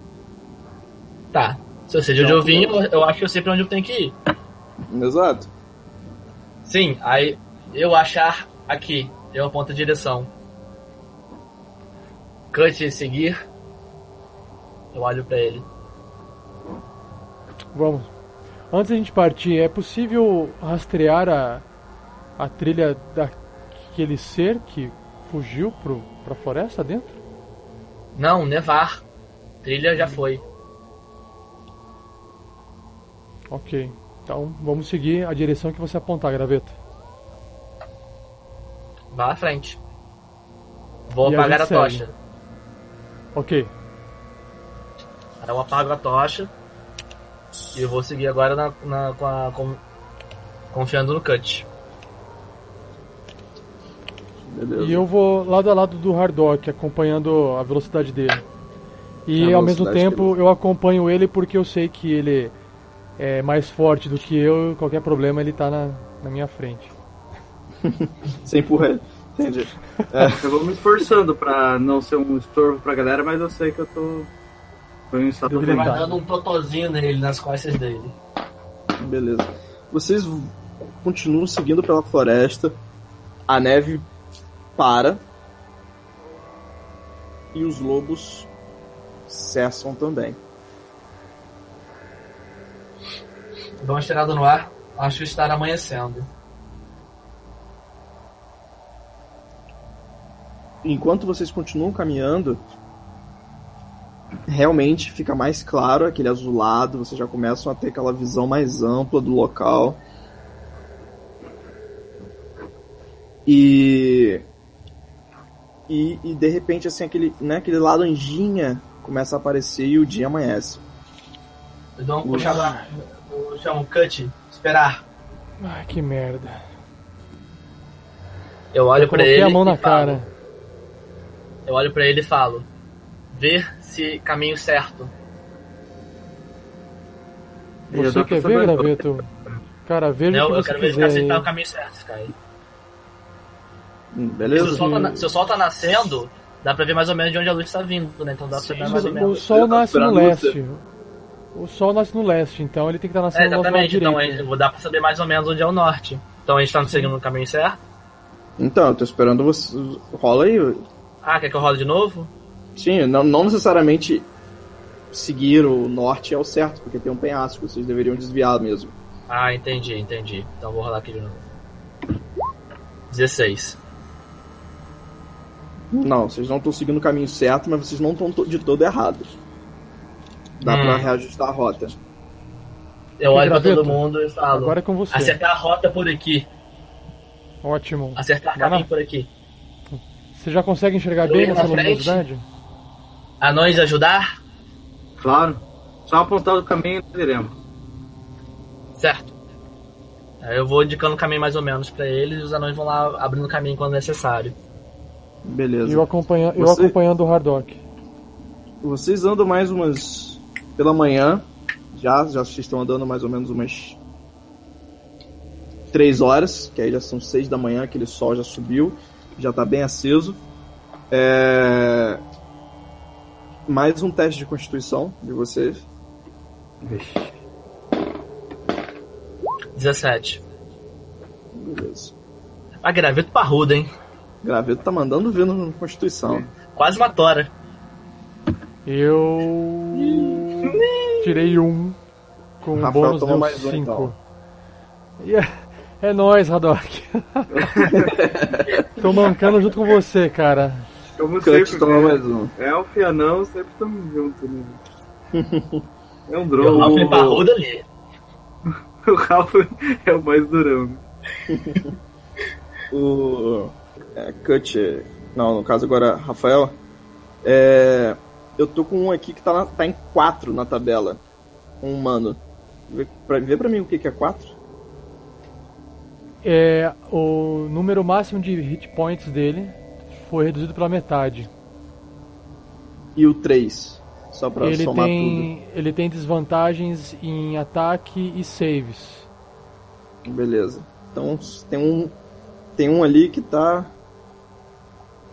Speaker 6: Tá. Se eu sei de onde eu vim, eu- eu acho que eu sei pra onde eu tenho que ir.
Speaker 2: Exato.
Speaker 6: Sim, aí eu achar aqui. Eu aponto a direção. Cut e seguir. Eu olho pra ele.
Speaker 3: Vamos. Antes da gente partir, é possível rastrear a, a trilha daquele ser que fugiu pro, pra floresta dentro?
Speaker 6: Não, nevar. Trilha já foi.
Speaker 3: Ok. Então vamos seguir a direção que você apontar, graveto.
Speaker 6: Vá à frente. Vou
Speaker 3: E a
Speaker 6: apagar a,
Speaker 3: gente segue.
Speaker 6: tocha.
Speaker 3: Ok.
Speaker 6: Aí eu apago a tocha. E eu vou seguir agora na, na- com a, com- confiando no cut.
Speaker 2: Beleza.
Speaker 3: E eu vou lado a lado do Hardock, acompanhando a velocidade dele. E
Speaker 2: É A
Speaker 3: ao mesmo
Speaker 2: velocidade
Speaker 3: tempo eu acompanho ele porque eu sei que ele é mais forte do que eu e qualquer problema ele tá na, na minha frente.
Speaker 2: Você empurra ele. Entendi.
Speaker 3: É.
Speaker 5: Eu vou me esforçando pra não ser um estorvo pra galera, mas eu sei que eu tô. Foi um estado
Speaker 6: Ele vai
Speaker 3: Verdade.
Speaker 6: dando um totozinho nele, nas costas dele.
Speaker 2: Beleza. Vocês v- continuam seguindo pela floresta. A neve para. E os lobos cessam também.
Speaker 6: Dou uma estirada no ar. Acho que estar amanhecendo.
Speaker 2: enquanto vocês continuam caminhando, realmente fica mais claro aquele azulado, vocês já começam a ter aquela visão mais ampla do local. E e, e de repente assim aquele, né, aquele laranjinha começa a aparecer e o dia amanhece.
Speaker 6: Eu dou uma
Speaker 2: Ufa.
Speaker 6: puxada. Eu chamo cut. Esperar.
Speaker 3: Ai, que merda.
Speaker 6: Eu olho pra
Speaker 3: Coloquei
Speaker 6: ele.
Speaker 3: a mão na
Speaker 6: e falo-
Speaker 3: cara.
Speaker 6: Eu olho pra ele e falo. Ver se caminho certo.
Speaker 5: Eu
Speaker 3: Você
Speaker 5: dou pra
Speaker 3: quer ver,
Speaker 5: saber-
Speaker 3: graveto? Cara, veja
Speaker 6: né?
Speaker 3: o que
Speaker 6: Eu, eu
Speaker 3: você
Speaker 6: quero
Speaker 3: quiser
Speaker 6: verificar se
Speaker 3: aí.
Speaker 6: ele tá no caminho certo, cara.
Speaker 2: Hum,
Speaker 6: Se o,
Speaker 2: Beleza?
Speaker 6: sol tá, na- se o sol tá nascendo, dá pra ver mais ou menos de onde a luz tá vindo, né? Então dá pra
Speaker 2: Sim,
Speaker 6: ver mais ou
Speaker 2: exatamente.
Speaker 6: menos.
Speaker 3: O sol nasce no
Speaker 2: Pra luta.
Speaker 3: leste. O sol nasce no leste, então ele tem que estar
Speaker 6: É,
Speaker 3: nascendo no lado
Speaker 6: exatamente. Então
Speaker 3: direito.
Speaker 6: eu vou dar pra saber mais ou menos onde é o norte. Então a gente tá seguindo o caminho certo.
Speaker 2: Então, eu tô esperando você. Rola aí.
Speaker 6: Ah, quer que eu role de novo?
Speaker 2: Sim, não, não necessariamente seguir o norte é o certo, porque tem um penhasco, vocês deveriam desviar mesmo.
Speaker 6: Ah, entendi, entendi. Então vou rolar aqui de novo. 16.
Speaker 2: Não, vocês não estão seguindo o caminho certo, mas vocês não estão de todo errados. Dá
Speaker 6: Hum.
Speaker 2: pra reajustar a rota.
Speaker 6: Eu olho pra
Speaker 3: graveto?
Speaker 6: todo mundo e falo.
Speaker 3: Agora é com você.
Speaker 6: Acertar a rota por aqui.
Speaker 3: Ótimo.
Speaker 6: Acertar
Speaker 3: Vai lá.
Speaker 6: caminho por aqui.
Speaker 3: Você já consegue enxergar
Speaker 6: Eu
Speaker 3: bem
Speaker 6: ia
Speaker 3: nessa
Speaker 6: assim. na frente.
Speaker 3: luminosidade?
Speaker 6: Anões ajudar?
Speaker 5: Claro. Só apontar o caminho e iremos.
Speaker 6: Certo. Aí Eu vou indicando o caminho mais ou menos pra eles e os anões vão lá abrindo o caminho quando necessário.
Speaker 2: Beleza.
Speaker 3: E eu, acompanha, eu
Speaker 2: Você-
Speaker 3: acompanhando o Hardock.
Speaker 2: Vocês andam mais umas. pela manhã. Já, já vocês estão andando mais ou menos umas. três horas, que aí já são seis da manhã, aquele sol já subiu, já tá bem aceso. É. Mais um teste de constituição de vocês.
Speaker 6: 17.
Speaker 2: Beleza.
Speaker 6: Ah, graveto parrudo, hein?
Speaker 2: Graveto tá mandando ver no Constituição.
Speaker 6: Quase uma tora.
Speaker 3: Eu. Tirei um. Com um
Speaker 2: Rafael
Speaker 3: bônus
Speaker 2: tomou
Speaker 3: deu
Speaker 2: mais um,
Speaker 3: cinco.
Speaker 2: então.
Speaker 3: E é- É nóis, Haddock. Tô mancando junto com você, cara.
Speaker 5: Como
Speaker 2: Cut
Speaker 5: sempre,
Speaker 2: toma
Speaker 5: né?
Speaker 2: mais um.
Speaker 5: Elf e anão sempre estamos juntos, né? É um
Speaker 6: Eu
Speaker 5: drone.
Speaker 6: lá fui
Speaker 5: O,
Speaker 6: parrudo ali.
Speaker 5: o Ralph é o mais durão. né?
Speaker 2: o é, Cut, é, não, no caso agora Rafael, é, eu tô com um aqui que tá, na- tá em 4 na tabela, um humano. Vê pra, vê pra mim o que, que é 4?
Speaker 3: É, o número máximo de hit points dele foi reduzido pela metade.
Speaker 2: E o 3, só pra
Speaker 3: ele
Speaker 2: somar
Speaker 3: tem, ele tem desvantagens em ataque e saves.
Speaker 2: tudo. Beleza. Então tem um, tem um ali que tá,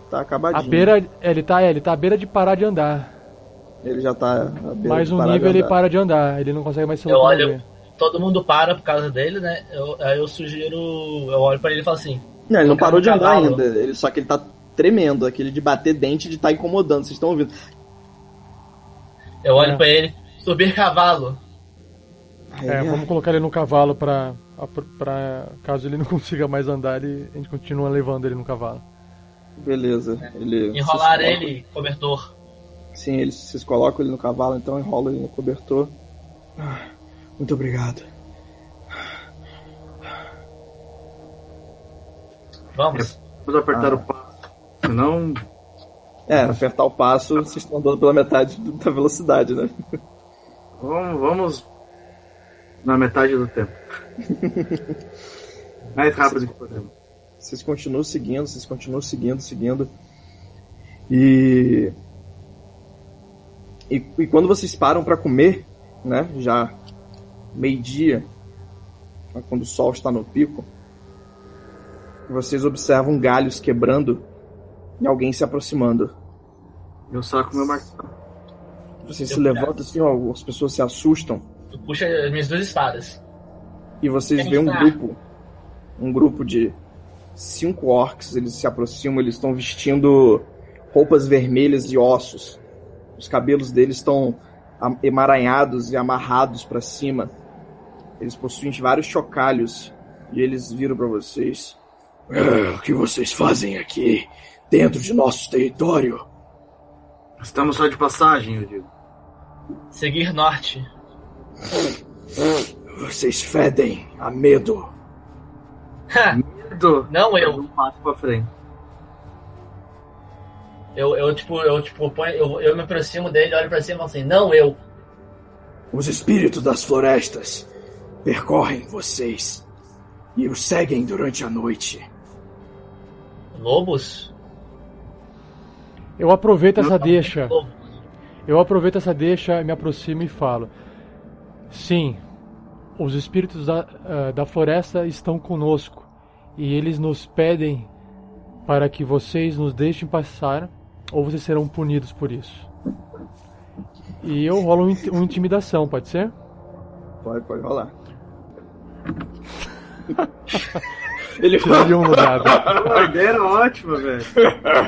Speaker 2: tá
Speaker 3: A
Speaker 2: acabadinho.
Speaker 3: beira, ele tá, é, ele tá à beira de parar de andar.
Speaker 2: Ele já tá à beira
Speaker 3: Mais
Speaker 2: de
Speaker 3: um
Speaker 2: parar de
Speaker 3: nível ele
Speaker 2: andar.
Speaker 3: para de andar, ele não consegue mais se
Speaker 6: Eu
Speaker 3: locomover.
Speaker 6: olho. Todo mundo para por causa dele, né? Eu, aí eu sugiro. Eu olho pra ele e falo assim:
Speaker 2: Não, ele não parou de andar
Speaker 6: Cavalo.
Speaker 2: ainda, ele, só que ele tá tremendo, aquele de bater dente de tá incomodando, vocês estão ouvindo.
Speaker 6: Eu olho
Speaker 3: É.
Speaker 6: pra ele, subir cavalo.
Speaker 3: É, vamos colocar ele no cavalo pra, pra caso ele não consiga mais andar, ele, a gente continua levando ele no cavalo.
Speaker 2: Beleza. Ele
Speaker 6: Enrolar
Speaker 2: vocês
Speaker 6: ele, cobertor.
Speaker 2: colocam- Sim, eles, vocês colocam ele no cavalo, então enrola ele no cobertor. Ah, Muito obrigado.
Speaker 6: Vamos.
Speaker 5: Vamos apertar
Speaker 2: Ah.
Speaker 5: o passo. Senão,
Speaker 2: É, apertar o passo, vocês estão andando pela metade do- da velocidade, né?
Speaker 5: vamos, vamos na metade do tempo. mais rápido que podemos.
Speaker 2: Vocês continuam seguindo, vocês continuam seguindo, seguindo. E. E, e quando vocês param pra comer, né? Já meio-dia, né, quando o sol está no pico, vocês observam galhos quebrando e alguém se aproximando.
Speaker 5: Eu saco meu martelo.
Speaker 2: Você se
Speaker 6: Eu
Speaker 2: levanta assim, ó, as pessoas se assustam
Speaker 6: Tu puxa as minhas duas espadas.
Speaker 2: e vocês
Speaker 6: Quem
Speaker 2: veem um
Speaker 6: tá?
Speaker 2: grupo, um grupo de cinco orcs, eles se aproximam, eles estão vestindo roupas vermelhas de ossos. Os cabelos deles estão am- emaranhados e amarrados para cima. Eles possuem vários chocalhos e eles viram para vocês. "Ah, O que vocês fazem aqui dentro de nosso território?
Speaker 5: Estamos só de passagem, eu digo.
Speaker 6: Seguir norte.
Speaker 2: Vocês fedem a medo.
Speaker 6: Ha!
Speaker 5: Medo.
Speaker 6: Não eu.
Speaker 5: Um passo pra frente.
Speaker 6: Eu, eu tipo, eu tipo, ponho, eu, eu me aproximo dele, olho pra cima e falo assim, não eu.
Speaker 2: Os espíritos das florestas percorrem vocês e os seguem durante a noite.
Speaker 6: Lobos?
Speaker 3: Eu aproveito essa deixa,
Speaker 6: Lobo.
Speaker 3: eu aproveito essa deixa, me aproximo e falo. Sim, os espíritos da, ah, da floresta estão conosco e eles nos pedem para que vocês nos deixem passar ou vocês serão punidos por isso. E eu rolo um inti- uma intimidação, pode ser?
Speaker 2: Pode, pode rolar. Ele
Speaker 3: Tirei um no dado.
Speaker 5: A ideia era ótima, é velho.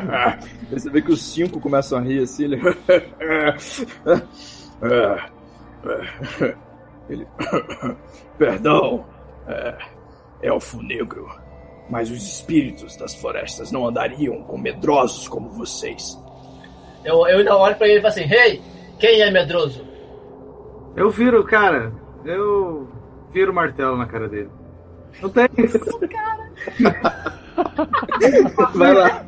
Speaker 2: "Ah, Você vê que os cinco começam a rir assim. Ele. ah, ele... Perdão, é, elfo negro. Mas os espíritos das florestas não andariam com medrosos como vocês.
Speaker 6: Eu, eu ainda olho pra ele e falo assim, ei, quem é medroso?
Speaker 5: Eu viro, cara. Eu viro o martelo na cara dele. Não tem.
Speaker 2: Vai lá.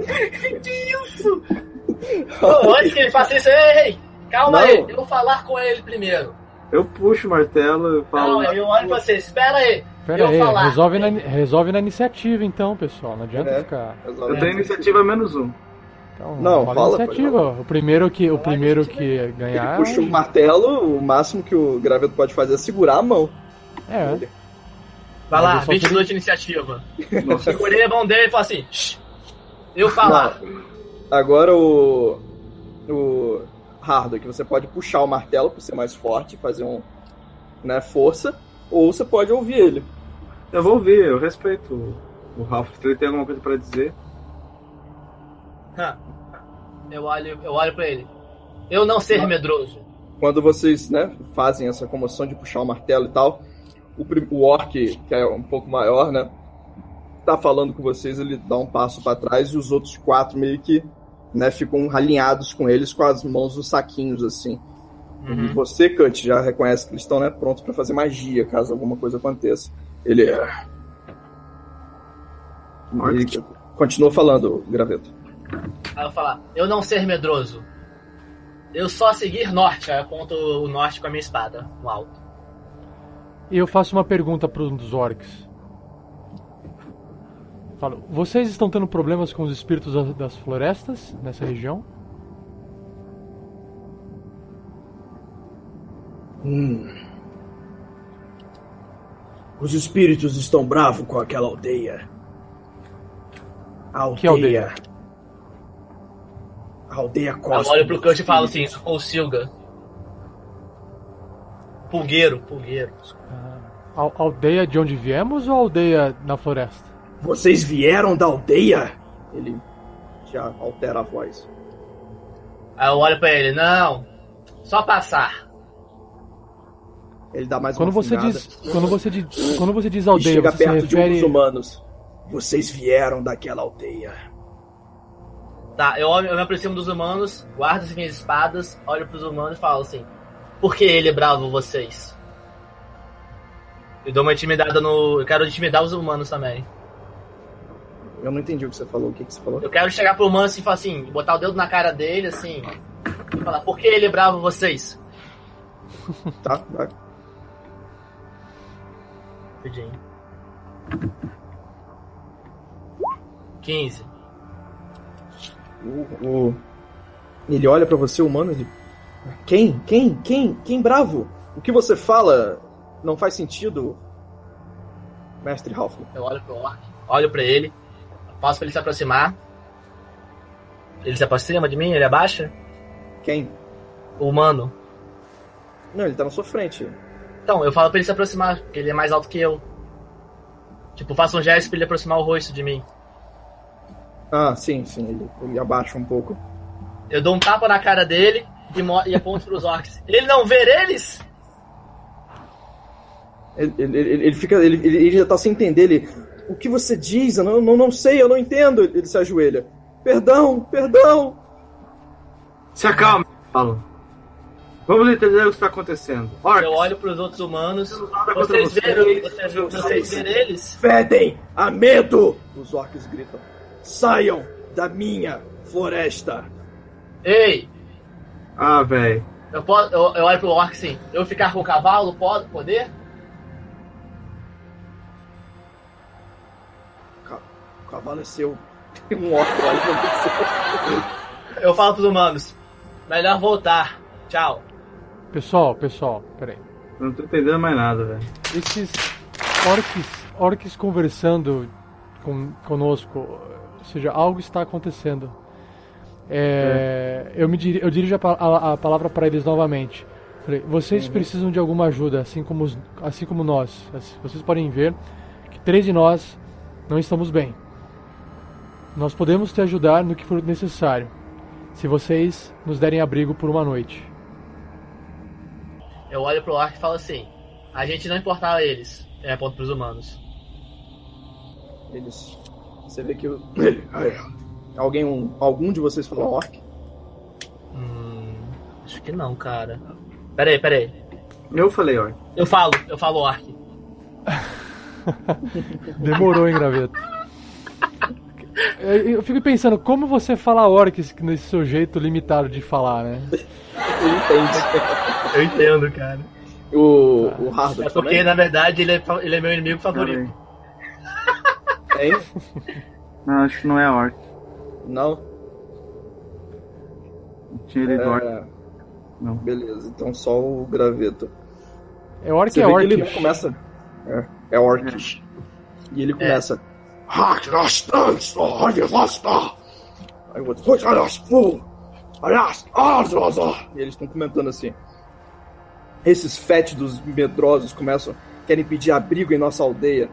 Speaker 6: Ô, antes que ele faça isso, ei, ei, calma
Speaker 2: Não.
Speaker 6: aí, eu vou falar com ele primeiro.
Speaker 5: Eu puxo o martelo e falo.
Speaker 6: Não, eu olho pra você, espera aí.
Speaker 3: Pera
Speaker 6: Eu
Speaker 3: aí,
Speaker 6: falar.
Speaker 3: resolve na, resolve na iniciativa então, pessoal. Não adianta
Speaker 2: É.
Speaker 3: ficar.
Speaker 5: Eu tenho iniciativa menos um.
Speaker 3: Então,
Speaker 2: Não,
Speaker 3: rola
Speaker 2: fala,
Speaker 3: a iniciativa. O primeiro que, o primeiro que ganhar. é
Speaker 2: Ele puxa o martelo, o máximo que o graveto pode fazer é segurar a mão.
Speaker 3: É.
Speaker 6: Vai
Speaker 3: Eu
Speaker 6: lá,
Speaker 3: só Tá.
Speaker 6: 22 de iniciativa.
Speaker 5: Nossa,
Speaker 6: Eu olhei a mão dele e falo assim, "Shh, eu falar.
Speaker 2: Agora o. O. Hardo, que você pode puxar o martelo por ser mais forte, fazer um. Né, força. Ou você pode ouvir ele.
Speaker 5: eu vou ouvir, eu respeito o- o Ralph. Se ele tem alguma coisa pra dizer.
Speaker 6: Hã. Eu olho, eu olho pra ele. Eu não ser medroso.
Speaker 2: Quando vocês, né, fazem essa comoção de puxar o martelo e tal, o, prim- o orc, que é um pouco maior, né, tá falando com vocês, ele dá um passo pra trás e os outros quatro meio que, né, ficam alinhados com eles com as mãos nos saquinhos, assim.
Speaker 6: Uhum.
Speaker 2: E você, Kant, já reconhece que eles estão né, prontos pra fazer magia, caso alguma coisa aconteça. Ele é. Ele continua falando, graveto.
Speaker 6: Aí eu falar, eu não ser medroso. Eu só seguir norte. Aí eu aponto o norte com a minha espada, no alto.
Speaker 3: E eu faço uma pergunta para um dos orcs. Falo, vocês estão tendo problemas com os espíritos das- das florestas nessa região?
Speaker 7: Os espíritos estão bravos com aquela aldeia. A aldeia.
Speaker 3: Que aldeia?
Speaker 7: A aldeia Costa.
Speaker 6: Eu olho pro Kurt e falo assim, ou Silga. Pulgueiro, pulgueiro.
Speaker 3: A aldeia de onde viemos ou aldeia na floresta?
Speaker 7: Vocês vieram da aldeia?
Speaker 2: Ele já altera a voz.
Speaker 6: Aí eu olho pra ele, não, só passar.
Speaker 2: Ele dá mais
Speaker 3: Quando
Speaker 2: uma
Speaker 3: você
Speaker 2: afinada
Speaker 3: diz, quando você diz, quando você diz
Speaker 2: e
Speaker 3: aldeia,
Speaker 2: chega
Speaker 3: você se
Speaker 2: perto de um dos
Speaker 3: refere
Speaker 2: humanos.
Speaker 7: Vocês vieram daquela aldeia.
Speaker 6: Tá, eu, olho, eu me aproximo dos humanos, guardo as minhas espadas, olho pros humanos e falo assim, por que ele é bravo vocês? Eu dou uma intimidada no... Eu quero intimidar os humanos também.
Speaker 2: Eu não entendi o que você falou. O que, que você falou?
Speaker 6: Eu quero chegar pro humano assim, e falar assim, botar o dedo na cara dele, assim, e falar, por que ele é bravo vocês?
Speaker 2: Tá, vai.
Speaker 6: Rapidinho. 15.
Speaker 2: O, o- Ele olha pra você, humano, ele. Quem? Quem? Quem? Quem bravo? O que você fala não faz sentido, mestre Ralph.
Speaker 6: Eu olho pro orc, olho pra ele, passo pra ele se aproximar. Ele se aproxima de mim, ele abaixa.
Speaker 2: Quem?
Speaker 6: O humano.
Speaker 2: Não, ele tá na sua frente.
Speaker 6: Então, eu falo pra ele se aproximar, porque ele é mais alto que eu. Tipo, faço um gesto pra ele aproximar o rosto de mim.
Speaker 2: Ah, sim, sim, ele, ele abaixa um pouco.
Speaker 6: Eu dou um tapa na cara dele e, mo- e aponto pros orcs. Ele não ver eles?
Speaker 2: Ele, ele, ele- ele fica. Ele, ele- ele já tá sem entender. Ele. O que você diz? Eu não, não, não sei, eu não entendo. Ele se ajoelha. Perdão, perdão!
Speaker 5: Se acalma, eu falo. Vamos entender o que está acontecendo. Orcs,
Speaker 6: Eu olho pros outros humanos.
Speaker 5: nada contra
Speaker 6: Vocês
Speaker 5: vocês.
Speaker 6: viram? Vocês, vocês viram eles?
Speaker 7: Fedem a medo!
Speaker 2: Os orcs gritam.
Speaker 7: Saiam da minha floresta.
Speaker 6: Ei,
Speaker 5: Ah, velho.
Speaker 6: eu, posso, eu, eu olho pro orc assim. Eu ficar com o cavalo, pode, poder?
Speaker 2: O cavalo é seu. Tem um orc olha pra você.
Speaker 6: Eu falo pros humanos. Melhor voltar. Tchau.
Speaker 3: Pessoal, pessoal, peraí.
Speaker 5: Eu não tô entendendo mais nada, velho.
Speaker 3: Esses orcs, orcs conversando com- conosco, ou seja, algo está acontecendo. É, Eu, me diri, eu dirijo a, pa- a- a palavra para eles novamente. Falei, vocês precisam de alguma ajuda, assim como, os- assim como nós. As- Vocês podem ver que três de nós não estamos bem. Nós podemos te ajudar no que for necessário, se vocês nos derem abrigo por uma noite.
Speaker 6: Eu olho pro Ark e falo assim: a gente não importava eles. É ponto pros humanos.
Speaker 2: Eles. Você vê que. o- Alguém, um- algum de vocês falou orc?
Speaker 6: Hum, acho que não, cara. Peraí, peraí.
Speaker 5: Eu falei, ó.
Speaker 6: Eu falo, eu falo Ark.
Speaker 3: Demorou, hein, graveto? Eu eu fico pensando, como você fala orcs nesse seu jeito limitado de falar, né?
Speaker 2: Ele entende.
Speaker 6: Eu entendo, cara.
Speaker 2: O, o Hardo
Speaker 6: É porque,
Speaker 2: também.
Speaker 6: na verdade, ele é, fa- ele é meu inimigo favorito.
Speaker 5: Peraí.
Speaker 2: Hein?
Speaker 5: Não, acho que não é orc.
Speaker 2: Não?
Speaker 5: Eu tinha lido orc.
Speaker 2: É...
Speaker 5: Não.
Speaker 2: Beleza, então só o graveto.
Speaker 3: É orc
Speaker 2: Você
Speaker 3: é
Speaker 2: vê
Speaker 3: orc.
Speaker 2: que ele começa. É, é orc. E ele começa. Aí o outro. E eles estão comentando assim. Esses fétidos medrosos começam. Querem pedir abrigo em nossa aldeia.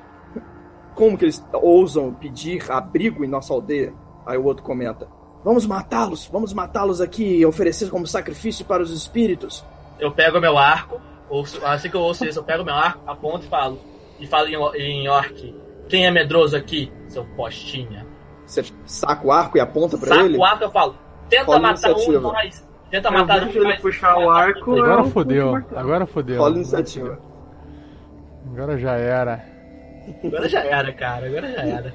Speaker 2: Como que eles ousam pedir abrigo em nossa aldeia? Aí o outro comenta.
Speaker 7: Vamos matá-los, vamos matá-los aqui e oferecer como sacrifício para os espíritos.
Speaker 6: Eu pego meu arco, ouço- assim que eu ouço isso, eu pego meu arco, aponto e falo. E falo em, o- em orc. Quem é medroso aqui? Seu postinha.
Speaker 2: Você saca o arco e aponta pra
Speaker 6: Saco
Speaker 2: ele?
Speaker 6: o arco, eu falo. Tenta
Speaker 2: Rola
Speaker 6: matar um de
Speaker 2: iniciativa.
Speaker 6: nós. Tenta
Speaker 3: É,
Speaker 5: Eu
Speaker 6: matar um
Speaker 5: vejo
Speaker 6: de
Speaker 5: ele
Speaker 6: nós.
Speaker 5: puxar o arco, eu-
Speaker 3: Agora fodeu, agora fodeu.
Speaker 2: Rola a iniciativa.
Speaker 3: Agora já era. né?
Speaker 6: Agora já era, cara. Agora já era.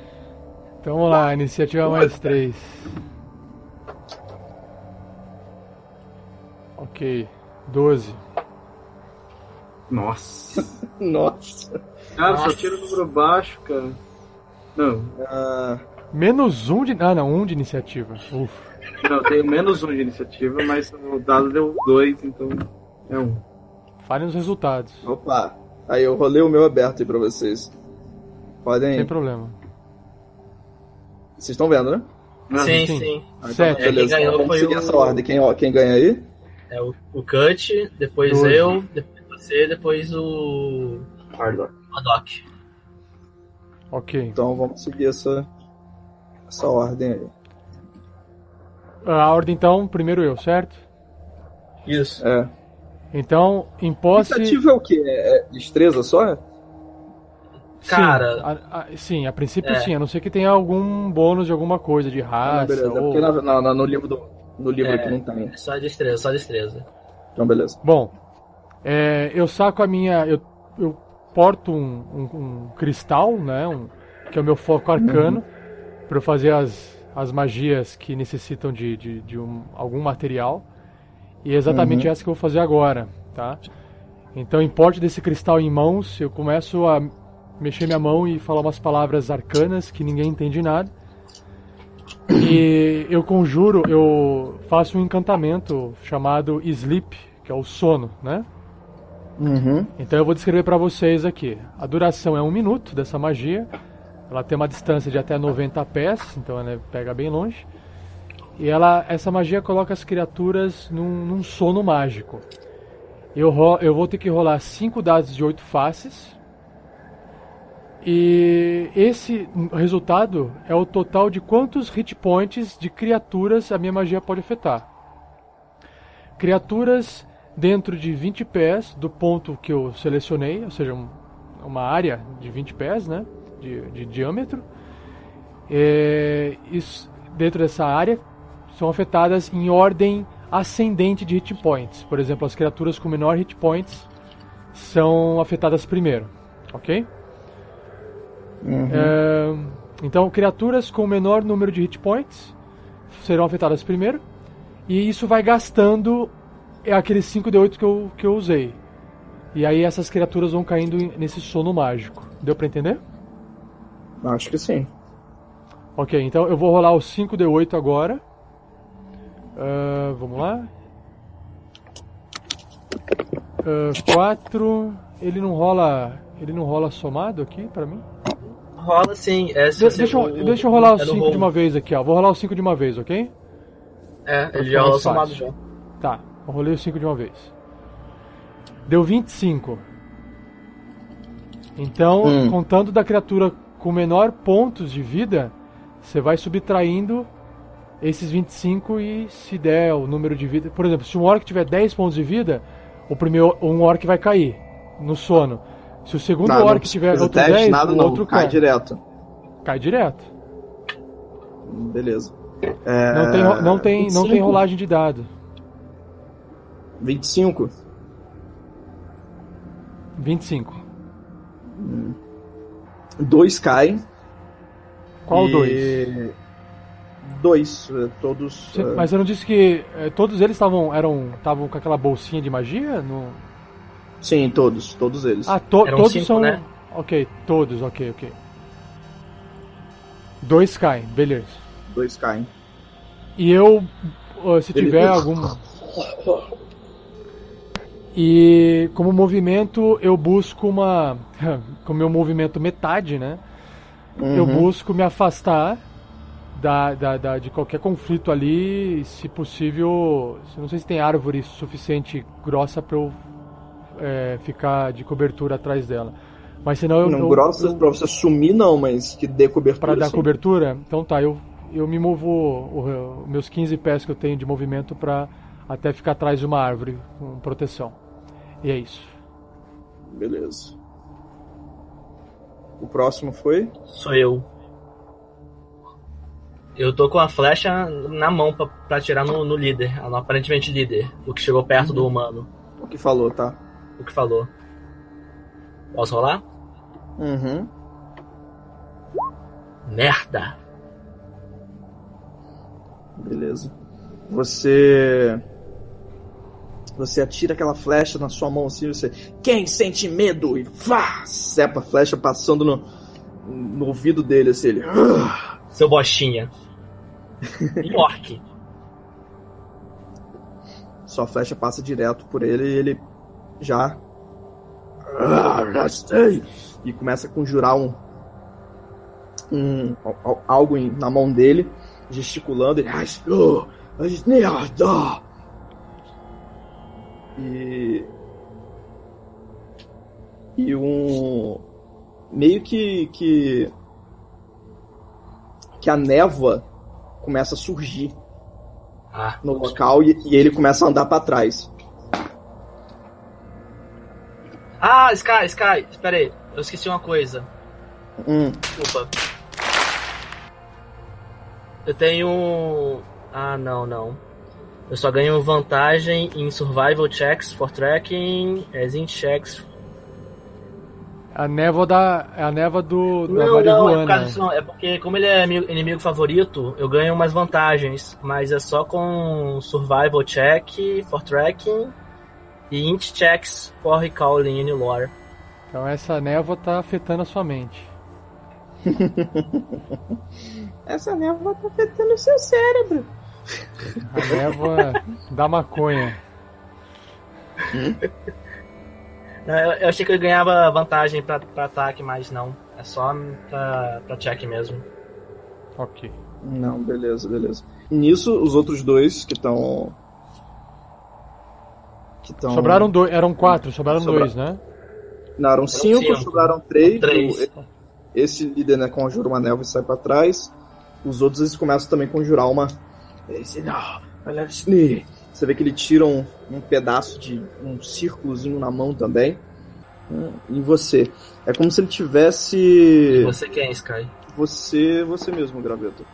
Speaker 3: Então vamos lá, iniciativa mais três. Ok, 12.
Speaker 5: Nossa.
Speaker 2: Nossa.
Speaker 5: Cara, só
Speaker 6: Nossa.
Speaker 5: tira o número baixo, cara. Não,
Speaker 2: Ah,
Speaker 3: Menos um de. Ah, não, um de iniciativa. Ufa.
Speaker 5: não, eu tenho menos um de iniciativa, mas o dado deu dois, então é um.
Speaker 3: Falem os resultados.
Speaker 2: Opa, aí eu rolei o meu aberto aí pra vocês. Podem.
Speaker 3: Sem problema.
Speaker 2: Vocês estão vendo, né?
Speaker 5: Ah,
Speaker 6: sim,
Speaker 3: sim.
Speaker 6: sim,
Speaker 2: Ah, então,
Speaker 3: Certo.
Speaker 6: É, quem
Speaker 2: beleza.
Speaker 6: ganhou
Speaker 2: Então Vamos
Speaker 6: foi
Speaker 2: seguir
Speaker 6: o-
Speaker 2: essa ordem. Quem, ó, quem ganha aí?
Speaker 6: É o, o Cut, depois
Speaker 3: Doze.
Speaker 6: eu, depois você, depois o.
Speaker 5: Hardock.
Speaker 6: Madoc.
Speaker 3: Ok.
Speaker 2: Então vamos seguir essa, essa ordem aí.
Speaker 3: A ordem então, primeiro eu, certo?
Speaker 6: Isso.
Speaker 2: É.
Speaker 3: Então, em posse.
Speaker 2: Iniciativa é o quê? É é destreza só?
Speaker 6: Cara-
Speaker 3: Sim, a, a- sim, a princípio
Speaker 6: É.
Speaker 3: sim, a não ser que tenha algum bônus de alguma coisa, de
Speaker 2: não,
Speaker 3: raça.
Speaker 2: beleza. É
Speaker 3: ou...
Speaker 2: porque na- na- na- no livro, do, no livro
Speaker 6: É.
Speaker 2: aqui não tem.
Speaker 6: Só destreza, só destreza.
Speaker 2: Então beleza.
Speaker 3: Bom, é, eu saco a minha. Eu, eu porto um, um- um cristal, né? um- que é o meu foco arcano,
Speaker 2: Uhum.
Speaker 3: pra eu fazer as, as magias que necessitam de, de, de um- algum material. E é
Speaker 2: Uhum.
Speaker 3: exatamente essa que eu vou fazer agora, tá? Então, em porte desse cristal em mãos, eu começo a mexer minha mão e falar umas palavras arcanas que ninguém entende nada. E eu conjuro, eu faço um encantamento chamado Sleep, que é o sono, né?
Speaker 2: Uhum.
Speaker 3: Então eu vou descrever para vocês aqui. A duração é um minuto dessa magia. Ela tem uma distância de até 90 pés, então ela pega bem longe. E ela, essa magia coloca as criaturas num, num sono mágico. Eu, ro- eu vou ter que rolar cinco dados de oito faces. E esse resultado é o total de quantos hit points de criaturas a minha magia pode afetar. Criaturas dentro de 20 pés do ponto que eu selecionei, ou seja, um- uma área de 20 pés, né? De, de diâmetro. É, isso, dentro dessa área são afetadas em ordem ascendente de hit points. Por exemplo, as criaturas com menor hit points são afetadas primeiro, ok? É, então, criaturas com menor número de hit points serão afetadas primeiro. E isso vai gastando é aqueles 5D8 que eu, que eu usei. E aí essas criaturas vão caindo em- nesse sono mágico. Deu pra entender?
Speaker 2: É. Acho que sim.
Speaker 3: Ok, então eu vou rolar os 5D8 agora. Ah, vamos lá. Ah, quatro. Ele não rola. Ele não rola somado aqui pra mim?
Speaker 6: Rola sim. É, se
Speaker 3: De-
Speaker 6: você-
Speaker 3: deixa,
Speaker 6: o-
Speaker 3: eu, deixa eu rolar o
Speaker 6: é no
Speaker 3: 5
Speaker 6: rolo.
Speaker 3: de uma vez aqui, ó. Vou rolar o 5 de uma vez, ok?
Speaker 6: É,
Speaker 3: Pra
Speaker 6: ele
Speaker 3: ficar
Speaker 6: já rola
Speaker 3: mais
Speaker 6: somado
Speaker 3: fácil.
Speaker 6: já.
Speaker 3: Tá, eu rolei o 5 de uma vez. Deu 25. Então,
Speaker 2: Hum.
Speaker 3: contando da criatura com menor pontos de vida, você vai subtraindo esses 25 e se der o número de vida. Por exemplo, se um orc tiver 10 pontos de vida, o primeiro um orc vai cair no sono. Se o segundo
Speaker 2: Ah, Não, não
Speaker 3: orc
Speaker 2: precisa
Speaker 3: tiver outro
Speaker 2: teste,
Speaker 3: 10,
Speaker 2: nada
Speaker 3: o
Speaker 2: não,
Speaker 3: outro
Speaker 2: cai
Speaker 3: cai.
Speaker 2: direto.
Speaker 3: Cai direto.
Speaker 2: Beleza.
Speaker 3: Não tem, ro- não, tem, não tem
Speaker 2: 25.
Speaker 3: rolagem de dado.
Speaker 2: 25.
Speaker 3: 25.
Speaker 2: Dois caem.
Speaker 3: Qual
Speaker 2: e-
Speaker 3: dois?
Speaker 2: Dois. eh, Todos.
Speaker 3: Cê-
Speaker 2: eh,
Speaker 3: mas você não disse que eh, todos eles estavam eram estavam com aquela bolsinha de magia? No...
Speaker 2: Sim, todos. Todos eles.
Speaker 3: Ah, to-
Speaker 6: Eram
Speaker 3: todos
Speaker 6: cinco,
Speaker 3: são.
Speaker 6: né?
Speaker 3: Ok, todos, ok, ok. Dois caem, beleza.
Speaker 2: Dois caem.
Speaker 3: E eu, ó, se
Speaker 2: Ele-
Speaker 3: tiver algum. E como movimento, eu busco uma. Com meu movimento metade, né? Eu
Speaker 2: Uhum.
Speaker 3: busco me afastar da, da, da- de qualquer conflito ali, e, se possível. se- Não sei se tem árvore suficiente grossa pra eu é, ficar de cobertura atrás dela. Mas senão eu.
Speaker 2: não,
Speaker 3: eu-
Speaker 2: grossas
Speaker 3: eu-
Speaker 2: pra você sumir, não, mas que dê cobertura.
Speaker 3: pra dar
Speaker 2: sim.
Speaker 3: cobertura? Então tá, eu, eu me movo o- os meus 15 pés que eu tenho de movimento pra até ficar atrás de uma árvore com proteção. E é isso.
Speaker 2: Beleza. O próximo foi?
Speaker 6: Sou eu. Eu tô com a flecha na mão pra, pra atirar no, no líder, no aparentemente líder, o que chegou perto do humano,
Speaker 2: O que falou, tá?
Speaker 6: o que falou. Posso rolar?
Speaker 2: Uhum.
Speaker 6: Merda!
Speaker 2: Beleza. Você. Você atira aquela flecha na sua mão assim, você. Quem sente medo? E vá! Cepa a flecha passando no, no ouvido dele, assim, ele.
Speaker 6: Seu bostinha. Um orc.
Speaker 2: Sua flecha passa direto por ele e ele já. Ah, já sei. E começa a conjurar um. um al- al- algo em- na mão dele, gesticulando. Ele. "Ah, estou- ah, merda!" E. E um. Meio que. que. que a névoa começa a surgir
Speaker 6: Ah,
Speaker 2: no local e, e ele começa a andar pra trás.
Speaker 6: ah Sky, Sky, espera aí. Eu esqueci uma coisa.
Speaker 2: Hum,
Speaker 6: Desculpa. Eu tenho. Ah, não, não. Eu só ganho vantagem em survival checks for tracking, as in checks.
Speaker 3: A névoa da. é A névoa do. Da
Speaker 6: Não, não, é por
Speaker 3: Varihuana.
Speaker 6: causa disso não. É porque, como ele é mi- inimigo favorito, eu ganho umas vantagens. Mas é só com survival check for tracking e int checks for recalling and lore.
Speaker 3: Então essa névoa tá afetando a sua mente.
Speaker 2: Essa névoa tá afetando o seu cérebro.
Speaker 3: A névoa da maconha.
Speaker 6: Não, Eu, eu achei que eu ganhava vantagem pra, pra ataque, mas não. É só pra, pra check mesmo.
Speaker 3: Ok.
Speaker 2: Não, beleza, beleza. Nisso, os outros dois que estão. Que estão.
Speaker 3: Sobraram dois. Eram quatro, sobraram
Speaker 2: Sobra-
Speaker 3: dois, né?
Speaker 2: Sobraram cinco,
Speaker 6: cinco.
Speaker 2: sobraram três.
Speaker 6: Três.
Speaker 2: O- Esse líder, né, conjura uma névoa e sai pra trás. Os outros, eles começam também a conjurar uma. Esse não, olha isso. Você vê que ele tira um, um pedaço de. um círculozinho na mão também. Hum, E você? É como se ele tivesse.
Speaker 6: Você quem, Sky?
Speaker 2: Você, você mesmo, graveto.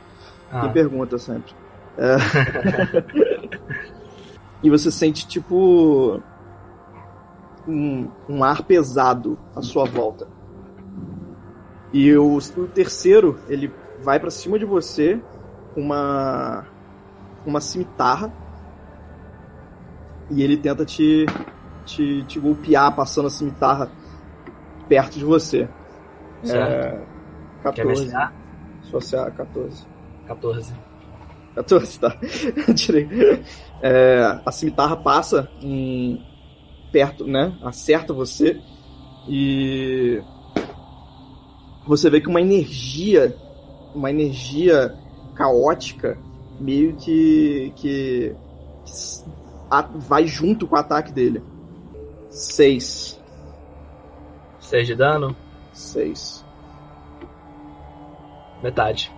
Speaker 6: Ah,
Speaker 2: Me pergunta sempre. É. e você sente tipo um, um ar pesado à sua volta. E o, o terceiro, ele vai pra cima de você com uma uma cimitarra e ele tenta te, te te golpear passando a cimitarra perto de você. é,
Speaker 6: certo. Quer me
Speaker 2: 14.
Speaker 6: ajudar?
Speaker 2: Sua CA 14.
Speaker 6: 14.
Speaker 2: 14, tá? Tirei. É, a cimitarra passa em, perto, né? Acerta você. E você vê que uma energia, uma energia caótica, meio que que, que s- a- vai junto com o ataque dele. Seis.
Speaker 6: 6 de dano,
Speaker 2: Seis.
Speaker 6: metade.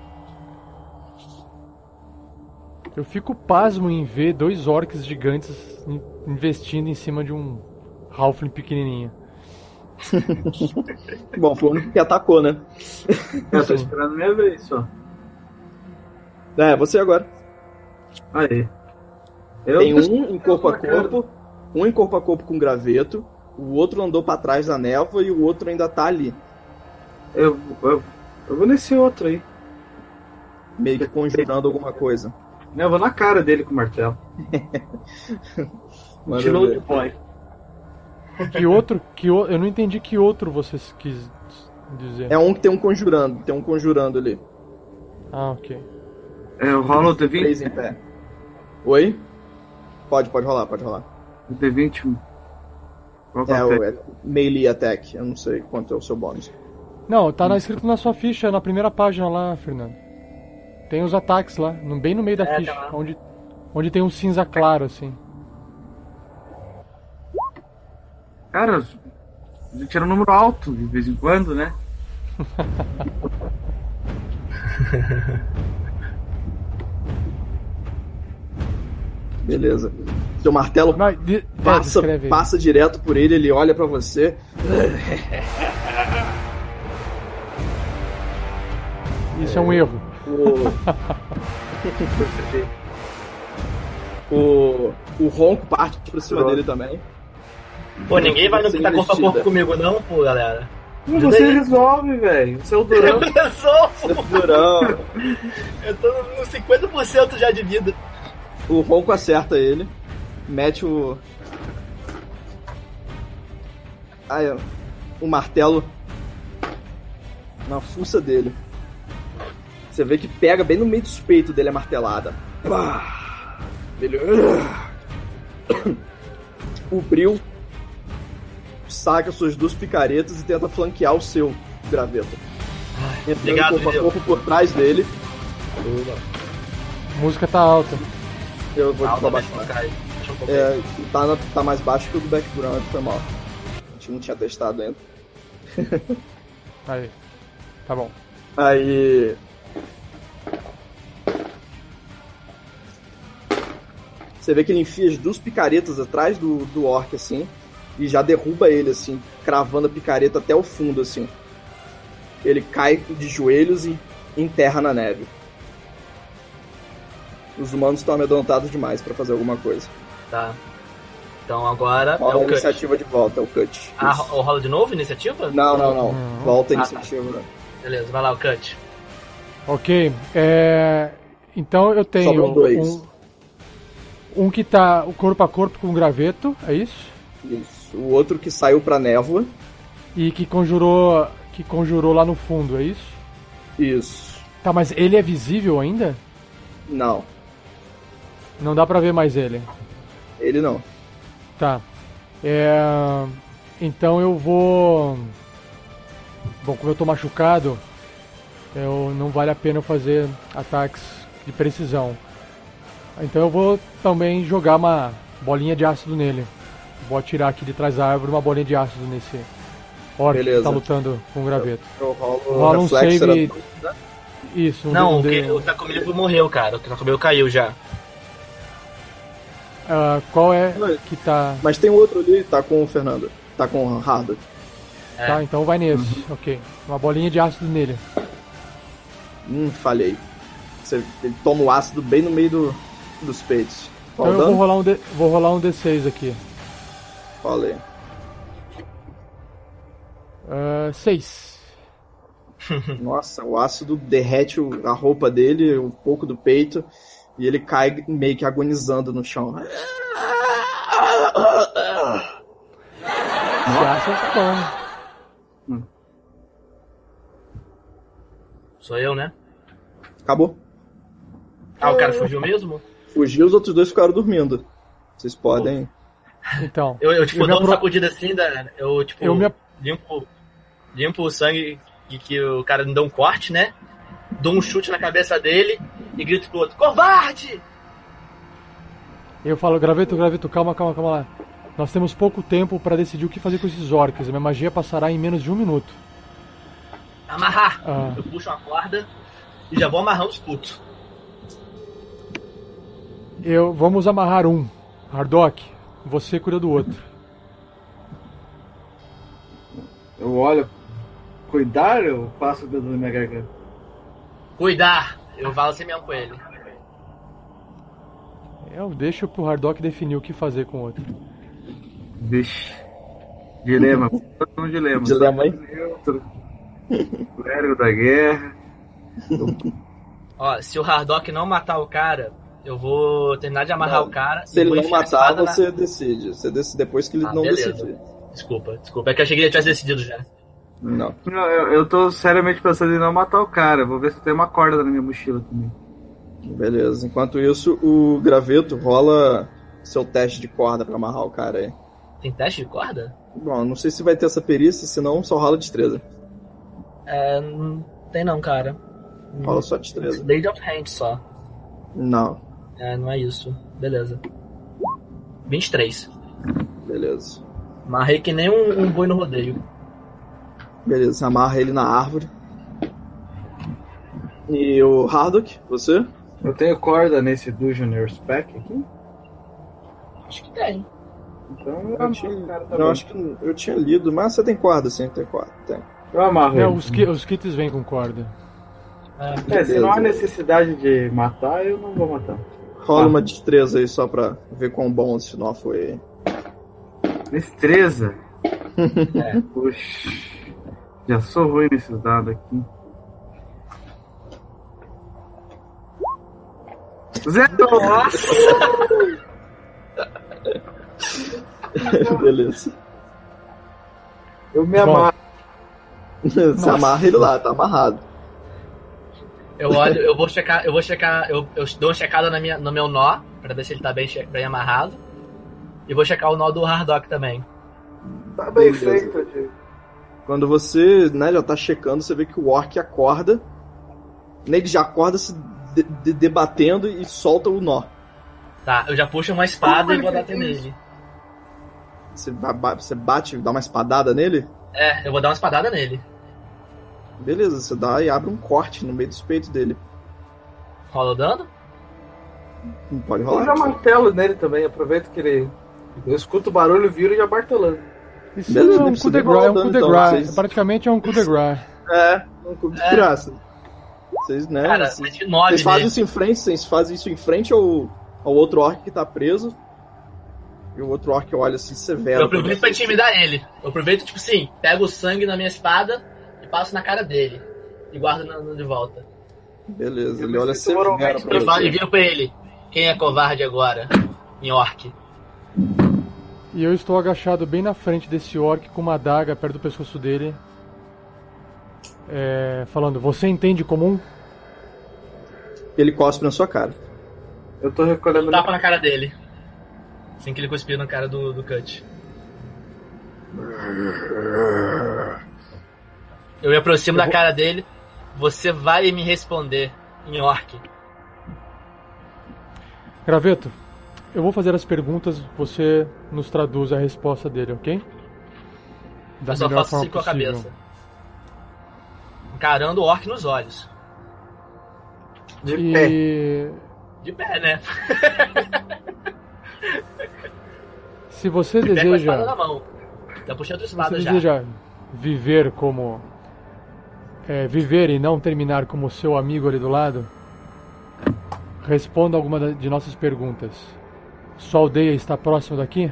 Speaker 3: Eu fico pasmo em ver dois orcs gigantes in- investindo em cima de um halfling pequenininho.
Speaker 2: Bom, foi o único que atacou, né?
Speaker 5: Eu tô esperando minha vez só.
Speaker 2: É, você agora.
Speaker 5: Aí. Eu
Speaker 2: Tem um em corpo a
Speaker 5: cara.
Speaker 2: corpo, um em corpo a corpo com graveto, o outro andou pra trás da névoa e o outro ainda tá ali,
Speaker 5: Eu, eu, eu vou nesse outro aí.
Speaker 2: meio que conjurando alguma coisa.
Speaker 5: Né, Eu vou na cara dele com o martelo.
Speaker 2: Manda
Speaker 5: Tirou
Speaker 2: ver.
Speaker 5: de boy.
Speaker 3: Que outro? Que o- Eu não entendi que outro você quis dizer.
Speaker 2: É um que tem um conjurando, tem um conjurando ali.
Speaker 3: Ah, ok.
Speaker 5: É, eu rolo o D20,
Speaker 2: Três em pé. Oi? Pode, pode rolar, pode rolar.
Speaker 5: o D20. Qual que
Speaker 2: É,
Speaker 5: é,
Speaker 2: o é melee attack, eu não sei quanto é o seu bônus.
Speaker 3: Não, tá na- escrito na sua ficha, na primeira página lá, Fernando. Tem os ataques lá, no- bem no meio da
Speaker 6: É, tá
Speaker 3: ficha,
Speaker 6: lá.
Speaker 3: onde, onde tem um cinza claro, assim.
Speaker 2: é.
Speaker 5: Cara, a gente era um número alto de vez em quando, né?
Speaker 2: Beleza. Seu martelo
Speaker 3: Vai, de, é,
Speaker 2: passa,
Speaker 3: descreve aí.
Speaker 2: passa direto por ele, ele olha pra você.
Speaker 3: Isso é um erro.
Speaker 2: O, o, o ronco parte pra cima dele também.
Speaker 6: Pô, ninguém vai no
Speaker 2: Sem
Speaker 6: que tá corpo a
Speaker 2: investida.
Speaker 6: corpo comigo, não, pô, galera.
Speaker 5: Não, você resolve, velho. Você é o Durão.
Speaker 6: Eu sou, pô,
Speaker 2: Durão.
Speaker 6: eu tô no 50% já de vida.
Speaker 2: O ronco acerta ele. Mete o. Aí, ó, o martelo na fuça dele. Você vê que pega bem no meio do peito dele a martelada. Pá! Ele. O Bril saca suas duas picaretas e tenta flanquear o seu graveto. Entrando
Speaker 6: obrigado,
Speaker 2: corpo a
Speaker 6: Bril.
Speaker 2: corpo por trás dele.
Speaker 3: A música tá alta.
Speaker 2: Eu vou
Speaker 6: Calma,
Speaker 2: te
Speaker 6: deixa
Speaker 2: baixar.
Speaker 6: eu cair. Deixa eu um colocar.
Speaker 2: É, tá, na- tá mais baixo que o do background, foi mal. A gente não tinha testado ainda.
Speaker 3: Aí. Tá bom.
Speaker 2: Aí. Você vê que ele enfia as duas picaretas atrás do, do orc, assim, e já derruba ele, assim, cravando a picareta até o fundo, assim. Ele cai de joelhos e enterra na neve. Os humanos estão amedrontados demais pra fazer alguma coisa.
Speaker 6: Tá. Então agora é
Speaker 2: Rola a
Speaker 6: o cut.
Speaker 2: iniciativa de volta, é o cut.
Speaker 6: Ah,
Speaker 2: Isso.
Speaker 6: ro- rola de novo a iniciativa?
Speaker 2: Não, não, não.
Speaker 3: Não.
Speaker 2: Volta a
Speaker 6: Ah,
Speaker 2: iniciativa.
Speaker 6: Beleza, vai lá, o cut.
Speaker 3: Ok. é, então eu tenho
Speaker 2: Sobram dois.
Speaker 3: um. Um que tá o corpo a corpo com o graveto, é isso?
Speaker 2: Isso. O outro que saiu pra névoa.
Speaker 3: E que conjurou. que conjurou lá no fundo, é isso?
Speaker 2: Isso.
Speaker 3: Tá, mas ele é visível ainda?
Speaker 2: Não.
Speaker 3: Não dá pra ver mais ele.
Speaker 2: Ele não.
Speaker 3: Tá. É, Então eu vou. Bom, como eu tô machucado, é, eu não vale a pena eu fazer ataques de precisão. Então eu vou também jogar uma bolinha de ácido nele. Vou atirar aqui de trás da árvore uma bolinha de ácido nesse orc que
Speaker 2: Beleza.
Speaker 3: tá lutando com o graveto.
Speaker 2: Eu rolo
Speaker 3: Rola um
Speaker 2: reflexo,
Speaker 3: save.
Speaker 2: era-
Speaker 3: Isso, um
Speaker 6: Não, o,
Speaker 3: D- um
Speaker 6: que,
Speaker 3: D-
Speaker 6: o Tacomilepo morreu, cara. O Tacomilepo caiu já.
Speaker 3: Ah, qual é
Speaker 2: Não,
Speaker 3: que tá.
Speaker 2: Mas tem outro ali, tá com o Fernando. Tá com o Hardo.
Speaker 6: É.
Speaker 3: Tá, então vai nesse.
Speaker 2: Uhum.
Speaker 3: Ok. Uma bolinha de ácido nele.
Speaker 2: Hum, falhei. Você- ele toma o ácido bem no meio do, dos peitos.
Speaker 3: Então
Speaker 2: Qual o
Speaker 3: eu vou
Speaker 2: dano?
Speaker 3: rolar, um D, vou rolar um D6 aqui.
Speaker 2: Falei.
Speaker 3: Ah, 6.
Speaker 2: Nossa, o ácido derrete o- a roupa dele, um pouco do peito, e ele cai meio que agonizando no chão.
Speaker 3: Graças bom.
Speaker 6: Sou eu, né?
Speaker 2: Acabou.
Speaker 6: Ah, o cara fugiu mesmo?
Speaker 2: Fugiu, os outros dois ficaram dormindo. Vocês podem
Speaker 3: Então,
Speaker 6: Eu, eu, tipo,
Speaker 3: Eu me
Speaker 6: dou uma
Speaker 3: apro-
Speaker 6: sacudida assim, da, eu, tipo,
Speaker 3: eu me ap-
Speaker 6: limpo, limpo o sangue que, que o cara me deu um corte, né? Dou um chute na cabeça dele e grito pro outro, covarde!
Speaker 3: eu falo, graveto, graveto, calma, calma, calma lá. Nós temos pouco tempo pra decidir o que fazer com esses orcs. A minha magia passará em menos de um minuto.
Speaker 6: Amarrar!
Speaker 3: Ah.
Speaker 6: Eu puxo uma corda e já vou amarrando os putos.
Speaker 3: Eu, vamos amarrar um. Hardock, você cuida do outro.
Speaker 5: Eu olho. Cuidar, eu passo o dedo na minha garganta.
Speaker 6: Cuidar! Eu falo assim mesmo com ele.
Speaker 3: Eu deixo pro Hardock definir o que fazer com o outro.
Speaker 5: Vixe. Dilema. Um dilema.
Speaker 2: Dilema aí.
Speaker 5: Neutro. Clérigo da guerra.
Speaker 6: Ó, se o Hardock não matar o cara, eu vou terminar de amarrar
Speaker 2: Não,
Speaker 6: o cara.
Speaker 2: Se
Speaker 6: e
Speaker 2: ele
Speaker 6: vou
Speaker 2: não
Speaker 6: enfiar a
Speaker 2: matar,
Speaker 6: espada na-
Speaker 2: você decide. Você decide depois que ele
Speaker 6: Ah,
Speaker 2: não
Speaker 6: beleza.
Speaker 2: decidir.
Speaker 6: Desculpa, desculpa. É que eu achei que ele tivesse decidido já.
Speaker 2: Não.
Speaker 5: Não, eu, eu tô seriamente pensando em não matar o cara. Vou ver se tem uma corda na minha mochila também.
Speaker 2: Beleza. Enquanto isso, o graveto rola seu teste de corda pra amarrar o cara aí.
Speaker 6: Tem teste de corda?
Speaker 2: Bom, não sei se vai ter essa perícia, senão só rola destreza.
Speaker 6: É, não tem não, cara. Hum.
Speaker 2: Rola só destreza.
Speaker 6: Blade of Hand só.
Speaker 2: Não.
Speaker 6: É, não é isso. Beleza. 23.
Speaker 2: Beleza.
Speaker 6: Marrei que nem um, um boi no rodeio.
Speaker 2: Beleza, você amarra ele na árvore. E o Hardock, você?
Speaker 5: Eu tenho corda nesse do Junior Spec aqui?
Speaker 6: Acho que tem.
Speaker 5: Então eu,
Speaker 2: Eu
Speaker 5: amarro
Speaker 2: tinha,
Speaker 5: o cara
Speaker 2: eu
Speaker 5: também.
Speaker 2: acho que eu tinha lido, mas você tem corda, sim, tem corda. Tem.
Speaker 5: Eu amarro
Speaker 3: É,
Speaker 5: ele.
Speaker 3: os, ki- os kits vêm com corda.
Speaker 5: É, se não há necessidade de matar, eu não vou matar.
Speaker 2: Rola
Speaker 5: Ah.
Speaker 2: uma destreza aí só pra ver quão bom esse nó foi. aí.
Speaker 5: Destreza? É, Puxa. Já sou ruim nesses dados aqui. Zero!
Speaker 2: Beleza.
Speaker 5: Eu me
Speaker 3: Bom.
Speaker 5: amarro.
Speaker 2: Você amarra ele lá, tá amarrado.
Speaker 6: Eu olho, eu vou checar, eu vou checar, eu, eu dou uma checada na minha, no meu nó, pra ver se ele tá bem, che- bem amarrado. E vou checar o nó do Hardock também.
Speaker 5: Tá bem
Speaker 2: Beleza.
Speaker 5: feito, gente.
Speaker 2: Quando você né, já tá checando, você vê que o orc acorda. né, Ele já acorda se de- de- debatendo e solta o nó.
Speaker 6: Tá, eu já puxo uma espada e vou dar até nele.
Speaker 2: Você, ba- ba- você bate, dá uma espadada nele.
Speaker 6: É, eu vou dar uma espadada nele.
Speaker 2: Beleza, você dá e abre um corte no meio do peito dele.
Speaker 6: Rola o dano?
Speaker 2: Não pode
Speaker 5: Vou
Speaker 2: rolar.
Speaker 5: dar martelo nele também. Aproveito que ele. Eu escuto o barulho, viro e já martelando.
Speaker 3: Isso
Speaker 2: Beleza,
Speaker 3: é um
Speaker 2: não
Speaker 3: coup
Speaker 2: precisa
Speaker 3: de
Speaker 2: nem
Speaker 3: grace, é um
Speaker 2: rodar,
Speaker 3: coup de
Speaker 2: então,
Speaker 3: grace.
Speaker 2: vocês-
Speaker 3: Praticamente é um coup de grace.
Speaker 2: É, um cubo de
Speaker 6: É.
Speaker 2: graça. Vocês, né?
Speaker 6: Cara,
Speaker 2: vocês-
Speaker 6: é de 9
Speaker 2: Vocês fazem
Speaker 6: nele.
Speaker 2: isso em frente, vocês fazem isso em frente ao, ao outro orc que tá preso. E o outro orc olha assim severo.
Speaker 6: Eu aproveito pra intimidar ele. Eu aproveito, tipo assim, pego o sangue na minha espada e passo na cara dele. E guardo na- na- de volta.
Speaker 2: Beleza,
Speaker 5: Eu
Speaker 2: ele
Speaker 5: me
Speaker 2: olha
Speaker 5: sinto
Speaker 2: severo pra
Speaker 5: moralmente
Speaker 6: E falo e
Speaker 2: você.
Speaker 6: viro pra ele. Quem é covarde agora? Em orc.
Speaker 3: E eu estou agachado bem na frente desse orc com uma adaga perto do pescoço dele. É, falando, você entende comum?
Speaker 2: Ele cospe na sua cara.
Speaker 5: Eu tô recolhendo.
Speaker 6: Um tapa na cara dele. Assim que ele cuspiu na cara do, do Cut. Eu me aproximo da cara dele. Você vai me responder em orc.
Speaker 3: Graveto, eu vou fazer as perguntas, você nos traduz a resposta dele, ok? Da
Speaker 6: Eu só
Speaker 3: melhor
Speaker 6: faço assim
Speaker 3: forma
Speaker 6: com a
Speaker 3: possível.
Speaker 6: cabeça. Encarando o orc nos olhos.
Speaker 5: De pé.
Speaker 3: E
Speaker 6: De pé, né?
Speaker 3: se você
Speaker 6: De pé com a espada
Speaker 3: deseja,
Speaker 6: na mão. Já puxei outra
Speaker 3: se
Speaker 6: espada
Speaker 3: você
Speaker 6: já.
Speaker 3: deseja viver como é, viver e não terminar como seu amigo ali do lado, responda alguma da- de nossas perguntas. Sua aldeia está próxima daqui?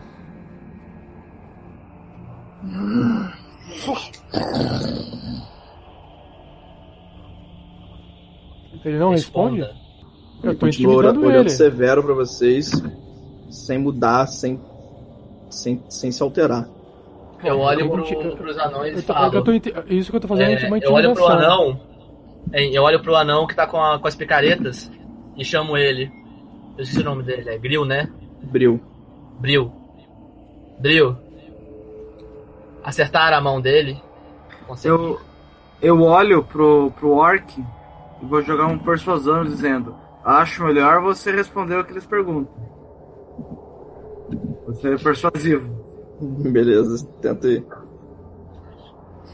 Speaker 3: Ele não responde?
Speaker 6: Responda.
Speaker 3: Eu tô
Speaker 2: continua olha-
Speaker 3: intimidando
Speaker 2: olhando
Speaker 3: ele.
Speaker 2: severo pra vocês, sem mudar, sem, sem, sem se alterar.
Speaker 6: Eu olho
Speaker 3: Eu
Speaker 6: pro,
Speaker 3: tô inti-
Speaker 6: pros anões
Speaker 3: Eu
Speaker 6: e
Speaker 3: tô-
Speaker 6: falo.
Speaker 3: eu tô inti- isso que eu tô fazendo é
Speaker 6: é,
Speaker 3: uma
Speaker 6: eu olho pro
Speaker 3: intimidação.
Speaker 6: anão. hein, Eu olho pro anão que tá com, a- com as picaretas e chamo ele. Eu esqueci o nome dele, é Grill, né?
Speaker 2: Bril.
Speaker 6: Bril. Drill. Acertar a mão dele. Consegui.
Speaker 5: Eu, eu olho pro, pro orc e vou jogar um persuasão dizendo: Acho melhor você responder o que eles perguntam. Você é persuasivo.
Speaker 2: Beleza, tenta aí.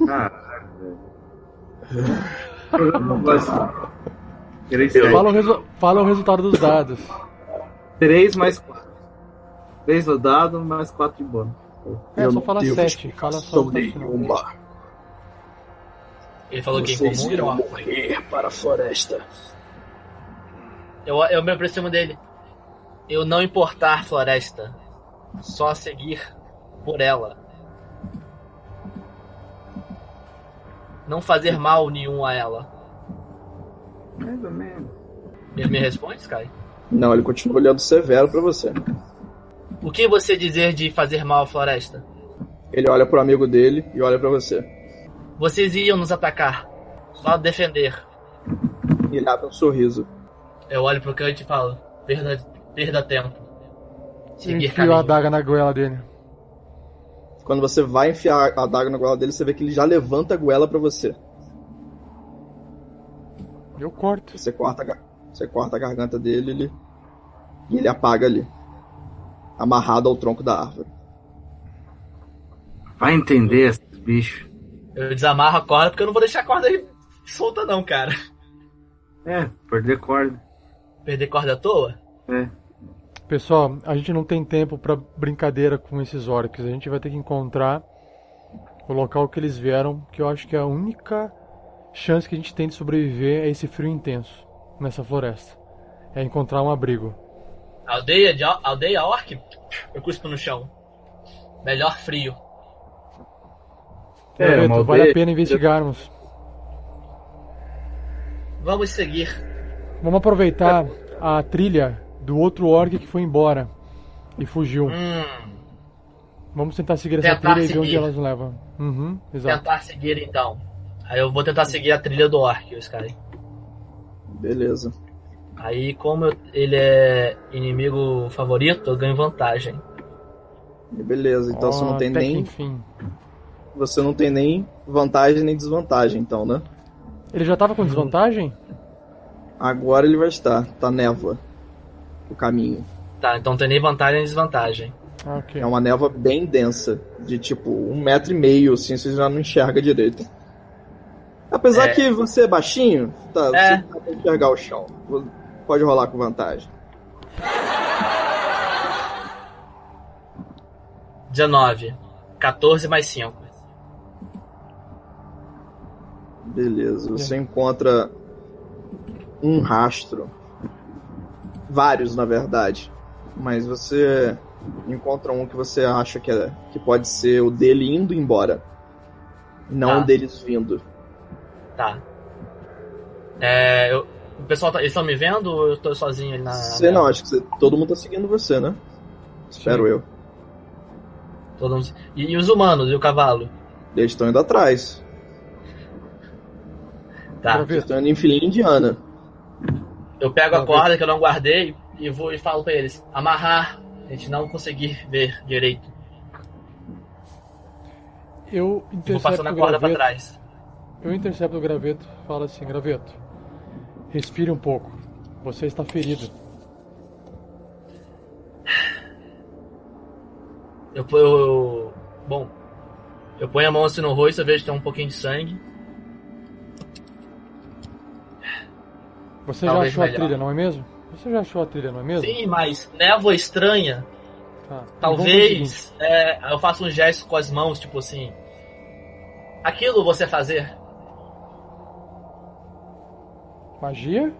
Speaker 5: Caralho, velho. Programa básico. Três,
Speaker 3: Fala o, resu- fala o resultado dos dados.
Speaker 5: três mais quatro. Três no dado, mais quatro de bônus.
Speaker 3: É,
Speaker 2: Meu
Speaker 3: só fala
Speaker 2: Deus,
Speaker 3: 7. Fala só um
Speaker 2: Sou
Speaker 3: o sete, não.
Speaker 2: nenhuma.
Speaker 6: Ele falou que em
Speaker 2: Vocês
Speaker 6: comum.
Speaker 2: irão
Speaker 6: irmão.
Speaker 2: morrer para a floresta.
Speaker 6: Eu, eu me aproximo dele. Eu não importar floresta. Só seguir por ela. Não fazer mal nenhum a ela.
Speaker 5: Mais ou menos.
Speaker 6: Ele me responde, Sky?
Speaker 2: Não, ele continua olhando severo pra você.
Speaker 6: O que você dizer de fazer mal à floresta?
Speaker 2: Ele olha pro amigo dele e olha pra você.
Speaker 6: Vocês iam nos atacar. Só defender.
Speaker 2: E ele abre um sorriso.
Speaker 6: Eu olho pro Kant e falo: perda, perda tempo. Seguir
Speaker 3: Enfio a
Speaker 6: caminho.
Speaker 3: adaga na goela dele.
Speaker 2: Quando você vai enfiar a adaga na goela dele, você vê que ele já levanta a goela pra você.
Speaker 3: Eu corto.
Speaker 2: Você corta, a gar- você corta a garganta dele ele- e ele apaga ali. Amarrado ao tronco da árvore.
Speaker 5: Vai entender esses bichos.
Speaker 6: Eu desamarro a corda porque eu não vou deixar a corda aí solta, não, cara.
Speaker 5: É, perder corda.
Speaker 6: Perder corda à toa?
Speaker 5: É.
Speaker 3: Pessoal, a gente não tem tempo pra brincadeira com esses orcs. A gente vai ter que encontrar o local que eles vieram, que eu acho que é a única chance que a gente tem de sobreviver a esse frio intenso nessa floresta. É encontrar um abrigo.
Speaker 6: Aldeia, de, al- aldeia orc? Eu cuspo no chão. Melhor frio.
Speaker 5: É,
Speaker 3: Loreto,
Speaker 5: uma
Speaker 3: vale a
Speaker 5: aldeia-
Speaker 3: pena investigarmos.
Speaker 6: Vamos seguir.
Speaker 3: Vamos aproveitar a trilha do outro orc que foi embora e fugiu.
Speaker 6: Hum,
Speaker 3: Vamos tentar seguir essa
Speaker 6: Tentar
Speaker 3: trilha e ver onde
Speaker 6: seguir.
Speaker 3: elas levam. Uhum, exato.
Speaker 6: tentar seguir então. Aí eu vou tentar seguir a trilha do orc, o Sky.
Speaker 2: Beleza.
Speaker 6: Aí, como eu- ele é inimigo favorito, eu ganho vantagem.
Speaker 2: E beleza. Então você não
Speaker 3: Ó,
Speaker 2: tem
Speaker 6: tá
Speaker 3: até que
Speaker 2: nem.
Speaker 3: Enfim.
Speaker 2: Você não tem nem vantagem nem desvantagem, então, né?
Speaker 3: Ele já tava com
Speaker 6: Uhum.
Speaker 3: desvantagem?
Speaker 2: Agora ele vai estar. Tá névoa. O caminho.
Speaker 6: Tá, então não tem nem vantagem nem desvantagem.
Speaker 3: Ah, ok.
Speaker 6: um
Speaker 2: É uma névoa bem densa, de tipo um metro e meio, assim, você já não enxerga direito. Apesar
Speaker 6: É.
Speaker 2: que você é baixinho, tá,
Speaker 6: É.
Speaker 2: você dá pra enxergar o chão. Vo- Pode rolar com vantagem.
Speaker 6: 19. 14 mais 5.
Speaker 2: Beleza, você encontra um rastro. Vários, na verdade. Mas você encontra um que você acha que, é, que pode ser o dele indo embora. Não
Speaker 6: Tá.
Speaker 2: o deles vindo.
Speaker 6: Tá. É, eu- o pessoal, tá, eles estão me vendo ou eu tô sozinho ali na.
Speaker 2: Você não, acho que você- todo mundo tá seguindo você, né? Espero eu.
Speaker 6: Todo mundo- e, e os humanos e o cavalo?
Speaker 2: Eles estão indo atrás.
Speaker 6: Tá.
Speaker 3: Pra ver.
Speaker 2: Vocês estão indo em filinha indiana.
Speaker 6: Eu pego a
Speaker 3: Talvez.
Speaker 6: corda que eu não guardei e vou e falo pra eles: amarrar, a gente não conseguir ver direito.
Speaker 3: Eu
Speaker 6: E vou
Speaker 3: intercepto
Speaker 6: passando
Speaker 3: o
Speaker 6: a corda pra
Speaker 3: graveto.
Speaker 6: trás.
Speaker 3: Eu intercepto o graveto, falo assim, graveto. Respire um pouco. Você está ferido.
Speaker 6: Eu, eu, eu. Bom, eu ponho a mão assim no rosto, eu vejo que tem um pouquinho de sangue.
Speaker 3: Você
Speaker 6: Talvez
Speaker 3: já achou
Speaker 6: melhor.
Speaker 3: a trilha, não é mesmo? Você já achou a trilha, não é mesmo?
Speaker 6: Sim, mas névoa estranha
Speaker 3: Tá. Então vamos fazer o seguinte.
Speaker 6: Talvez é, eu faça um gesto com as mãos, tipo assim. Aquilo você fazer.
Speaker 3: Magia?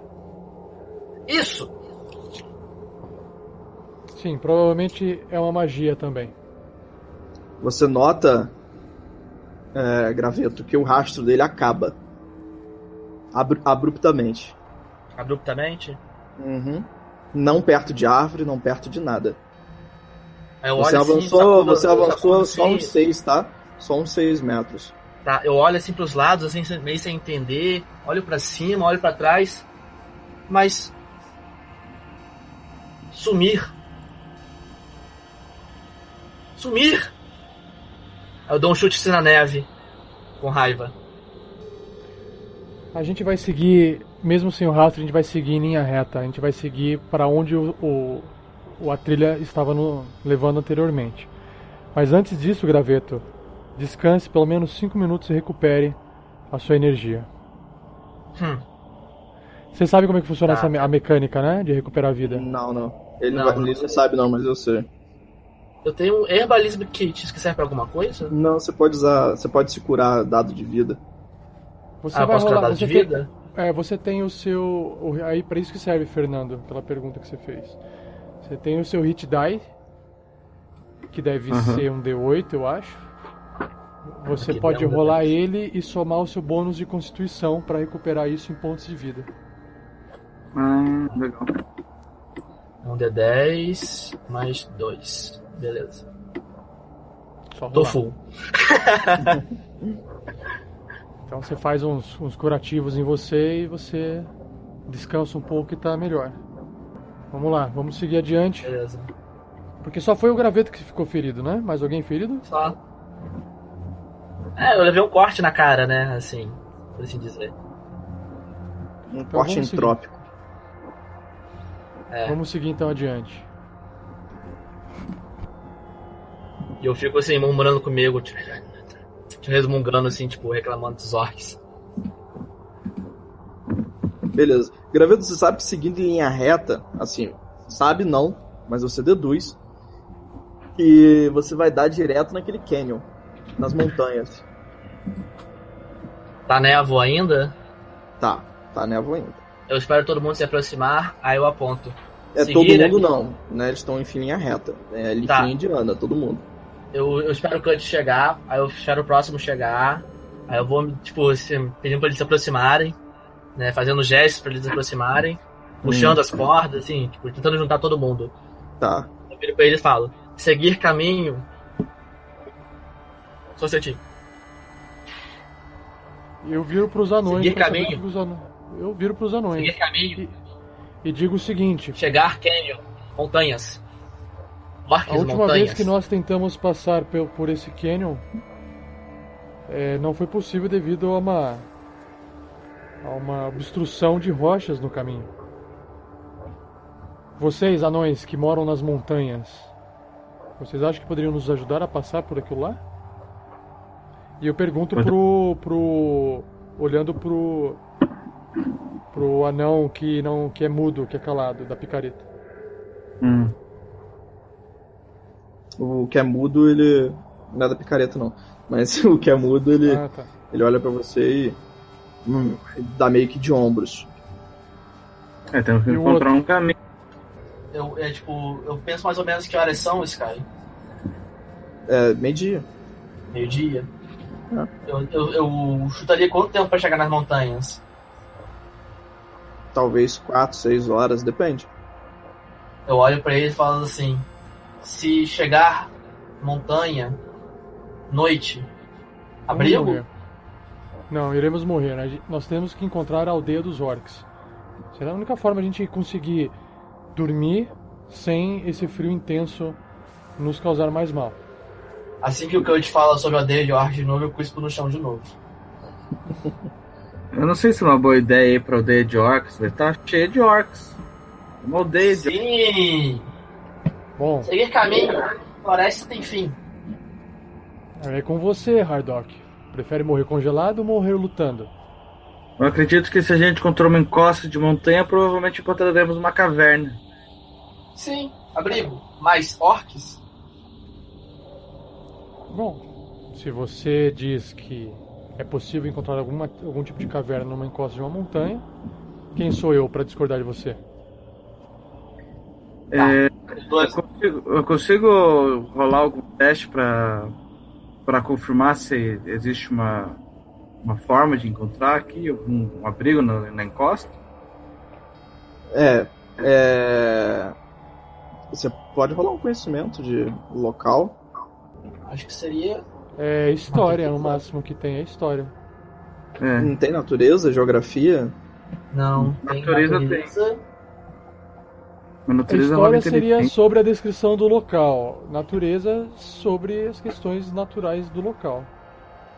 Speaker 6: Isso!
Speaker 3: Sim, provavelmente é uma magia também.
Speaker 2: Você nota, é, Graveto, que o rastro dele acaba. Abru- abruptamente.
Speaker 6: Abruptamente.
Speaker 2: Uhum. Não perto de árvore, não perto de nada.
Speaker 6: Aí eu
Speaker 2: você
Speaker 6: olho
Speaker 2: avançou,
Speaker 6: assim, sacudo-
Speaker 2: você avançou
Speaker 6: sacudo
Speaker 2: só
Speaker 6: assim,
Speaker 2: uns seis, tá? Só uns seis metros.
Speaker 6: tá? Eu olho assim pros lados, assim, sem- meio sem entender. Olho pra cima, olho pra trás. Mas. Sumir. Sumir! Eu dou um chute assim na neve, com raiva.
Speaker 3: A gente vai seguir, mesmo sem o rastro, a gente vai seguir em linha reta. A gente vai seguir para onde o, o, o- a trilha estava no- levando anteriormente. Mas antes disso, Graveto, descanse pelo menos 5 minutos e recupere a sua energia.
Speaker 6: Hum.
Speaker 3: Você sabe como é que funciona
Speaker 6: Tá.
Speaker 3: essa me- a mecânica, né? De recuperar a vida.
Speaker 2: Não, não. Ele
Speaker 6: Não,
Speaker 2: não, vai,
Speaker 6: não.
Speaker 2: ele não sabe, não, mas eu sei.
Speaker 6: Eu tenho um herbalismo kit que serve pra alguma coisa?
Speaker 2: Não, você pode usar. Você pode se curar dado de vida.
Speaker 3: Você
Speaker 6: ah,
Speaker 3: vai
Speaker 6: posso
Speaker 3: rolar.
Speaker 6: tratar de
Speaker 3: Você tem,
Speaker 6: vida?
Speaker 3: é, você tem o seu. o- aí para isso que serve, Fernando, pela pergunta que você fez. Você tem o seu hit die, que deve
Speaker 5: Aham.
Speaker 3: ser um D8, eu acho. Você
Speaker 6: Aqui
Speaker 3: pode
Speaker 6: dá um
Speaker 3: rolar ele e somar o seu bônus de constituição para recuperar isso em pontos de vida.
Speaker 5: Ah, legal.
Speaker 6: É um D10 mais 2. Beleza.
Speaker 3: Só
Speaker 6: Tô
Speaker 3: rolar.
Speaker 6: full.
Speaker 3: Então você faz uns, uns curativos em você e você descansa um pouco e tá melhor. Vamos lá, vamos seguir adiante.
Speaker 6: Beleza.
Speaker 3: Porque só foi o graveto que ficou ferido, né? Mais alguém ferido?
Speaker 6: Só. É, eu levei um corte na cara, né? Assim, por assim dizer.
Speaker 2: Um
Speaker 3: Então vamos
Speaker 2: corte
Speaker 3: seguir.
Speaker 2: entrópico.
Speaker 6: É.
Speaker 3: Vamos seguir então adiante.
Speaker 6: E eu fico assim, murmurando comigo, tipo, tipo, resmungando, assim, tipo, reclamando dos orcs.
Speaker 2: Beleza. Graveto, você sabe que seguindo em linha reta, assim, sabe não, mas você deduz, que você vai dar direto naquele canyon, nas montanhas.
Speaker 6: Tá névoa ainda?
Speaker 2: Tá, tá névoa ainda.
Speaker 6: Eu espero todo mundo se aproximar, aí eu aponto.
Speaker 2: É
Speaker 6: Seguir
Speaker 2: todo mundo
Speaker 6: aqui.
Speaker 2: não, né? Eles estão em linha reta. É linha
Speaker 6: Tá.
Speaker 2: indiana, todo mundo.
Speaker 6: Eu, eu espero o Cut chegar, aí eu espero o próximo chegar, aí eu vou, tipo, assim, pedindo pra eles se aproximarem, né? Fazendo gestos pra eles se aproximarem,
Speaker 2: Hum.
Speaker 6: puxando as cordas, assim, tipo, tentando juntar todo mundo.
Speaker 2: Tá.
Speaker 6: Eu viro pra ele e falo: seguir caminho. Só senti.
Speaker 3: Eu viro pros anões.
Speaker 6: Seguir
Speaker 3: pra saber
Speaker 6: caminho?
Speaker 3: o que os anões- Eu viro pros anões.
Speaker 6: Seguir caminho.
Speaker 3: E digo o seguinte:
Speaker 6: Chegar canyon. Montanhas. Orques,
Speaker 3: a última
Speaker 6: montanhas.
Speaker 3: vez que nós tentamos passar pe- por esse canyon, é, não foi possível devido a uma a uma obstrução de rochas no caminho. Vocês, anões que moram nas montanhas, vocês acham que poderiam nos ajudar a passar por aquilo lá? E eu pergunto
Speaker 5: Pode-
Speaker 3: pro pro olhando pro pro anão que não que é mudo, que é calado da picareta.
Speaker 5: Hum.
Speaker 2: O que é mudo, ele. Não é da picareta, não. Mas o que é mudo, ele,
Speaker 3: Ah, tá.
Speaker 2: ele olha pra você e. hum, dá meio que de ombros.
Speaker 5: É, temos que
Speaker 3: E o
Speaker 5: encontrar um caminho.
Speaker 6: Eu, é, tipo, eu penso mais ou menos que horas são, Sky.
Speaker 2: É, meio-dia.
Speaker 6: Meio-dia. Eu, eu, eu chutaria quanto tempo pra chegar nas montanhas?
Speaker 2: Talvez quatro, seis horas, depende.
Speaker 6: Eu olho pra ele e falo assim: se chegar montanha, noite,
Speaker 3: Vamos
Speaker 6: abrigo?
Speaker 3: morrer. Não, iremos morrer. né? A gen- Nós temos que encontrar a aldeia dos orcs. Será a única forma a gente conseguir dormir sem esse frio intenso nos causar mais mal.
Speaker 6: Assim que o Kurt fala sobre a dele, eu de novo, eu cuspo no chão de novo.
Speaker 5: Eu não sei se é uma boa ideia ir pra aldeia de orcs, vai estar cheio de orcs. Uma aldeia de
Speaker 6: Sim!
Speaker 3: Bom,
Speaker 6: Seguir caminho, floresta tem fim.
Speaker 3: é com você, Hardock. Prefere morrer congelado ou morrer lutando?
Speaker 5: Eu acredito que se a gente encontrar uma encosta de montanha, provavelmente encontraremos uma caverna.
Speaker 6: Sim, abrigo. Mais orques?
Speaker 3: Bom, se você diz que é possível encontrar alguma, algum tipo de caverna numa encosta de uma montanha, quem sou eu para discordar de você?
Speaker 5: Eu consigo, eu consigo rolar algum teste pra para confirmar se existe uma, uma forma de encontrar aqui um, um abrigo na, na encosta?
Speaker 2: É, é. Você pode rolar um conhecimento de local.
Speaker 6: Acho que seria.
Speaker 3: É história, o máximo que tem é história. Hum.
Speaker 5: É.
Speaker 2: Não tem natureza, geografia.
Speaker 6: Não, tem
Speaker 5: Natureza tem.
Speaker 6: natureza.
Speaker 5: Minha
Speaker 3: A
Speaker 5: natureza é um homem
Speaker 3: história seria
Speaker 5: inteligente.
Speaker 3: sobre a descrição do local, natureza sobre as questões naturais do local.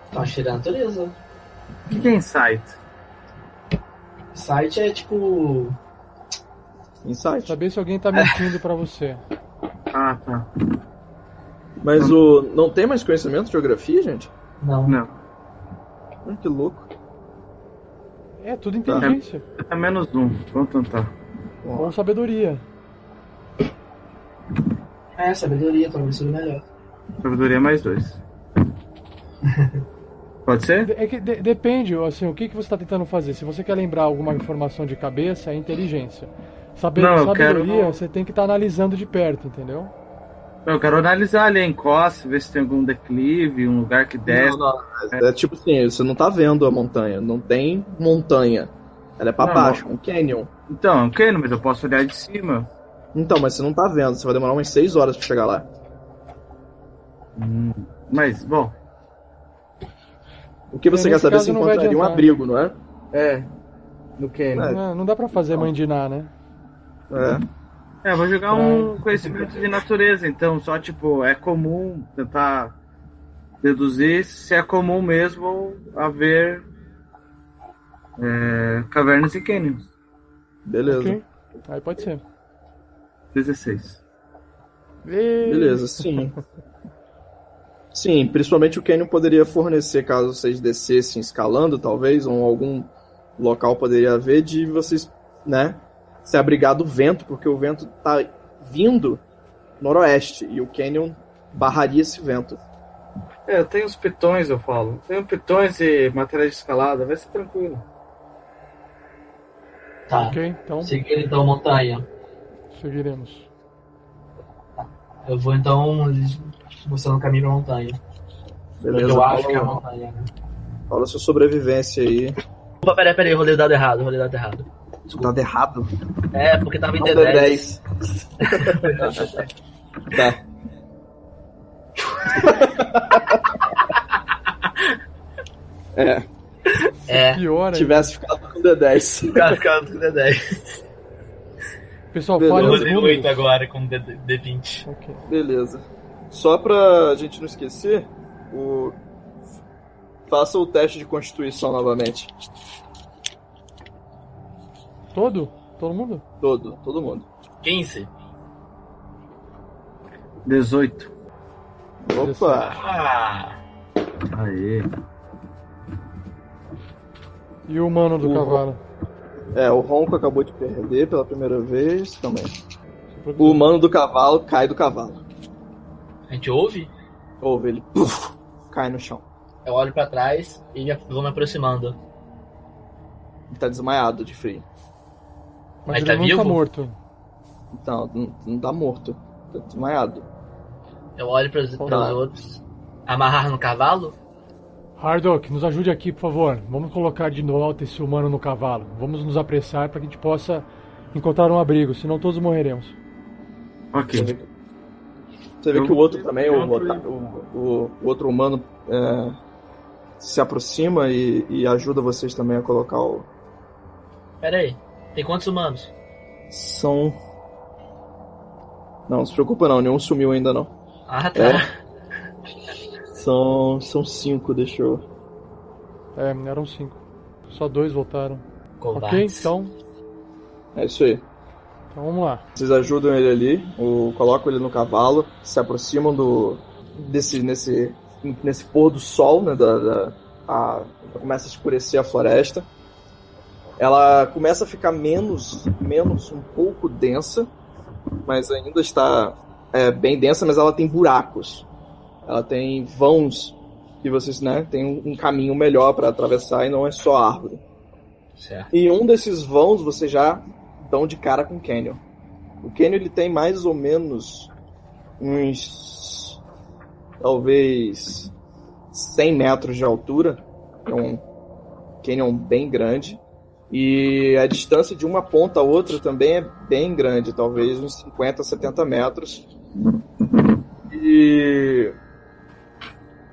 Speaker 4: Então, achei da natureza.
Speaker 5: O que que é insight?
Speaker 4: Site é tipo.
Speaker 2: Insight.
Speaker 3: Saber se alguém tá mentindo pra você.
Speaker 5: Ah, tá.
Speaker 2: Mas o. Não tem mais conhecimento de geografia, gente?
Speaker 4: Não.
Speaker 5: Não.
Speaker 2: Olha que louco.
Speaker 3: É tudo inteligência
Speaker 5: É menos um. Vamos tentar.
Speaker 3: ou sabedoria.
Speaker 4: É, sabedoria, talvez seja melhor.
Speaker 5: Sabedoria mais dois. Pode ser?
Speaker 3: É que de- depende, assim, o que, que você tá tentando fazer. Se você quer lembrar alguma informação de cabeça, é inteligência. Saber,
Speaker 5: Não, eu
Speaker 3: sabedoria,
Speaker 5: quero-
Speaker 3: você tem que estar analisando de perto, entendeu?
Speaker 5: Eu quero analisar ali a encosta, ver se tem algum declive, um lugar que desce.
Speaker 2: Não, não, É tipo assim, você não tá vendo a montanha. Não tem montanha. Ela é pra
Speaker 5: Não,
Speaker 2: baixo, um canyon.
Speaker 5: Então, é um cânion, mas eu posso olhar de cima.
Speaker 2: Então, mas você não tá vendo, você vai demorar umas 6 horas pra chegar lá.
Speaker 5: Mas, bom,
Speaker 2: O que você
Speaker 3: É,
Speaker 2: quer
Speaker 3: nesse
Speaker 2: saber
Speaker 3: caso
Speaker 2: se
Speaker 3: não vai
Speaker 2: encontraria um
Speaker 3: adiantar.
Speaker 2: abrigo, não é?
Speaker 5: É, no Kenny.
Speaker 2: É.
Speaker 3: Não, não dá pra fazer mandinar, né?
Speaker 2: É.
Speaker 5: É, eu vou jogar um conhecimento de natureza, então só tipo, é comum tentar deduzir se é comum mesmo haver é, cavernas e cânions.
Speaker 2: Beleza.
Speaker 3: Ok. Aí pode ser.
Speaker 5: 16.
Speaker 3: Beleza.
Speaker 2: Beleza, sim. Sim, principalmente o Canyon poderia fornecer, caso vocês descessem escalando, talvez, ou algum local poderia haver, de vocês, né, se abrigar do vento, porque o vento tá vindo noroeste, e o Canyon barraria esse vento.
Speaker 5: É, eu tenho os pitões, eu falo. Tenho pitões e matéria de escalada, vai ser tranquilo.
Speaker 4: Tá.
Speaker 3: Ok, então
Speaker 4: Seguindo então montanha.
Speaker 3: seguiremos.
Speaker 4: Eu vou então mostrando o caminho pra montanha.
Speaker 2: Beleza?
Speaker 4: eu acho que é a
Speaker 2: Fala,
Speaker 4: montanha, né?
Speaker 2: fala sua sobrevivência aí.
Speaker 6: Opa, peraí, peraí, rolei o dado errado, rolei o dado errado.
Speaker 2: Tá errado?
Speaker 6: É, porque tava em
Speaker 2: Não,
Speaker 6: D10.
Speaker 2: D10. tá. É, se
Speaker 6: É.
Speaker 3: Pior aí.
Speaker 2: tivesse ficado com D10.
Speaker 6: Cara, ficava com D10.
Speaker 3: Pessoal,
Speaker 2: Beleza.
Speaker 3: fale
Speaker 6: Eu
Speaker 3: os
Speaker 6: rolei
Speaker 3: números.
Speaker 6: 8 agora com D- D20.
Speaker 3: Ok.
Speaker 2: Beleza. Só pra gente não esquecer, o... faça o teste de constituição novamente.
Speaker 3: Todo? Todo mundo?
Speaker 2: Todo, todo mundo.
Speaker 6: 15.
Speaker 5: 18.
Speaker 2: Opa!
Speaker 6: Ah,
Speaker 5: Aê.
Speaker 3: E o mano do
Speaker 2: Uhum.
Speaker 3: cavalo?
Speaker 2: É, o Ronco acabou de perder pela primeira vez também. O mano do cavalo cai do cavalo.
Speaker 6: a gente ouve?
Speaker 2: Ouve ele. puf, cai no chão.
Speaker 6: Eu olho pra trás e me- vou me aproximando.
Speaker 2: Ele tá desmaiado de frio.
Speaker 3: Mas
Speaker 6: Mas
Speaker 3: ele
Speaker 6: tá
Speaker 3: não tá
Speaker 6: vivo?
Speaker 3: morto.
Speaker 2: Então, não, não tá morto. Tá desmaiado.
Speaker 6: Eu olho pros,
Speaker 3: Tá.
Speaker 6: pros outros. Amarrar no cavalo?
Speaker 3: Hardock, nos ajude aqui, por favor. Vamos colocar de volta esse humano no cavalo. Vamos nos apressar para que a gente possa encontrar um abrigo, senão todos morreremos.
Speaker 2: Você
Speaker 5: Ok.
Speaker 2: vê que- Você vê
Speaker 5: Eu um
Speaker 2: que o
Speaker 5: vou-
Speaker 2: outro também, é um o,
Speaker 5: eu vou-
Speaker 2: ota- o, o- o outro humano, é, se aproxima e, e ajuda vocês também a colocar o.
Speaker 6: Pera aí. Tem quantos humanos?
Speaker 2: São. Não, não se preocupa não, nenhum sumiu ainda não.
Speaker 6: Ah, tá.
Speaker 2: É. São. São cinco, deixa eu.
Speaker 3: É, eram cinco. Só dois voltaram. Ok,
Speaker 6: Covardes.
Speaker 3: então,
Speaker 2: É isso aí.
Speaker 3: então vamos lá.
Speaker 2: Vocês ajudam ele ali, o, colocam ele no cavalo, se aproximam do. desse. nesse. nesse pôr do sol, né? Da, da- a- começa a escurecer a floresta. Ela começa a ficar menos, menos um pouco densa, mas ainda está é, bem densa, mas ela tem buracos. Ela tem vãos que vocês, né, tem um, um caminho melhor para atravessar e não é só árvore.
Speaker 6: Certo.
Speaker 2: E um desses vãos vocês já dão de cara com o Canyon. O Canyon ele tem mais ou menos uns. talvez. 100 metros de altura. É um Canyon bem grande. E a distância de uma ponta a outra também é bem grande, talvez uns 50, 70 metros. E.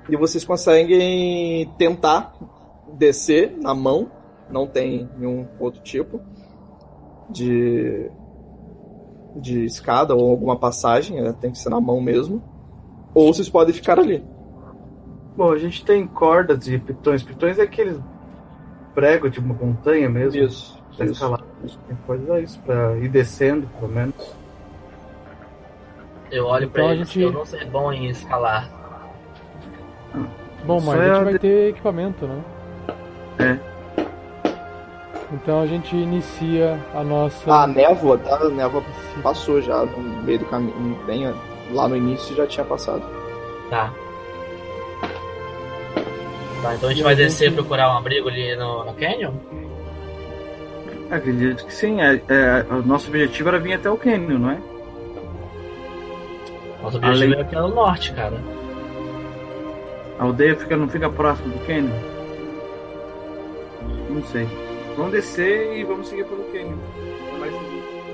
Speaker 2: E vocês conseguem tentar descer na mão, não tem nenhum outro tipo de de escada ou alguma passagem, é, tem que ser na mão mesmo. Ou vocês podem ficar ali.
Speaker 5: Bom, a gente tem cordas e pitões. Pitões é aqueles pregos de uma montanha mesmo.
Speaker 2: Isso.
Speaker 5: Pra escalar. A gente tem cordas a isso, pra ir descendo, pelo menos.
Speaker 6: Eu olho pra
Speaker 3: Então a
Speaker 6: eles,
Speaker 3: gente-
Speaker 6: eu não sou bom em escalar.
Speaker 3: Bom, mas
Speaker 5: Só
Speaker 3: a
Speaker 5: é a
Speaker 3: gente vai
Speaker 5: de-
Speaker 3: ter equipamento, né?
Speaker 5: É.
Speaker 3: Então a gente inicia a nossa.
Speaker 2: Ah, a névoa, tá? A névoa
Speaker 3: esse-
Speaker 2: passou já no meio do caminho, bem lá no início já tinha passado.
Speaker 6: Tá. Tá, então a gente vai descer e procurar um abrigo ali no, no Canyon?
Speaker 5: Acredito que sim. É, é, o nosso objetivo era vir até o Canyon, não é?
Speaker 6: Nosso objetivo
Speaker 5: Além-
Speaker 6: é aqui no norte, cara.
Speaker 5: A aldeia fica, não fica próximo do Canyon? Não sei. Vamos descer e vamos seguir pelo Canyon. Mas